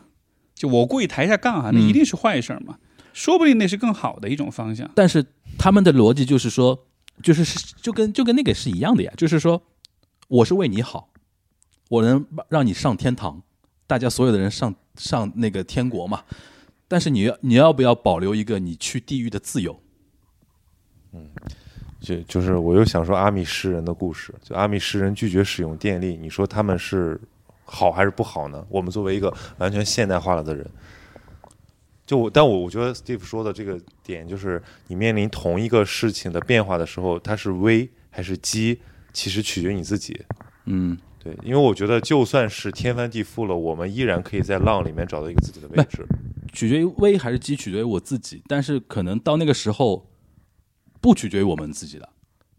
Speaker 4: 就我故意抬一下杠啊，那一定是坏事儿嘛。说不定那是更好的一种方向。
Speaker 2: 但是他们的逻辑就是说，就是是就跟就跟那个是一样的呀，就是说我是为你好，我能让你上天堂，大家所有的人上上那个天国嘛。但是你要你要不要保留一个你去地狱的自由？
Speaker 3: 就就是我又想说阿米诗人的故事，就阿米诗人拒绝使用电力，你说他们是好还是不好呢？我们作为一个完全现代化了的人，就我，但我我觉得 Steve 说的这个点就是，你面临同一个事情的变化的时候，它是危还是机，其实取决于你自己。
Speaker 2: 嗯，
Speaker 3: 对，因为我觉得就算是天翻地覆了，我们依然可以在浪里面找到一个自己的位置。
Speaker 2: 取决于危还是鸡，取决于我自己。但是可能到那个时候，不取决于我们自己了，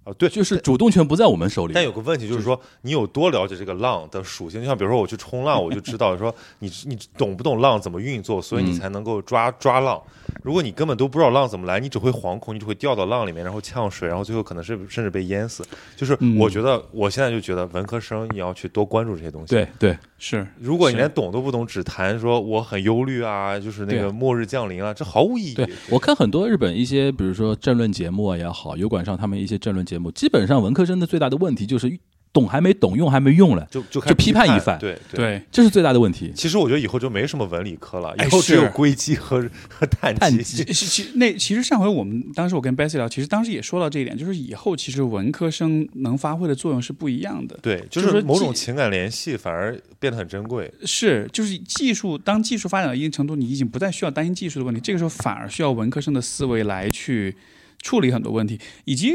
Speaker 3: 啊，对，
Speaker 2: 就是主动权不在我们手里。
Speaker 3: 但有个问题就是说，你有多了解这个浪的属性？就像比如说，我去 冲浪，我就知道说你你懂不懂浪怎么运作，所以你
Speaker 2: 嗯
Speaker 3: 才能够抓抓浪。如果你根本都不知道浪怎么来，你只会惶恐，你只会掉到浪里面，然后呛水，然后最后可能是甚至被淹死。就是
Speaker 2: 嗯
Speaker 3: 我觉得我现在就觉得文科生你要去多关注这些东西。
Speaker 2: 对，对，
Speaker 4: 是，
Speaker 3: 如果你
Speaker 4: 是
Speaker 3: 连懂都不懂，只谈说我很忧虑啊，就是那
Speaker 2: 对
Speaker 3: 个末日降临啊，这毫无意义。
Speaker 2: 对我看很多日本一些，比如说政论节目啊也好，油管上他们一些政论节目，基本上文科生的最大的问题就是懂还没懂，用还没用了，
Speaker 3: 就就
Speaker 2: 就
Speaker 3: 开始
Speaker 2: 批
Speaker 3: 批
Speaker 2: 判一番
Speaker 3: 对对。
Speaker 4: 对，
Speaker 2: 这是最大的问题。
Speaker 3: 其实我觉得以后就没什么文理科了，
Speaker 4: 哎
Speaker 3: 以后只有
Speaker 4: 是
Speaker 3: 硅基和和碳
Speaker 2: 碳
Speaker 3: 基
Speaker 2: 基。
Speaker 4: 其其那其实上回我们当时我跟 Bessy 聊，其实当时也说到这一点，就是以后其实文科生能发挥的作用是不一样的。
Speaker 3: 对，就
Speaker 4: 就是说
Speaker 3: 某
Speaker 4: 既
Speaker 3: 种情感联系反而变得很珍贵。
Speaker 4: 是，就是技术，当技术发展到一定程度，你已经不再需要担心技术的问题，这个时候反而需要文科生的思维来去处理很多问题，以及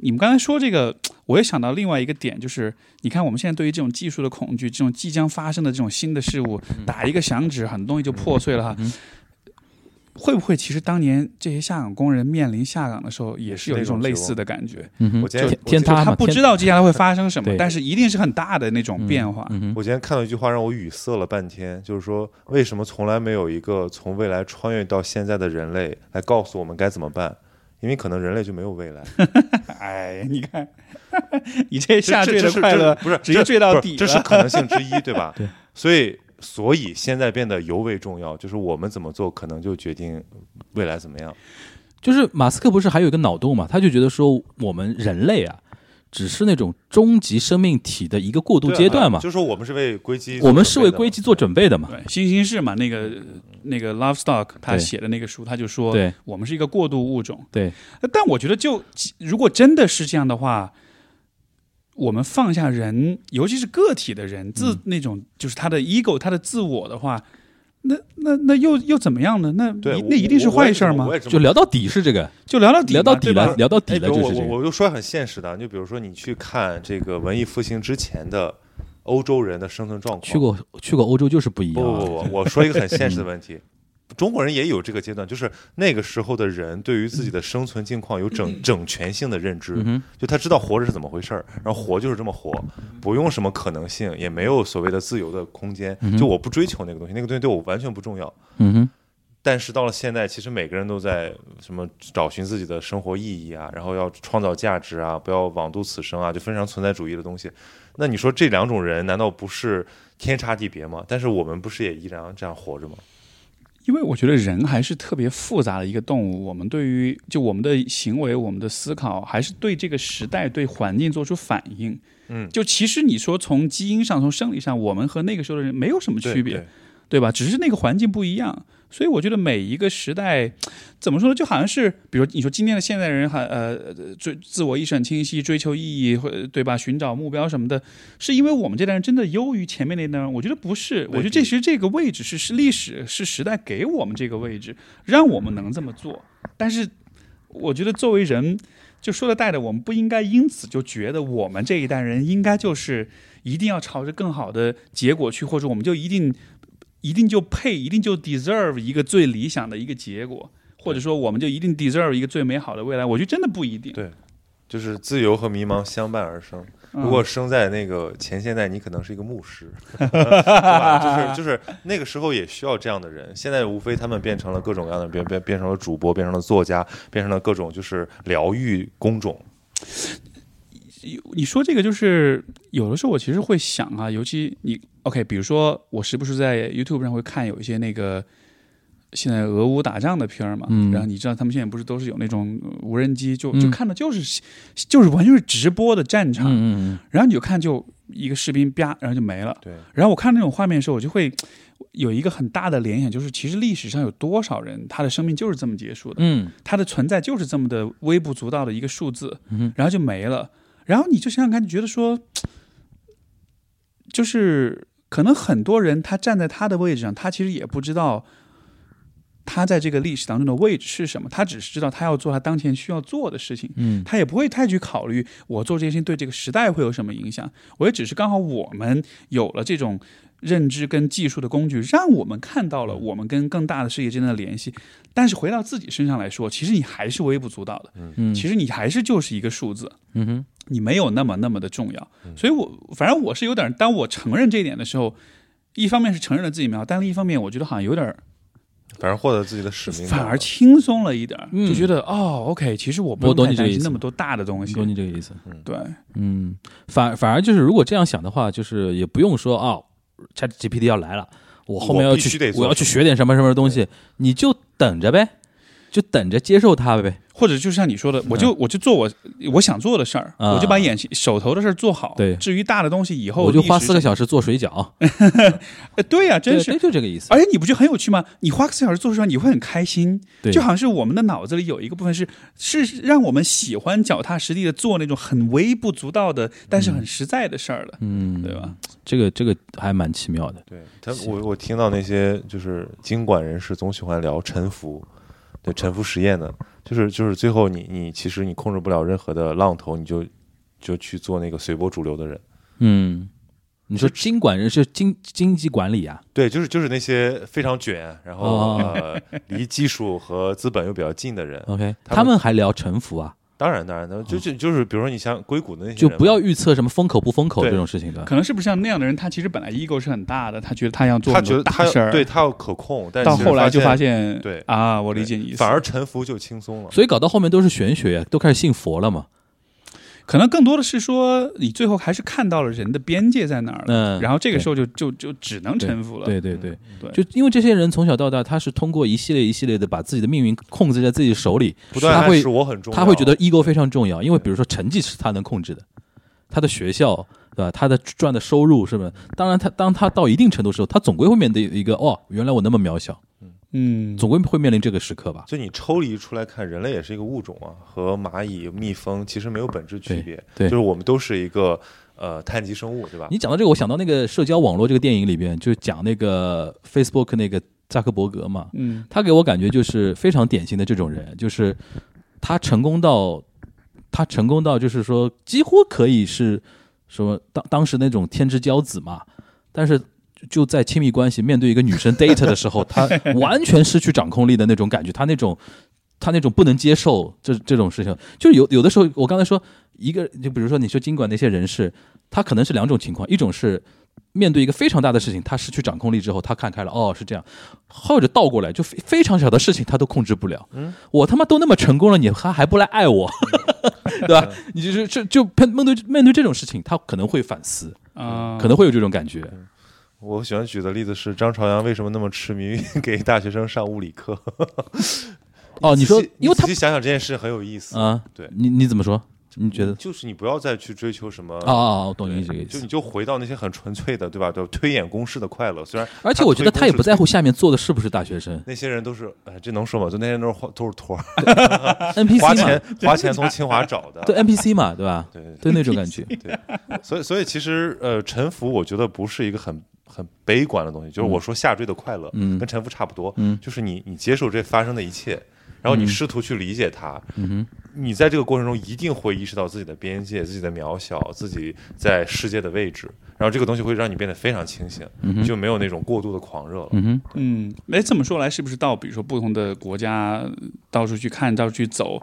Speaker 4: 你们刚才说这个，我也想到另外一个点，就是你看我们现在对于这种技术的恐惧，这种即将发生的这种新的事物，
Speaker 2: 嗯
Speaker 4: 打一个响指，很多东西就破碎了哈。会不会其实当年这些下岗工人面临下岗的时候，也是有一种类似的感觉？
Speaker 2: 嗯哼
Speaker 3: 我今天
Speaker 2: 天
Speaker 3: 我今
Speaker 2: 天
Speaker 3: 天
Speaker 2: 塌嘛，
Speaker 4: 他不
Speaker 2: 天
Speaker 4: 知。道接下来会发生什么
Speaker 2: 对，
Speaker 4: 但是一定是很大的那种变化。
Speaker 2: 嗯哼，
Speaker 3: 我今天看到一句话让我语塞了半天，就是说为什么从来没有一个从未来穿越到现在的人类来告诉我们该怎么办？因为可能人类就没有未来，
Speaker 4: 哎，你看，你
Speaker 3: 这
Speaker 4: 这 下
Speaker 3: 这
Speaker 4: 坠
Speaker 3: 这
Speaker 4: 的
Speaker 3: 是
Speaker 4: 快
Speaker 3: 这
Speaker 4: 乐
Speaker 3: 不是
Speaker 4: 直接
Speaker 3: 这
Speaker 4: 坠到
Speaker 3: 不是
Speaker 4: 底
Speaker 3: 这是
Speaker 4: 了
Speaker 3: 可能性之一，对 吧？
Speaker 2: 对，
Speaker 3: 所以所以现在变得尤为重要，就是我们怎么做，可能就决定未来怎么样。
Speaker 2: 就是马斯克不是还有一个脑洞嘛？他就觉得说我们人类啊，只是那种终极生命体的一个过渡
Speaker 3: 对啊
Speaker 2: 阶段嘛
Speaker 3: 就，是说我们是为硅基，
Speaker 2: 我们是为硅基做准备的嘛。
Speaker 4: 对，新兴市嘛，那个那个 Lovestock 他
Speaker 2: 对
Speaker 4: 写的那个书，他就说，
Speaker 2: 对
Speaker 4: 我们是一个过渡物种。
Speaker 2: 对，
Speaker 4: 但我觉得就，如果真的是这样的话，我们放下
Speaker 2: 嗯
Speaker 4: 人，尤其是个体的人自、那种就是他的 ego，他的自我的话，那那那又又怎么样呢？那
Speaker 3: 对，
Speaker 4: 一
Speaker 3: 我
Speaker 4: 那一定是
Speaker 3: 我我也
Speaker 4: 坏事
Speaker 3: 这
Speaker 4: 儿
Speaker 3: 么
Speaker 4: 吗
Speaker 3: 我？也这么
Speaker 2: 就聊到底是这个，
Speaker 4: 就聊到底嘛
Speaker 2: 聊到底
Speaker 4: 对吧
Speaker 2: 了，聊到底
Speaker 3: 哎
Speaker 2: 了
Speaker 3: 比如
Speaker 2: 就是这
Speaker 3: 我
Speaker 2: 个。
Speaker 3: 我我就说很现实的，就比如说你去看这个文艺复兴之前的欧洲人的生存状况，
Speaker 2: 去过嗯去过欧洲就是不一
Speaker 3: 不
Speaker 2: 样啊，
Speaker 3: 不不不，我说一个很现实的问题，中国人也有这个阶段，就是那个时候的人对于自己的生存境况有整整全性的认
Speaker 2: 嗯
Speaker 3: 知，就他知道活着是怎么回事儿，然后活就是这么活，不用什么可能性，也没有所谓的自由的空间，就我不追求那个东西，那个东西对我完全不重要。
Speaker 2: 嗯哼，
Speaker 3: 但是到了现在，其实每个人都在什么找寻自己的生活意义啊，然后要创造价值啊，不要枉度此生啊，就非常存在主义的东西。那你说这两种人难道不是天差地别吗？但是我们不是也依然这样活着吗？
Speaker 4: 因为我觉得人还是特别复杂的一个动物，我们对于就我们的行为、我们的思考，还是对这个时代、对环境做出反应。
Speaker 3: 嗯
Speaker 4: 就其实你说从基因上、从生理上，我们和那个时候的人没有什么
Speaker 3: 对
Speaker 4: 区别，
Speaker 3: 对
Speaker 4: 对吧？只是那个环境不一样。所以我觉得每一个时代，怎么说呢？就好像是，比如你说今天的现代人还呃追自我意识很清晰，追求意义，或对吧？寻找目标什么的，是因为我们这代人真的优于前面那代人？我觉得不是，我觉得这其实这个位置是是历史是时代给我们这个位置，让我们能这么做。但是我觉得作为人，就说的带的，我们不应该因此就觉得我们这一代人应该就是一定要朝着更好的结果去，或者我们就一定一定就配，一定就 deserve 一个最理想的一个结果，或者说我们就一定 deserve 一个最美好的未来。我觉得真的不一定。
Speaker 3: 对就是自由和迷茫相伴而生。
Speaker 4: 嗯
Speaker 3: 如果生在那个前现代，你可能是一个牧师， 对吧？就是就是那个时候也需要这样的人。现在无非他们变成了各种各样的，变变变成了主播，变成了作家，变成了各种就是疗愈工种。
Speaker 4: 嗯你说这个就是有的时候我其实会想啊，尤其你 OK，比如说我时不时在 YouTube 上会看有一些那个现在俄乌打仗的片儿嘛，
Speaker 2: 嗯
Speaker 4: 然后你知道他们现在不是都是有那种呃无人机，就
Speaker 2: 嗯
Speaker 4: 就看的就是、就是完全是直播的战场，
Speaker 2: 嗯嗯
Speaker 4: 然后你就看就一个士兵啪，然后就没了。
Speaker 3: 对，
Speaker 4: 然后我看那种画面的时候，我就会有一个很大的联想，就是其实历史上有多少人他的生命就是这么结束的。
Speaker 2: 嗯
Speaker 4: 它的存在就是这么的微不足道的一个数字，
Speaker 2: 嗯哼
Speaker 4: 然后就没了。然后你就想想看，你觉得说，就是可能很多人他站在他的位置上，他其实也不知道他在这个历史当中的位置是什么，他只是知道他要做他当前需要做的事情。
Speaker 2: 嗯
Speaker 4: 他也不会太去考虑我做这些事情对这个时代会有什么影响。我也只是刚好我们有了这种认知跟技术的工具，让我们看到
Speaker 2: 嗯
Speaker 4: 了我们跟更大的世界之间的联系。但是回到自己身上来说，其实你还是微不足道的，
Speaker 2: 嗯
Speaker 4: 其实你还是就是一个数字。
Speaker 2: 嗯哼，
Speaker 4: 你没有那么那么的重要。
Speaker 2: 嗯
Speaker 4: 所以我反正我是有点，当我承认这一点的时候，一方面是承认了自己没有，但另一方面我觉得好像有点儿
Speaker 3: 反而获得自己的使命感
Speaker 4: 反
Speaker 3: 了，
Speaker 4: 而轻松了一点儿，
Speaker 2: 嗯
Speaker 4: 就觉得哦，OK，其实我
Speaker 2: 我
Speaker 4: 不用
Speaker 2: 懂
Speaker 4: 太
Speaker 2: 你这
Speaker 4: 担
Speaker 2: 个意
Speaker 4: 心
Speaker 2: 思
Speaker 4: 那么多大的东西。
Speaker 2: 懂你这个意思。
Speaker 4: 对，
Speaker 2: 嗯，反反而就是如果这样想的话，就是也不用说啊，Chat GPT 要来了，我后面
Speaker 3: 我
Speaker 2: 要
Speaker 3: 必须
Speaker 2: 去
Speaker 3: 得
Speaker 2: 我
Speaker 3: 做
Speaker 2: 要去学点什么什么东西，你就等着呗，就等着接受它呗。
Speaker 4: 或者就像你说的，我就我就做我我想做的事儿，
Speaker 2: 嗯啊
Speaker 4: 我就把眼前手头的事儿做好。
Speaker 2: 对
Speaker 4: 至于大的东西，以后
Speaker 2: 我就花
Speaker 4: 历史
Speaker 2: 四个小时做水饺，
Speaker 4: 呃对呀、真
Speaker 2: 对
Speaker 4: 是
Speaker 2: 对。就这个意思。
Speaker 4: 而且你不觉得很有趣吗？你花个四小时做出来，你会很开心，
Speaker 2: 对
Speaker 4: 就好像是我们的脑子里有一个部分是是让我们喜欢脚踏实地的做那种很微不足道的，但是很实在的事儿了，
Speaker 2: 嗯，
Speaker 4: 对吧？
Speaker 2: 这个这个还蛮奇妙的。
Speaker 3: 对他，我我听到那些就是经管人士总喜欢聊沉浮，对沉浮实验的，就是就是最后你你其实你控制不了任何的浪头，你就就去做那个随波逐流的人。
Speaker 2: 嗯，你说经管人是经经济管理啊？
Speaker 3: 对，就是就是那些非常卷，然后、
Speaker 2: 哦
Speaker 3: 呃离技术和资本又比较近的人。
Speaker 4: 哦
Speaker 2: OK，
Speaker 3: 他
Speaker 2: 他
Speaker 3: 们
Speaker 2: 们还聊沉浮啊，
Speaker 3: 当然当然，当然就就就是比如说你像硅谷的那些
Speaker 2: 就
Speaker 3: 人嘛，
Speaker 2: 不要预测什么风口不风口
Speaker 3: 对
Speaker 2: 这种事情的。
Speaker 4: 可能是不是像那样的人，他其实本来 ego 是很大的，他觉得他要做
Speaker 3: 他
Speaker 4: 很
Speaker 3: 觉
Speaker 4: 多
Speaker 3: 得他
Speaker 4: 大事儿，
Speaker 3: 对，他要可控，但
Speaker 4: 到
Speaker 3: 其实
Speaker 4: 后来就发
Speaker 3: 发
Speaker 4: 现，
Speaker 3: 对
Speaker 4: 啊，我
Speaker 3: 我
Speaker 4: 理解你意思，
Speaker 3: 反而沉浮就轻松了。
Speaker 2: 所以搞到后面都是玄学呀，都开始信佛了嘛。
Speaker 4: 可能更多的是说，你最后还是看到了人的边界在哪儿了，
Speaker 2: 嗯，
Speaker 4: 然后这个时候就就就只能
Speaker 2: 对
Speaker 4: 臣服了。
Speaker 2: 对对对
Speaker 4: 对
Speaker 2: 就因为这些人从小到大，他是通过一系列一系列的把自己的命运控制在自己手里，
Speaker 3: 不断
Speaker 2: 他
Speaker 3: 暗
Speaker 2: 会
Speaker 3: 示我很重要，
Speaker 2: 他会觉得 ego 非常重要，因为比如说成绩是他能控制的，他的学校对吧？他的赚的收入是吧？当然他，当他到一定程度的时候，他总归会面对一个哦，原来我那么渺小，
Speaker 4: 嗯，
Speaker 2: 总归会面临这个时刻吧？
Speaker 3: 就你抽离出来看，人类也是一个物种啊，和蚂蚁、蜜蜂其实没有本质区别，
Speaker 2: 对对
Speaker 3: 就是我们都是一个呃碳基生物，对吧？
Speaker 2: 你讲到这个，我想到那个社交网络这个电影里边，就讲那个 Facebook 那个扎克伯格嘛，
Speaker 4: 嗯
Speaker 2: 他给我感觉就是非常典型的这种人，就是他成功到他成功到就是说几乎可以是什么当当时那种天之骄子嘛，但是就在亲密关系面对一个女生 date 的时候，他完全失去掌控力的那种感觉，他那种。他那种不能接受这这种事情，就是有有的时候，我刚才说一个，就比如说你说经管那些人士，他可能是两种情况，一种是面对一个非常大的事情，他失去掌控力之后，他看开了，哦是这样，或者倒过来，就非非常小的事情他都控制不了。
Speaker 3: 嗯
Speaker 2: 我他妈都那么成功了，你还还不来爱我，
Speaker 3: 嗯
Speaker 2: 对吧？你就是这就面对面对这种事情，他可能会反思，
Speaker 3: 嗯
Speaker 4: 啊，
Speaker 2: 可能会有这种感觉。
Speaker 3: 我喜欢举的例子是张朝阳为什么那么痴迷于 给大学生上物理课？
Speaker 2: 哦，你说
Speaker 3: 仔细，
Speaker 2: 因为
Speaker 3: 仔
Speaker 2: 他
Speaker 3: 细想想这件事很有意思，
Speaker 2: 啊，
Speaker 3: 对
Speaker 2: 你你怎么说？你觉得？
Speaker 3: 就是你不要再去追求什么
Speaker 2: 哦哦，我懂
Speaker 3: 对
Speaker 2: 你这个意
Speaker 3: 就
Speaker 2: 思
Speaker 3: 你。就回到那些很纯粹的，对吧？就推演公式的快乐。虽然，
Speaker 2: 而且我觉得他也不在
Speaker 3: 乎。
Speaker 2: 乎下面坐的是不是大学生
Speaker 3: 那些人都是，哎，这能说吗？就那些人都是花都是托儿，花
Speaker 2: ，NPC
Speaker 3: 钱
Speaker 2: 嘛，
Speaker 3: 花钱从清华找的。
Speaker 2: 对 NPC 嘛，对吧？
Speaker 3: 对
Speaker 2: 对那种感觉，
Speaker 3: 所以所以其实呃，沉浮我觉得不是一个很很悲观的东西，就是我说下坠的快乐，
Speaker 2: 嗯
Speaker 3: 跟沉浮差不多，
Speaker 2: 嗯
Speaker 3: 就是你你接受这发生的一切，然后你试图去理解它，
Speaker 2: 嗯
Speaker 3: 你在这个过程中一定会意识到自己的边界、自己的渺小、自己在世界的位置，然后这个东西会让你变得非常清醒，就没有那种过度的狂热了。
Speaker 2: 哼，嗯哼，
Speaker 4: 嗯，哎，这么说来，是不是到比如说不同的国家呃到处去看，到处去走，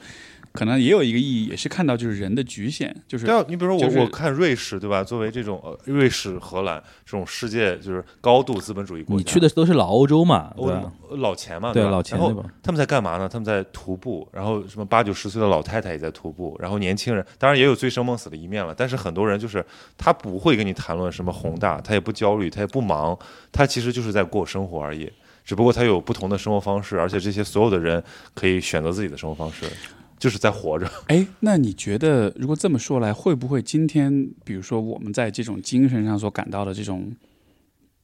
Speaker 4: 可能也有一个意义，也是看到就是人的局限，就是
Speaker 3: 对啊，你比如说我、
Speaker 4: 就是
Speaker 3: 我看瑞士，对吧？作为这种呃瑞士、荷兰这种世界就是高度资本主义国家，
Speaker 2: 你去的都是老欧洲嘛，对
Speaker 3: 欧
Speaker 2: 吧？
Speaker 3: 老钱嘛，
Speaker 2: 对
Speaker 3: 吧？
Speaker 2: 老钱
Speaker 3: 然后
Speaker 2: 对吧
Speaker 3: 他们在干嘛呢？他们在徒步，然后什么八九十岁的老太太也在徒步，然后年轻人当然也有醉生梦死的一面了，但是很多人就是他不会跟你谈论什么宏大，他也不焦虑，他也不忙，他其实就是在过生活而已。只不过他有不同的生活方式，而且这些所有的人可以选择自己的生活方式，就是在活着。
Speaker 4: 哎，那你觉得如果这么说来，会不会今天，比如说我们在这种精神上所感到的这种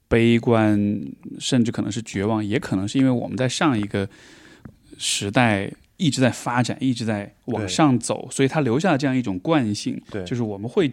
Speaker 4: 悲观，甚至可能是绝望，也可能是因为我们在上一个时代一直在发展，一直在往
Speaker 3: 对
Speaker 4: 上走，所以它留下了这样一种惯性，
Speaker 3: 对
Speaker 4: 就是我们会。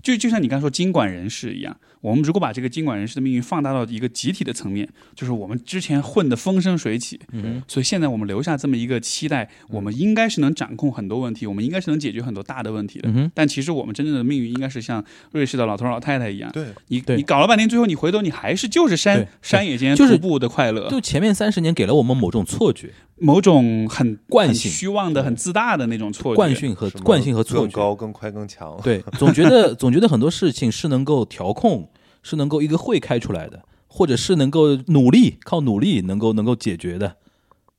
Speaker 4: 就就像你刚才说经管人士一样，我们如果把这个经管人士的命运放大到一个集体的层面，就是我们之前混得风生水起，
Speaker 2: 嗯
Speaker 4: 所以现在我们留下这么一个期待，我们应该是能掌控很多问题，我们应该是能解决很多大的问题的。
Speaker 2: 嗯
Speaker 4: 但其实我们真正的命运应该是像瑞士的老头老太太一样，
Speaker 3: 对，
Speaker 4: 你
Speaker 2: 对
Speaker 4: 你搞了半天，最后你回头你还是就是山
Speaker 2: 对
Speaker 4: 山野间
Speaker 2: 就是
Speaker 4: 徒步的快乐，
Speaker 2: 就前面三十年给了我们某种错觉、
Speaker 4: 某种很
Speaker 2: 惯
Speaker 4: 很
Speaker 2: 性
Speaker 4: 虚妄的、很自大的那种错觉。
Speaker 2: 惯性和
Speaker 3: 什么
Speaker 2: 惯性和错
Speaker 3: 更
Speaker 2: 觉。
Speaker 3: 高、更快、更强。
Speaker 2: 对，总觉得总觉得很多事情是能够调控，是能够一个会开出来的，或者是能够努力靠努力能够能够解决的。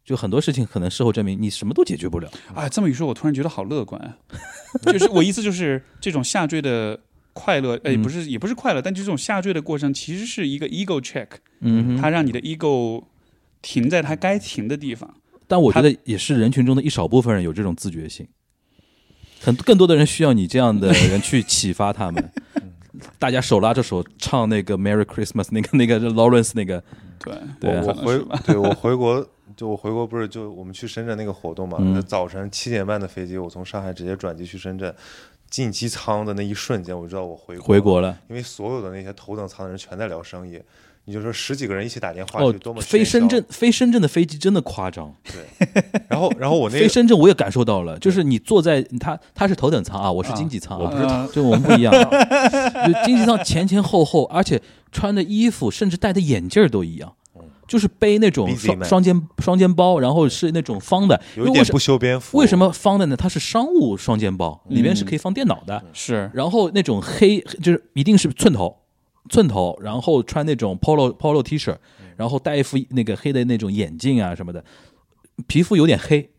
Speaker 2: 就很多事情可能事后证明你什么都解决不了。
Speaker 4: 啊，这么一说，我突然觉得好乐观啊。 就是我意思就是，这种下坠的快乐，
Speaker 2: 嗯
Speaker 4: 哎，不是也不是快乐，但就这种下坠的过程，其实是一个 ego check，
Speaker 2: 嗯
Speaker 4: 它让你的 ego 停在它该停的地方。
Speaker 2: 但我觉得也是人群中的一少部分人有这种自觉性，很更多的人需要你这样的人去启发他 们。嗯大家手拉着手唱那个《Merry Christmas》，那个那个 Lawrence 那个，
Speaker 4: 对，
Speaker 2: 对啊
Speaker 3: 我我回对我回国，就我回国不是就我们去深圳那个活动嘛？
Speaker 2: 嗯
Speaker 3: 那早晨七点半的飞机，我从上海直接转机去深圳，进机舱的那一瞬间，我就知道我回
Speaker 2: 回
Speaker 3: 国
Speaker 2: 国
Speaker 3: 了，
Speaker 2: 了。
Speaker 3: 因为所有的那些头等舱的人全在聊生意。你就说十几个人一起打电话，
Speaker 2: 哦
Speaker 3: 是多么，
Speaker 2: 飞
Speaker 3: 喧嚣
Speaker 2: 深圳，飞深圳的飞机真的夸张。
Speaker 3: 然后然 后我那
Speaker 2: 飞
Speaker 3: 个
Speaker 2: 深圳我也感受到了，就是你坐在他他是头等舱啊，我是经济舱
Speaker 3: 我不
Speaker 2: 啊，
Speaker 3: 是
Speaker 4: 啊
Speaker 2: 就我们不一样，就经济舱前前后后，而且穿的衣服甚至戴的眼镜儿都一样。
Speaker 3: 嗯
Speaker 2: 就是背那种
Speaker 3: Busy
Speaker 2: 双
Speaker 3: man
Speaker 2: 双肩双肩包，然后是那种方的，因
Speaker 3: 有一
Speaker 2: 为
Speaker 3: 点
Speaker 2: 为什
Speaker 3: 不嗯修边幅，
Speaker 2: 为什么方的呢？它是商务双肩包，里面是可以放电脑的。
Speaker 4: 是
Speaker 2: 然后那种黑就是一定是寸头，寸头，然后穿那种 polo polo T 恤，然后戴一副那个黑的那种眼镜啊什么的，皮肤有点黑，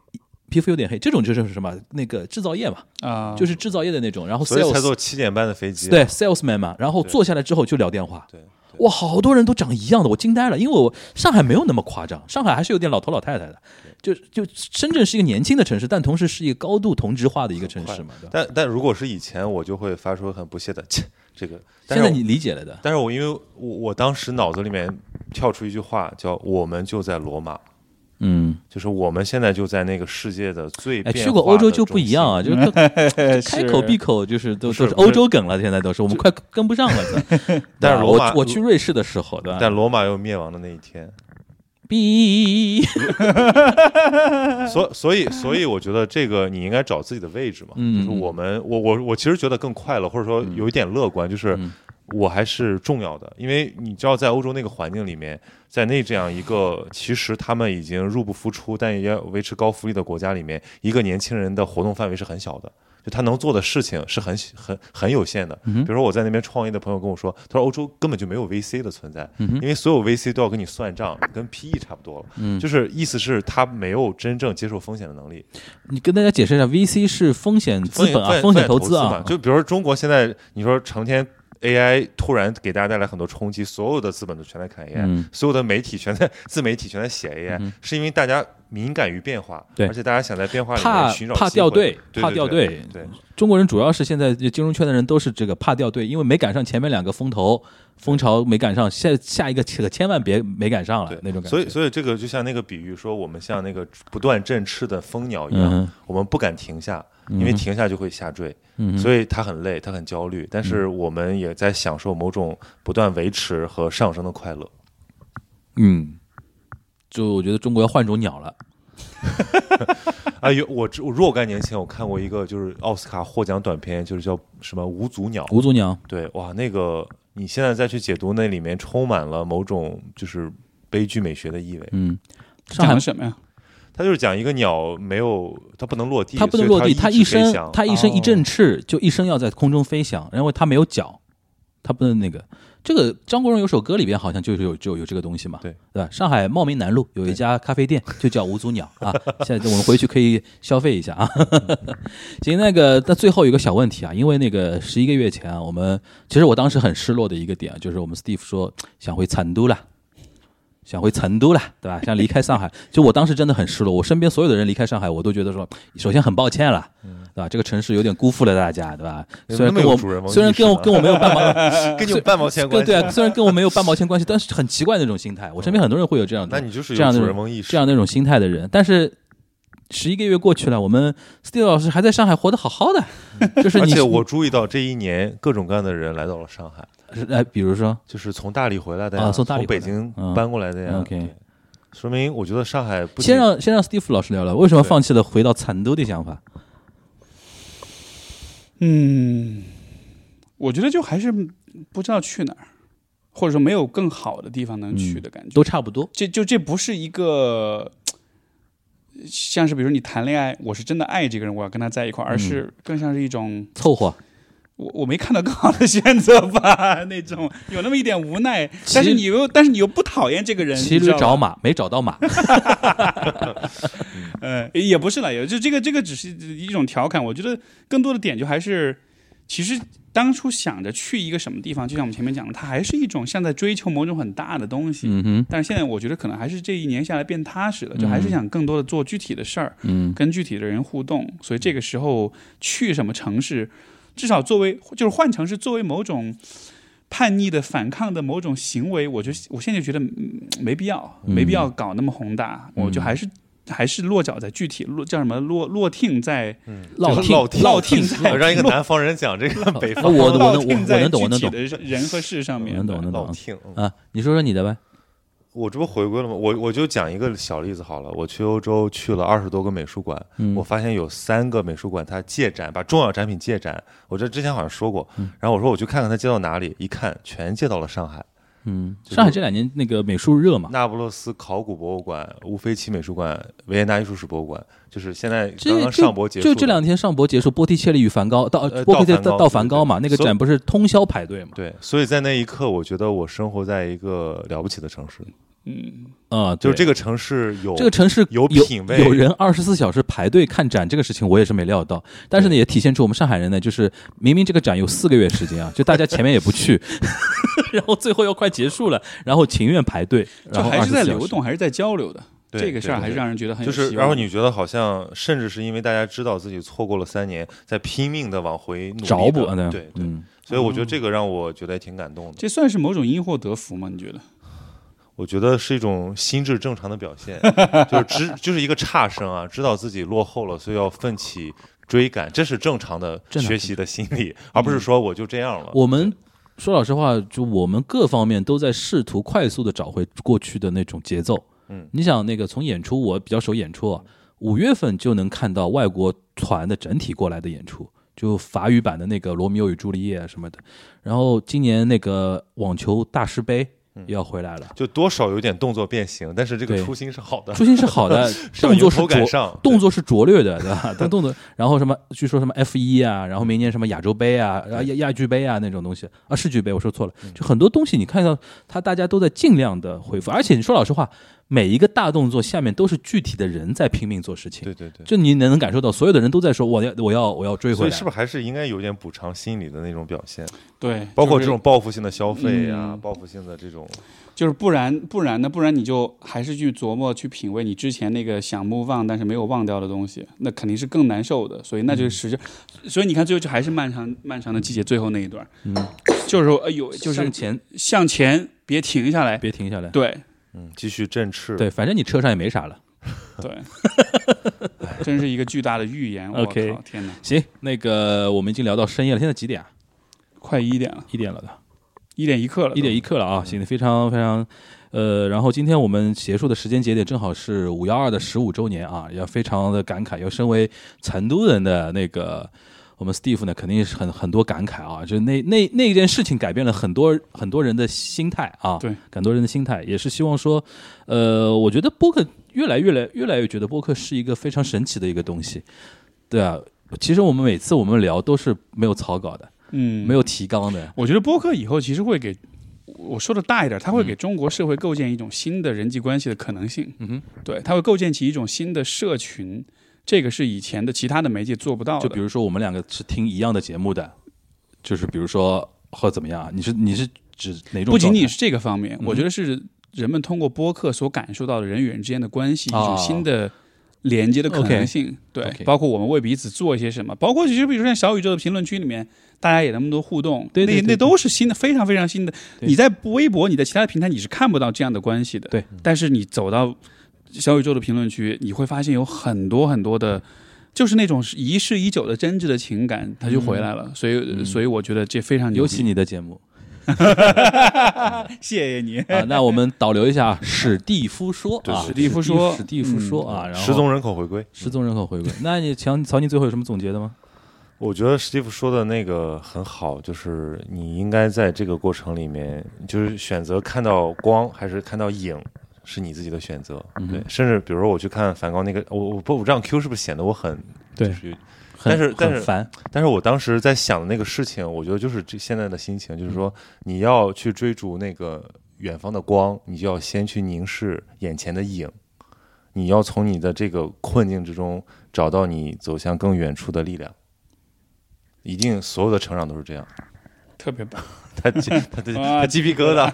Speaker 2: 皮肤有点黑，这种就是什么那个制造业嘛，
Speaker 4: 啊，
Speaker 2: 就是制造业的那种，然后
Speaker 3: 所以才
Speaker 2: sales
Speaker 3: 坐七点半的飞机？
Speaker 2: 对 salesman 嘛，然后坐下来之后就聊电话。
Speaker 3: 对，
Speaker 2: 哇，好多人都长一样的，我惊呆了，因为我上海没有那么夸张，上海还是有点老头老太太的，就就深圳是一个年轻的城市，但同时是一个高度同质化的一个城市嘛。对吧
Speaker 3: 但但如果是以前，我就会发出很不屑的切这个。但
Speaker 2: 现
Speaker 3: 是
Speaker 2: 在
Speaker 3: 我
Speaker 2: 你理解了的，
Speaker 3: 但是我因为我我当时脑子里面跳出一句话叫“我们就在罗马”，
Speaker 2: 嗯，
Speaker 3: 就是我们现在就在那个世界的最
Speaker 2: 哎，
Speaker 3: 变
Speaker 2: 去过欧洲就不一样
Speaker 3: 啊。
Speaker 2: 啊，就是 开
Speaker 4: 是
Speaker 2: 口闭口就是都
Speaker 3: 是
Speaker 2: 都是欧洲梗了，现在都是我们快跟不上了。对吧
Speaker 3: 但是罗马嗯
Speaker 2: 我我去瑞士的时候，对吧？
Speaker 3: 但罗马有灭亡的那一天，
Speaker 2: 哔，
Speaker 3: 所所以所以我觉得这个你应该找自己的位置嘛，
Speaker 2: 嗯
Speaker 3: 就是我们我我我其实觉得更快乐，或者说有一点乐观，就是
Speaker 2: 嗯
Speaker 3: 我还是重要的，因为你知道在欧洲那个环境里面，在那这样一个其实他们已经入不敷出，但也要维持高福利的国家里面，一个年轻人的活动范围是很小的。就他能做的事情是很很很有限的，
Speaker 2: 嗯
Speaker 3: 比如说我在那边创业的朋友跟我说，他说欧洲根本就没有 VC 的存在，
Speaker 2: 嗯
Speaker 3: 因为所有 VC 都要跟你算账，跟 PE 差不多了，
Speaker 2: 嗯
Speaker 3: 就是意思是他没有真正接受风险的能力，
Speaker 2: 你跟大家解释一下，VC 是风险资本啊，
Speaker 3: 风
Speaker 2: 险
Speaker 3: 投
Speaker 2: 资
Speaker 3: 嘛
Speaker 2: 啊，
Speaker 3: 就比如说中国现在，你说成天 AI 突然给大家带来很多冲击，所有的资本都全在看 AI，、
Speaker 2: 嗯
Speaker 3: 所有的媒体全在自媒体全在写 AI，、是因为大家敏感于变化，
Speaker 2: 对
Speaker 3: 而且大家想在变化里面
Speaker 2: 怕
Speaker 3: 寻找
Speaker 2: 怕
Speaker 3: 机会
Speaker 2: 掉队，
Speaker 3: 对
Speaker 2: 怕
Speaker 3: 对
Speaker 2: 掉
Speaker 3: 对
Speaker 2: 队。
Speaker 3: 对
Speaker 2: 中国人主要是现在金融圈的人都是这个怕掉队，因为没赶上前面两个风投风潮没赶上，下下一个可千万别没赶上了
Speaker 3: 对
Speaker 2: 那种感觉。
Speaker 3: 所以，所以这个就像那个比喻，说我们像那个不断振翅的蜂鸟一样，
Speaker 2: 嗯哼嗯
Speaker 3: 我们不敢停下，因为停下就会下坠。所以它很累，它很焦虑，但是
Speaker 2: 嗯
Speaker 3: 我们也在享受某种不断维持和上升的快乐。
Speaker 2: 嗯，就我觉得中国要换种鸟了。
Speaker 3: 啊，有我知我若干年前我看过一个就是奥斯卡获奖短片，就是叫什么《无足鸟》。
Speaker 2: 五足鸟，
Speaker 3: 对，哇，那个你现在再去解读，那里面充满了某种就是悲剧美学的意味。
Speaker 2: 嗯，上
Speaker 4: 讲
Speaker 2: 海
Speaker 4: 的什么呀？
Speaker 3: 它就是讲一个鸟没有，它不能落地，
Speaker 2: 它不能
Speaker 3: 所以
Speaker 2: 落地，它
Speaker 3: 一
Speaker 2: 一
Speaker 3: 直飞
Speaker 2: 身
Speaker 3: 翔
Speaker 2: 它一身一振翅，就一生要在空中飞翔，因为它没有脚，它不能那个。这个张国荣有首歌里边好像就是有就有这个东西嘛，
Speaker 3: 对
Speaker 2: 吧？上海茂名南路有一家咖啡店就叫五足鸟啊， 现在我们回去可以消费一下啊。 行，那个那最后有个小问题啊，因为那个十一个月前啊，我们其实我当时很失落的一个点啊就是我们 Steve 说想回成都了。想回成都了，对吧？想离开上海，就我当时真的很失落。我身边所有的人离开上海，我都觉得说，首先很抱歉了，对吧？这个城市有点辜负了大家，对吧？
Speaker 3: 有
Speaker 2: 虽然
Speaker 3: 那么
Speaker 2: 跟
Speaker 3: 有
Speaker 2: 我
Speaker 3: 主人翁
Speaker 2: 虽然
Speaker 3: 意识
Speaker 2: 跟我
Speaker 3: 吗
Speaker 2: 跟我没有半 毛，
Speaker 3: 跟你有半毛钱关
Speaker 2: 呃跟
Speaker 3: 系。
Speaker 2: 对啊，虽然跟我没有半毛钱关系，但是很奇怪那种心态。我身边很多人会有这样的，
Speaker 3: 嗯那你就是
Speaker 2: 这
Speaker 3: 有
Speaker 2: 样的
Speaker 3: 主
Speaker 2: 人
Speaker 3: 人翁意识，
Speaker 2: 这样那种心态的人。但是十一个月过去了，我们 Steve 老师还在上海活得好好的，就是
Speaker 3: 而
Speaker 2: 你
Speaker 3: 且我注意到这一年各种各样的人来到了上海，
Speaker 2: 哎，比如说
Speaker 3: 就是从大理回来的呀，
Speaker 2: 啊从大理
Speaker 3: 北
Speaker 2: 回来
Speaker 3: 京
Speaker 2: 嗯
Speaker 3: 搬过来的呀。
Speaker 2: 嗯，OK
Speaker 3: 对说明我觉得上海不
Speaker 2: 先
Speaker 3: 仅
Speaker 2: 让先让 Steve 老师聊聊为什么放弃了回到成都的想法。
Speaker 4: 嗯，我觉得就还是不知道去哪儿，或者说没有更好的地方能去的感觉。
Speaker 2: 嗯都差不多，
Speaker 4: 这就这不是一个。像是比如你谈恋爱，我是真的爱这个人，我要跟他在一块
Speaker 2: 嗯
Speaker 4: 儿，而是更像是一种
Speaker 2: 凑合。
Speaker 4: 我我没看到更好的选择吧，那种有那么一点无奈，但是你又但是你又不讨厌这个人，
Speaker 2: 骑
Speaker 4: 你知
Speaker 2: 驴
Speaker 4: 道吧
Speaker 2: 找马，没找到 马。
Speaker 4: 呃，也不是了，也就这个这个只是一种调侃。我觉得更多的点就还是，其实当初想着去一个什么地方，就像我们前面讲的，它还是一种像在追求某种很大的东西。
Speaker 2: 嗯哼，
Speaker 4: 但是现在我觉得可能还是这一年下来变踏实了，就还是想更多的做具体的事儿，
Speaker 2: 嗯
Speaker 4: 跟具体的人互动。所以这个时候去什么城市，至少作为就是换城市作为某种。叛逆的、反抗的某种行为，我就我现在就觉得嗯没必要，没必
Speaker 2: 嗯
Speaker 4: 要搞那么宏大，我就还是还是落脚在具体落叫什么落落听在
Speaker 2: 落
Speaker 3: 就是
Speaker 2: 听
Speaker 3: 落听
Speaker 2: 落
Speaker 4: 听在
Speaker 3: 让一个南方人讲这个北
Speaker 2: 我
Speaker 3: 方
Speaker 2: 我能
Speaker 4: 落
Speaker 2: 我
Speaker 4: 听
Speaker 2: 能
Speaker 4: 在
Speaker 2: 我能懂我能
Speaker 4: 具体
Speaker 2: 懂
Speaker 4: 的人和事上面，
Speaker 2: 我能懂我能
Speaker 3: 老听。嗯
Speaker 2: 啊，你说说你的呗。
Speaker 3: 我这不回归了吗？我我就讲一个小例子好了。我去欧洲去了二十多个美术馆，
Speaker 2: 嗯
Speaker 3: 我发现有三个美术馆它借展，把重要展品借展。我这之前好像说过。然后我说我去看看它借到哪里，一看全借到了上海。
Speaker 2: 嗯，上海这两年那个美术热嘛，
Speaker 3: 那不勒斯考古博物馆、乌菲齐美术馆、维也纳艺术史博物馆，就是现在刚
Speaker 2: 这
Speaker 3: 刚上博
Speaker 2: 就
Speaker 3: 结束
Speaker 2: 就
Speaker 3: 的。
Speaker 2: 这两天上博结束，波提切利与梵高到
Speaker 3: 呃
Speaker 2: 波提切
Speaker 3: 到梵高
Speaker 2: 到梵高嘛，那
Speaker 3: 对对
Speaker 2: 个展不是通宵排队嘛？
Speaker 3: 对，所以在那一刻，我觉得我生活在一个了不起的城市，
Speaker 2: 啊，
Speaker 3: 就是这
Speaker 2: 个
Speaker 3: 个城市有
Speaker 2: 这个城市
Speaker 3: 有品位
Speaker 2: 有人二十四小时排队看展这个事情，我也是没料到。但是呢，也体现出我们上海人呢，就是明明这个展有四个月时间啊，就大家前面也不去， 然后最后要快结束了，然后情愿排队，
Speaker 4: 就
Speaker 2: 然后
Speaker 4: 还是
Speaker 2: 24
Speaker 4: 在
Speaker 2: 小时
Speaker 4: 流动，还是在交流的。
Speaker 3: 对
Speaker 4: 这个事儿
Speaker 3: 对
Speaker 4: 还是
Speaker 3: 对
Speaker 4: 让人觉得很有
Speaker 3: 就
Speaker 4: 希
Speaker 3: 是，
Speaker 4: 望
Speaker 3: 然后你觉得好像，甚至是因为大家知道自己错过了三年，在拼命的往回努力地
Speaker 2: 找补啊，
Speaker 3: 对
Speaker 2: 对
Speaker 3: 对，
Speaker 2: 嗯
Speaker 3: 所以我觉得这个让我觉得挺感动的。
Speaker 4: 这算是某种因祸得福吗？你觉得？
Speaker 3: 我觉得是一种心智正常的表 现，就是知就是一个差生啊，知道自己落后了，所以要奋起追赶，这是正常的
Speaker 2: 正常
Speaker 3: 学习的心理，而不是说我就这样了。
Speaker 2: 嗯我们说老实话，就我们各方面都在试图快速的找回过去的那种节奏，
Speaker 3: 嗯，
Speaker 2: 你想那个从演出，我比较熟演出，啊，五月份就能看到外国团的整体过来的演出，就法语版的那个《罗密欧与朱丽叶》什么的。然后今年那个网球大师杯
Speaker 3: 嗯
Speaker 2: 也要回来了。
Speaker 3: 就多少有点动作变形，但是这个
Speaker 2: 对
Speaker 3: 初心是好 的。
Speaker 2: 初心是好的，
Speaker 3: 是
Speaker 2: 动
Speaker 3: 吧
Speaker 2: 作
Speaker 3: 有
Speaker 2: 是
Speaker 3: 口感
Speaker 2: 拙，
Speaker 3: 上，
Speaker 2: 动作是拙劣的，对 吧？但动作，然后什么，据说什么 F 一啊，然后明年什么亚洲杯啊、然后亚亚俱杯啊那种东西啊，世俱杯我说错了，
Speaker 3: 嗯
Speaker 2: 就很多东西你看到它大家都在尽量的恢复，而且你说老实话，每一个大动作下面都是具体的人在拼命做事情，
Speaker 3: 对对对。
Speaker 2: 就你能感受到所有的人都在说我要我要我要追
Speaker 3: 所
Speaker 2: 回
Speaker 3: 以
Speaker 2: 来
Speaker 3: 是不，是还是应该有点补偿心理的那种表现，
Speaker 4: 对，
Speaker 3: 包括
Speaker 4: 就
Speaker 3: 这
Speaker 4: 是
Speaker 3: 种报复性的消费啊，
Speaker 4: 嗯
Speaker 3: 报复性的这种，
Speaker 4: 就是不然不然呢？不然你就还是去琢磨、去品味你之前那个想 move on 但是没有忘掉的东西，那肯定是更难受的。所以那就是实质，所以你看最后就还是漫长漫长的季节最后那一段，
Speaker 2: 嗯，
Speaker 4: 就是说哎呦，就是
Speaker 2: 向前
Speaker 4: 向前别停下来，
Speaker 2: 别停下来，
Speaker 4: 对
Speaker 3: 嗯，继续振翅。
Speaker 2: 对，反正你车上也没啥了。
Speaker 4: 对，真是一个巨大的预言。我
Speaker 2: OK
Speaker 4: 靠，天哪，
Speaker 2: 行，那个我们已经聊到深夜了，现在几点啊？
Speaker 4: 快一点了，
Speaker 2: 一点了的。
Speaker 4: 一点一刻了，
Speaker 2: 一点
Speaker 4: 一，
Speaker 2: 一刻了啊，行，非常非常，呃，然后今天我们结束的时间节点正好是五幺二的十五周年啊，也非常的感慨，要身为成都人的那个。我们 Steve 呢，肯定是很很多感慨啊，就是那那那件事情改变了很多很多人的心态啊，
Speaker 4: 对，
Speaker 2: 很多人的心态，也是希望说，呃，我觉得播客越来越来越来越觉得播客是一个非常神奇的一个东西，对啊，其实我们每次我们聊都是没有草稿的，
Speaker 4: 嗯，
Speaker 2: 没有提纲的，
Speaker 4: 我觉得播客以后其实会给我说的大一点，它会给中国社会构建一种新的人际关系的可能性。
Speaker 2: 嗯嗯哼，
Speaker 4: 对，它会构建起一种新的社群，这个是以前的其他的媒介做不到的。
Speaker 2: 就比如说我们两个是听一样的节目的，就是比如说或者怎么样啊，你是你是指哪种状态？
Speaker 4: 不仅仅是这个方面，
Speaker 2: 嗯
Speaker 4: 我觉得是人们通过播客所感受到的人与人之间的关系，一
Speaker 2: 啊
Speaker 4: 种新的。连接的可能性对
Speaker 2: OK
Speaker 4: 包括我们为彼此做一些什么，包括其实比如说像小宇宙的评论区里面，大家也能多互动，
Speaker 2: 对对对
Speaker 4: 那那都是新的，非常非常新的。
Speaker 2: 对
Speaker 4: 你在微博、你在其他的平台你是看不到这样的关系的，
Speaker 2: 对。
Speaker 4: 但是你走到小宇宙的评论区，你会发现有很多很多的，就是那种一世已久的真挚的情感，它就回来了。所以，所以我觉得这非常
Speaker 2: 嗯
Speaker 4: 牛
Speaker 2: 尤
Speaker 4: 逼
Speaker 2: 其你的节目
Speaker 4: 谢谢你。
Speaker 2: 啊，那我们导流一下啊史蒂夫说
Speaker 3: 对
Speaker 2: 啊，
Speaker 4: 史蒂夫说
Speaker 2: 史蒂夫说啊，然后
Speaker 3: 失踪人口回归，
Speaker 2: 失踪人口回归。那你强曹宁最后有什么总结的 吗？
Speaker 3: 我觉得史蒂夫说的那个很好，就是你应该在这个过程里面，就是选择看到光还是看到影，是你自己的选择。对，甚至比如说我去看梵高那个，我我不我这样 Q 是不是显得我很
Speaker 4: 对
Speaker 3: 就是有
Speaker 2: 很
Speaker 3: 但是但是
Speaker 2: 很烦，
Speaker 3: 但是我当时在想的那个事情，我觉得就是这现在的心情，就是说
Speaker 2: 嗯
Speaker 3: 你要去追逐那个远方的光，你就要先去凝视眼前的影，你要从你的这个困境之中找到你走向更远处的力量。一定，所有的成长都是这样。
Speaker 4: 特别棒，
Speaker 3: 他 鸡他他
Speaker 2: 啊
Speaker 3: 他鸡皮疙瘩。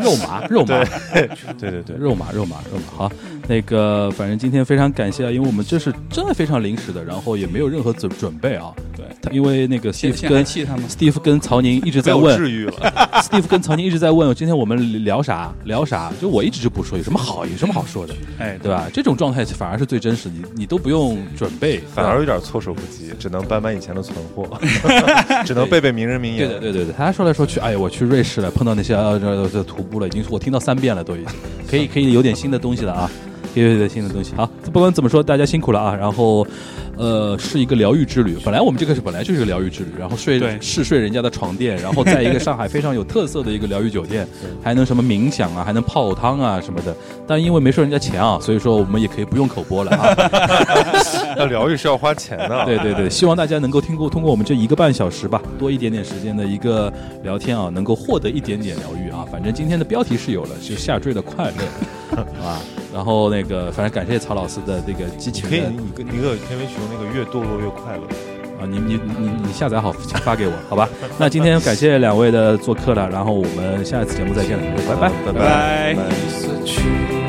Speaker 2: 肉麻肉麻。
Speaker 3: 对对对，
Speaker 2: 肉麻肉麻肉麻。好，那个反正今天非常感谢啊，因为我们这是真的非常临时的，然后也没有任何准准备啊。
Speaker 4: 对
Speaker 2: 他，因为那个
Speaker 4: 先
Speaker 2: Steve
Speaker 4: 先来
Speaker 2: 跟
Speaker 4: 气他们。
Speaker 2: Steve 跟曹宁一直
Speaker 3: 被
Speaker 2: 在
Speaker 3: 我
Speaker 2: 问，
Speaker 3: 治愈了。
Speaker 2: Steve 跟曹宁一直在问，今天我们聊啥聊啥？就我一直就不说，有什么好，有什么好说的，
Speaker 4: 哎，
Speaker 2: 对吧？这种状态反而是最真实，你你都不用准备，
Speaker 3: 反而有点措手不及，只能搬搬以前的存 货，只能背背名人名
Speaker 2: 对
Speaker 3: 言。
Speaker 2: 的对对对，他说来说去，哎呀，我去瑞士了，碰到那些呃这这徒步了，已经我听到三遍了，都已经可以可以有点新的东西了啊。可以有点新的东西，好，不管怎么说，大家辛苦了啊。然后，呃，是一个疗愈之旅。本来我们这个是本来就是一个疗愈之旅，然后睡
Speaker 4: 对
Speaker 2: 试睡人家的床垫，然后在一个上海非常有特色的一个疗愈酒店，还能什么冥想啊，还能泡汤啊什么的。但因为没收人家钱啊，所以说我们也可以不用口播了啊。
Speaker 3: 要疗愈是要花钱 的。
Speaker 2: 对对对，希望大家能够听过通过我们这一个半小时吧，多一点点时间的一个聊天啊，能够获得一点点疗愈啊。反正今天的标题是有了，就下坠的快乐 啊。然后那个，反正感谢曹老师的这个激情
Speaker 3: 可以，
Speaker 2: 的
Speaker 3: 你跟你个片尾曲用那个越堕落越快乐。
Speaker 2: 啊，你你你你下载好发给我，好吧？那今天感谢两位的做客了，然后我们下一次节目再见了，拜拜
Speaker 3: 拜
Speaker 4: 拜拜。
Speaker 5: 失去。